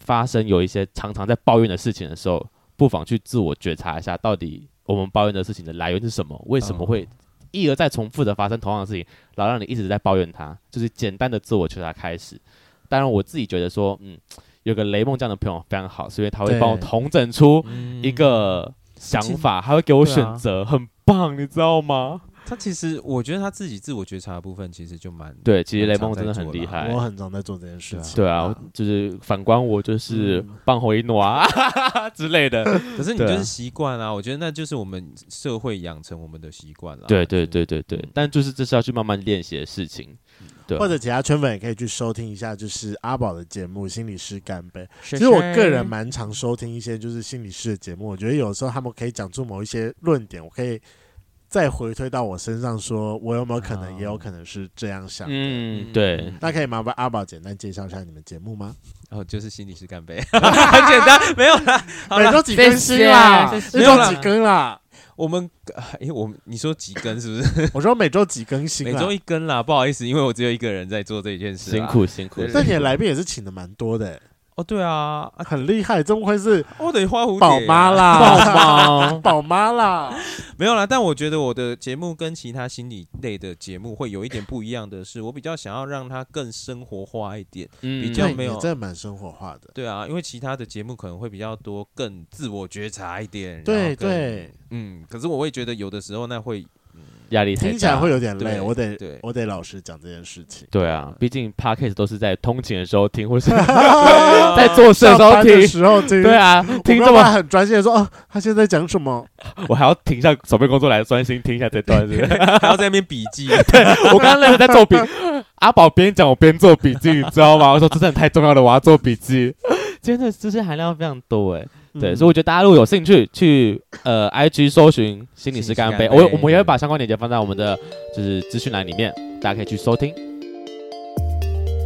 Speaker 1: 发生有一些常常在抱怨的事情的时候，不妨去自我觉察一下，到底我们抱怨的事情的来源是什么？为什么会一而再重复的发生同样的事情，然后让你一直在抱怨它？就是简单的自我觉察开始。当然，我自己觉得说，嗯，有个雷梦这样的朋友非常好，是因为他会
Speaker 2: 对
Speaker 1: 帮我统整
Speaker 3: 嗯
Speaker 1: 嗯出一个想法，他会给我选择，很棒，你知道吗？
Speaker 3: 他其实我觉得他自己自我觉察的部分其实就蛮
Speaker 1: 对，其实
Speaker 3: 蛮
Speaker 1: 雷
Speaker 3: 常
Speaker 1: 梦
Speaker 3: 在
Speaker 1: 真的
Speaker 3: 做
Speaker 1: 很
Speaker 3: 啦
Speaker 1: 厉害
Speaker 2: 我。很常在做这件事情。
Speaker 1: 对啊，就是反观我就是
Speaker 2: 嗯
Speaker 1: 棒回一诺啊 之类的。
Speaker 3: 可是你
Speaker 1: 对
Speaker 3: 就
Speaker 1: 啊
Speaker 3: 是习惯啦，我觉得那就是我们社会养成我们的习惯啦。
Speaker 2: 啊
Speaker 1: 对
Speaker 3: 就
Speaker 1: 对
Speaker 3: 是
Speaker 1: 对对对，
Speaker 2: 嗯
Speaker 1: 但就是这是要去慢慢练习的事情。对啊，
Speaker 2: 或者其他圈粉也可以去收听一下，就是阿宝的节目《心理师干杯》。
Speaker 3: 其
Speaker 2: 其实我个人蛮常收听一些就是心理师的节目，我觉得有时候他们可以讲出某一些论点，我可以再回推到我身上，说我有没有可能，
Speaker 3: 哦
Speaker 2: 也有可能是这样想。
Speaker 1: 嗯，对，
Speaker 2: 那可以麻烦阿宝简单介绍一下你们节目吗？
Speaker 3: 哦，就是心理师 干杯，很简单，没有啦。好
Speaker 2: 每
Speaker 3: 啦，
Speaker 2: 周几更新啦？
Speaker 1: 谢啊
Speaker 2: 每
Speaker 1: 谢
Speaker 3: 没有
Speaker 2: 周
Speaker 3: 啦
Speaker 2: 几更 啦？
Speaker 3: 我们哎，我们你说几根是不是？
Speaker 2: 我说每周 几更新啊
Speaker 3: 每
Speaker 2: 啦
Speaker 3: 周？一根啦，不好意思，因为我只有一个人在做这一件事。
Speaker 1: 辛。苦辛苦
Speaker 3: 对。
Speaker 2: 但你的啊来宾也是请的蛮多的、欸
Speaker 3: 哦，对啊，啊
Speaker 2: 很厉害，真不愧是
Speaker 3: 我得花蝴蝶
Speaker 2: 宝
Speaker 3: 啊
Speaker 2: 妈 啦，
Speaker 1: 抱猫
Speaker 2: 宝妈啦。
Speaker 3: 没有啦，但我觉得我的节目跟其他心理类的节目会有一点不一样的是，我比较想要让它更生活化一点。
Speaker 1: 比
Speaker 3: 比较
Speaker 2: 那你
Speaker 3: 没有
Speaker 2: 真的蛮生活化的。
Speaker 3: 对啊，因为其他的节目可能会比较多，更自我觉察一点。然后
Speaker 2: 对
Speaker 3: 更，
Speaker 2: 对，
Speaker 3: 嗯，可是我会觉得有的时候那会
Speaker 1: 压力太
Speaker 2: 听起来
Speaker 1: 大。
Speaker 2: 会有点累，
Speaker 3: 对
Speaker 2: 我得
Speaker 3: 对
Speaker 2: 我得老实讲这件事情。
Speaker 1: 对啊，毕竟 podcast 都是在通勤的时候听，或是在
Speaker 3: 在
Speaker 1: 做事的
Speaker 2: 啊上
Speaker 1: 时候
Speaker 2: 班的
Speaker 1: 听。
Speaker 2: 时候听，
Speaker 1: 对，啊，听这
Speaker 2: 我
Speaker 1: 么，
Speaker 2: 很专心的说，哦，他现在在讲什么？
Speaker 1: 我还要停下手边工作来专心听一下这段，是不 是？
Speaker 3: 还要在那边笔记，
Speaker 1: 我刚刚那个在做笔，阿宝边讲我边做笔记，你知道吗？我说这真的太重要了，我要做笔记。 真的知识含量非常多哎，
Speaker 3: 嗯
Speaker 1: 对，所以我觉得大家如果有兴趣，去呃 IG 搜寻心理师干杯，
Speaker 3: 心理师干
Speaker 1: 我
Speaker 3: 杯
Speaker 1: 我们也会把相关链接放在我们的就是资讯栏里面，大家可以去收听。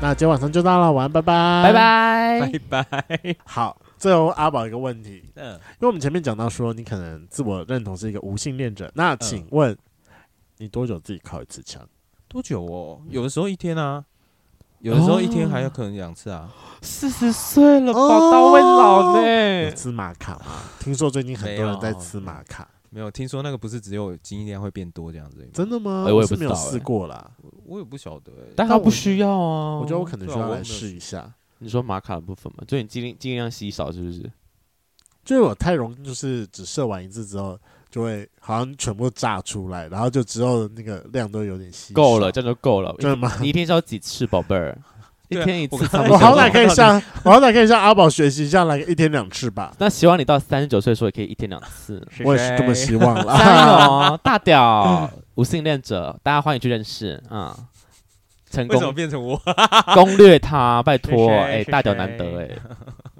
Speaker 2: 那今天晚上就到了，晚安，拜
Speaker 1: 拜。
Speaker 2: 拜，哎
Speaker 1: 拜。
Speaker 3: 嗯拜拜。
Speaker 2: 好，最后阿宝一个问题，
Speaker 3: 嗯，
Speaker 2: 因为我们前面讲到说，你可能自我认同是一个无性恋者，
Speaker 3: 嗯
Speaker 2: 那请问、你多久自己靠一次枪？
Speaker 3: 多久哦？有的时候一天啊，有的时候一天还有可能两次啊。
Speaker 1: 四十岁了，
Speaker 2: 哦
Speaker 1: 宝刀未老
Speaker 2: 有
Speaker 3: 嗯
Speaker 1: 呢。
Speaker 2: 吃玛卡吗？听说最近很多人在
Speaker 3: 没有
Speaker 2: 吃玛卡，
Speaker 3: 没有听说那个不是只有精液量会变多这样子而已吗？
Speaker 2: 真的吗？
Speaker 1: 哎我也
Speaker 2: 是
Speaker 1: 不
Speaker 2: 没
Speaker 1: 知
Speaker 2: 有
Speaker 1: 道
Speaker 2: 试
Speaker 1: 哎
Speaker 2: 过啦，
Speaker 3: 我也不晓得欸。
Speaker 1: 但他不需要啊。
Speaker 2: 我觉得我可能需
Speaker 3: 对啊
Speaker 2: 要
Speaker 3: 我
Speaker 2: 来
Speaker 3: 也没有
Speaker 2: 试一下，
Speaker 1: 你说玛卡的部分嘛，就你尽力尽量稀少，是不是？
Speaker 2: 就是我太容易就是只射完一次之后。就会好像全部炸出来，然后就之后那个量都有点稀少
Speaker 1: 够了，这样就够了。
Speaker 2: 真的吗？
Speaker 1: 你一天是要几次，宝贝儿？一
Speaker 3: 对啊
Speaker 1: 天一次
Speaker 3: 我刚
Speaker 1: 差不
Speaker 3: 才
Speaker 1: 多。
Speaker 2: 我好 歹可以像，我好歹可以向阿宝学习一下，来个一天两次吧。
Speaker 1: 那希望你到三十九岁的时候也可以一天两次。
Speaker 2: 我也是这么希望
Speaker 1: 加 油
Speaker 2: 啦。
Speaker 1: 哦，大屌，无性恋者，大家欢迎去认识啊、嗯成
Speaker 3: 为什么
Speaker 1: 功
Speaker 3: 变成我？
Speaker 1: 攻略他，拜托，
Speaker 4: 是谁
Speaker 1: 哎、
Speaker 4: 是
Speaker 1: 大屌
Speaker 4: 谁
Speaker 1: 难得哎、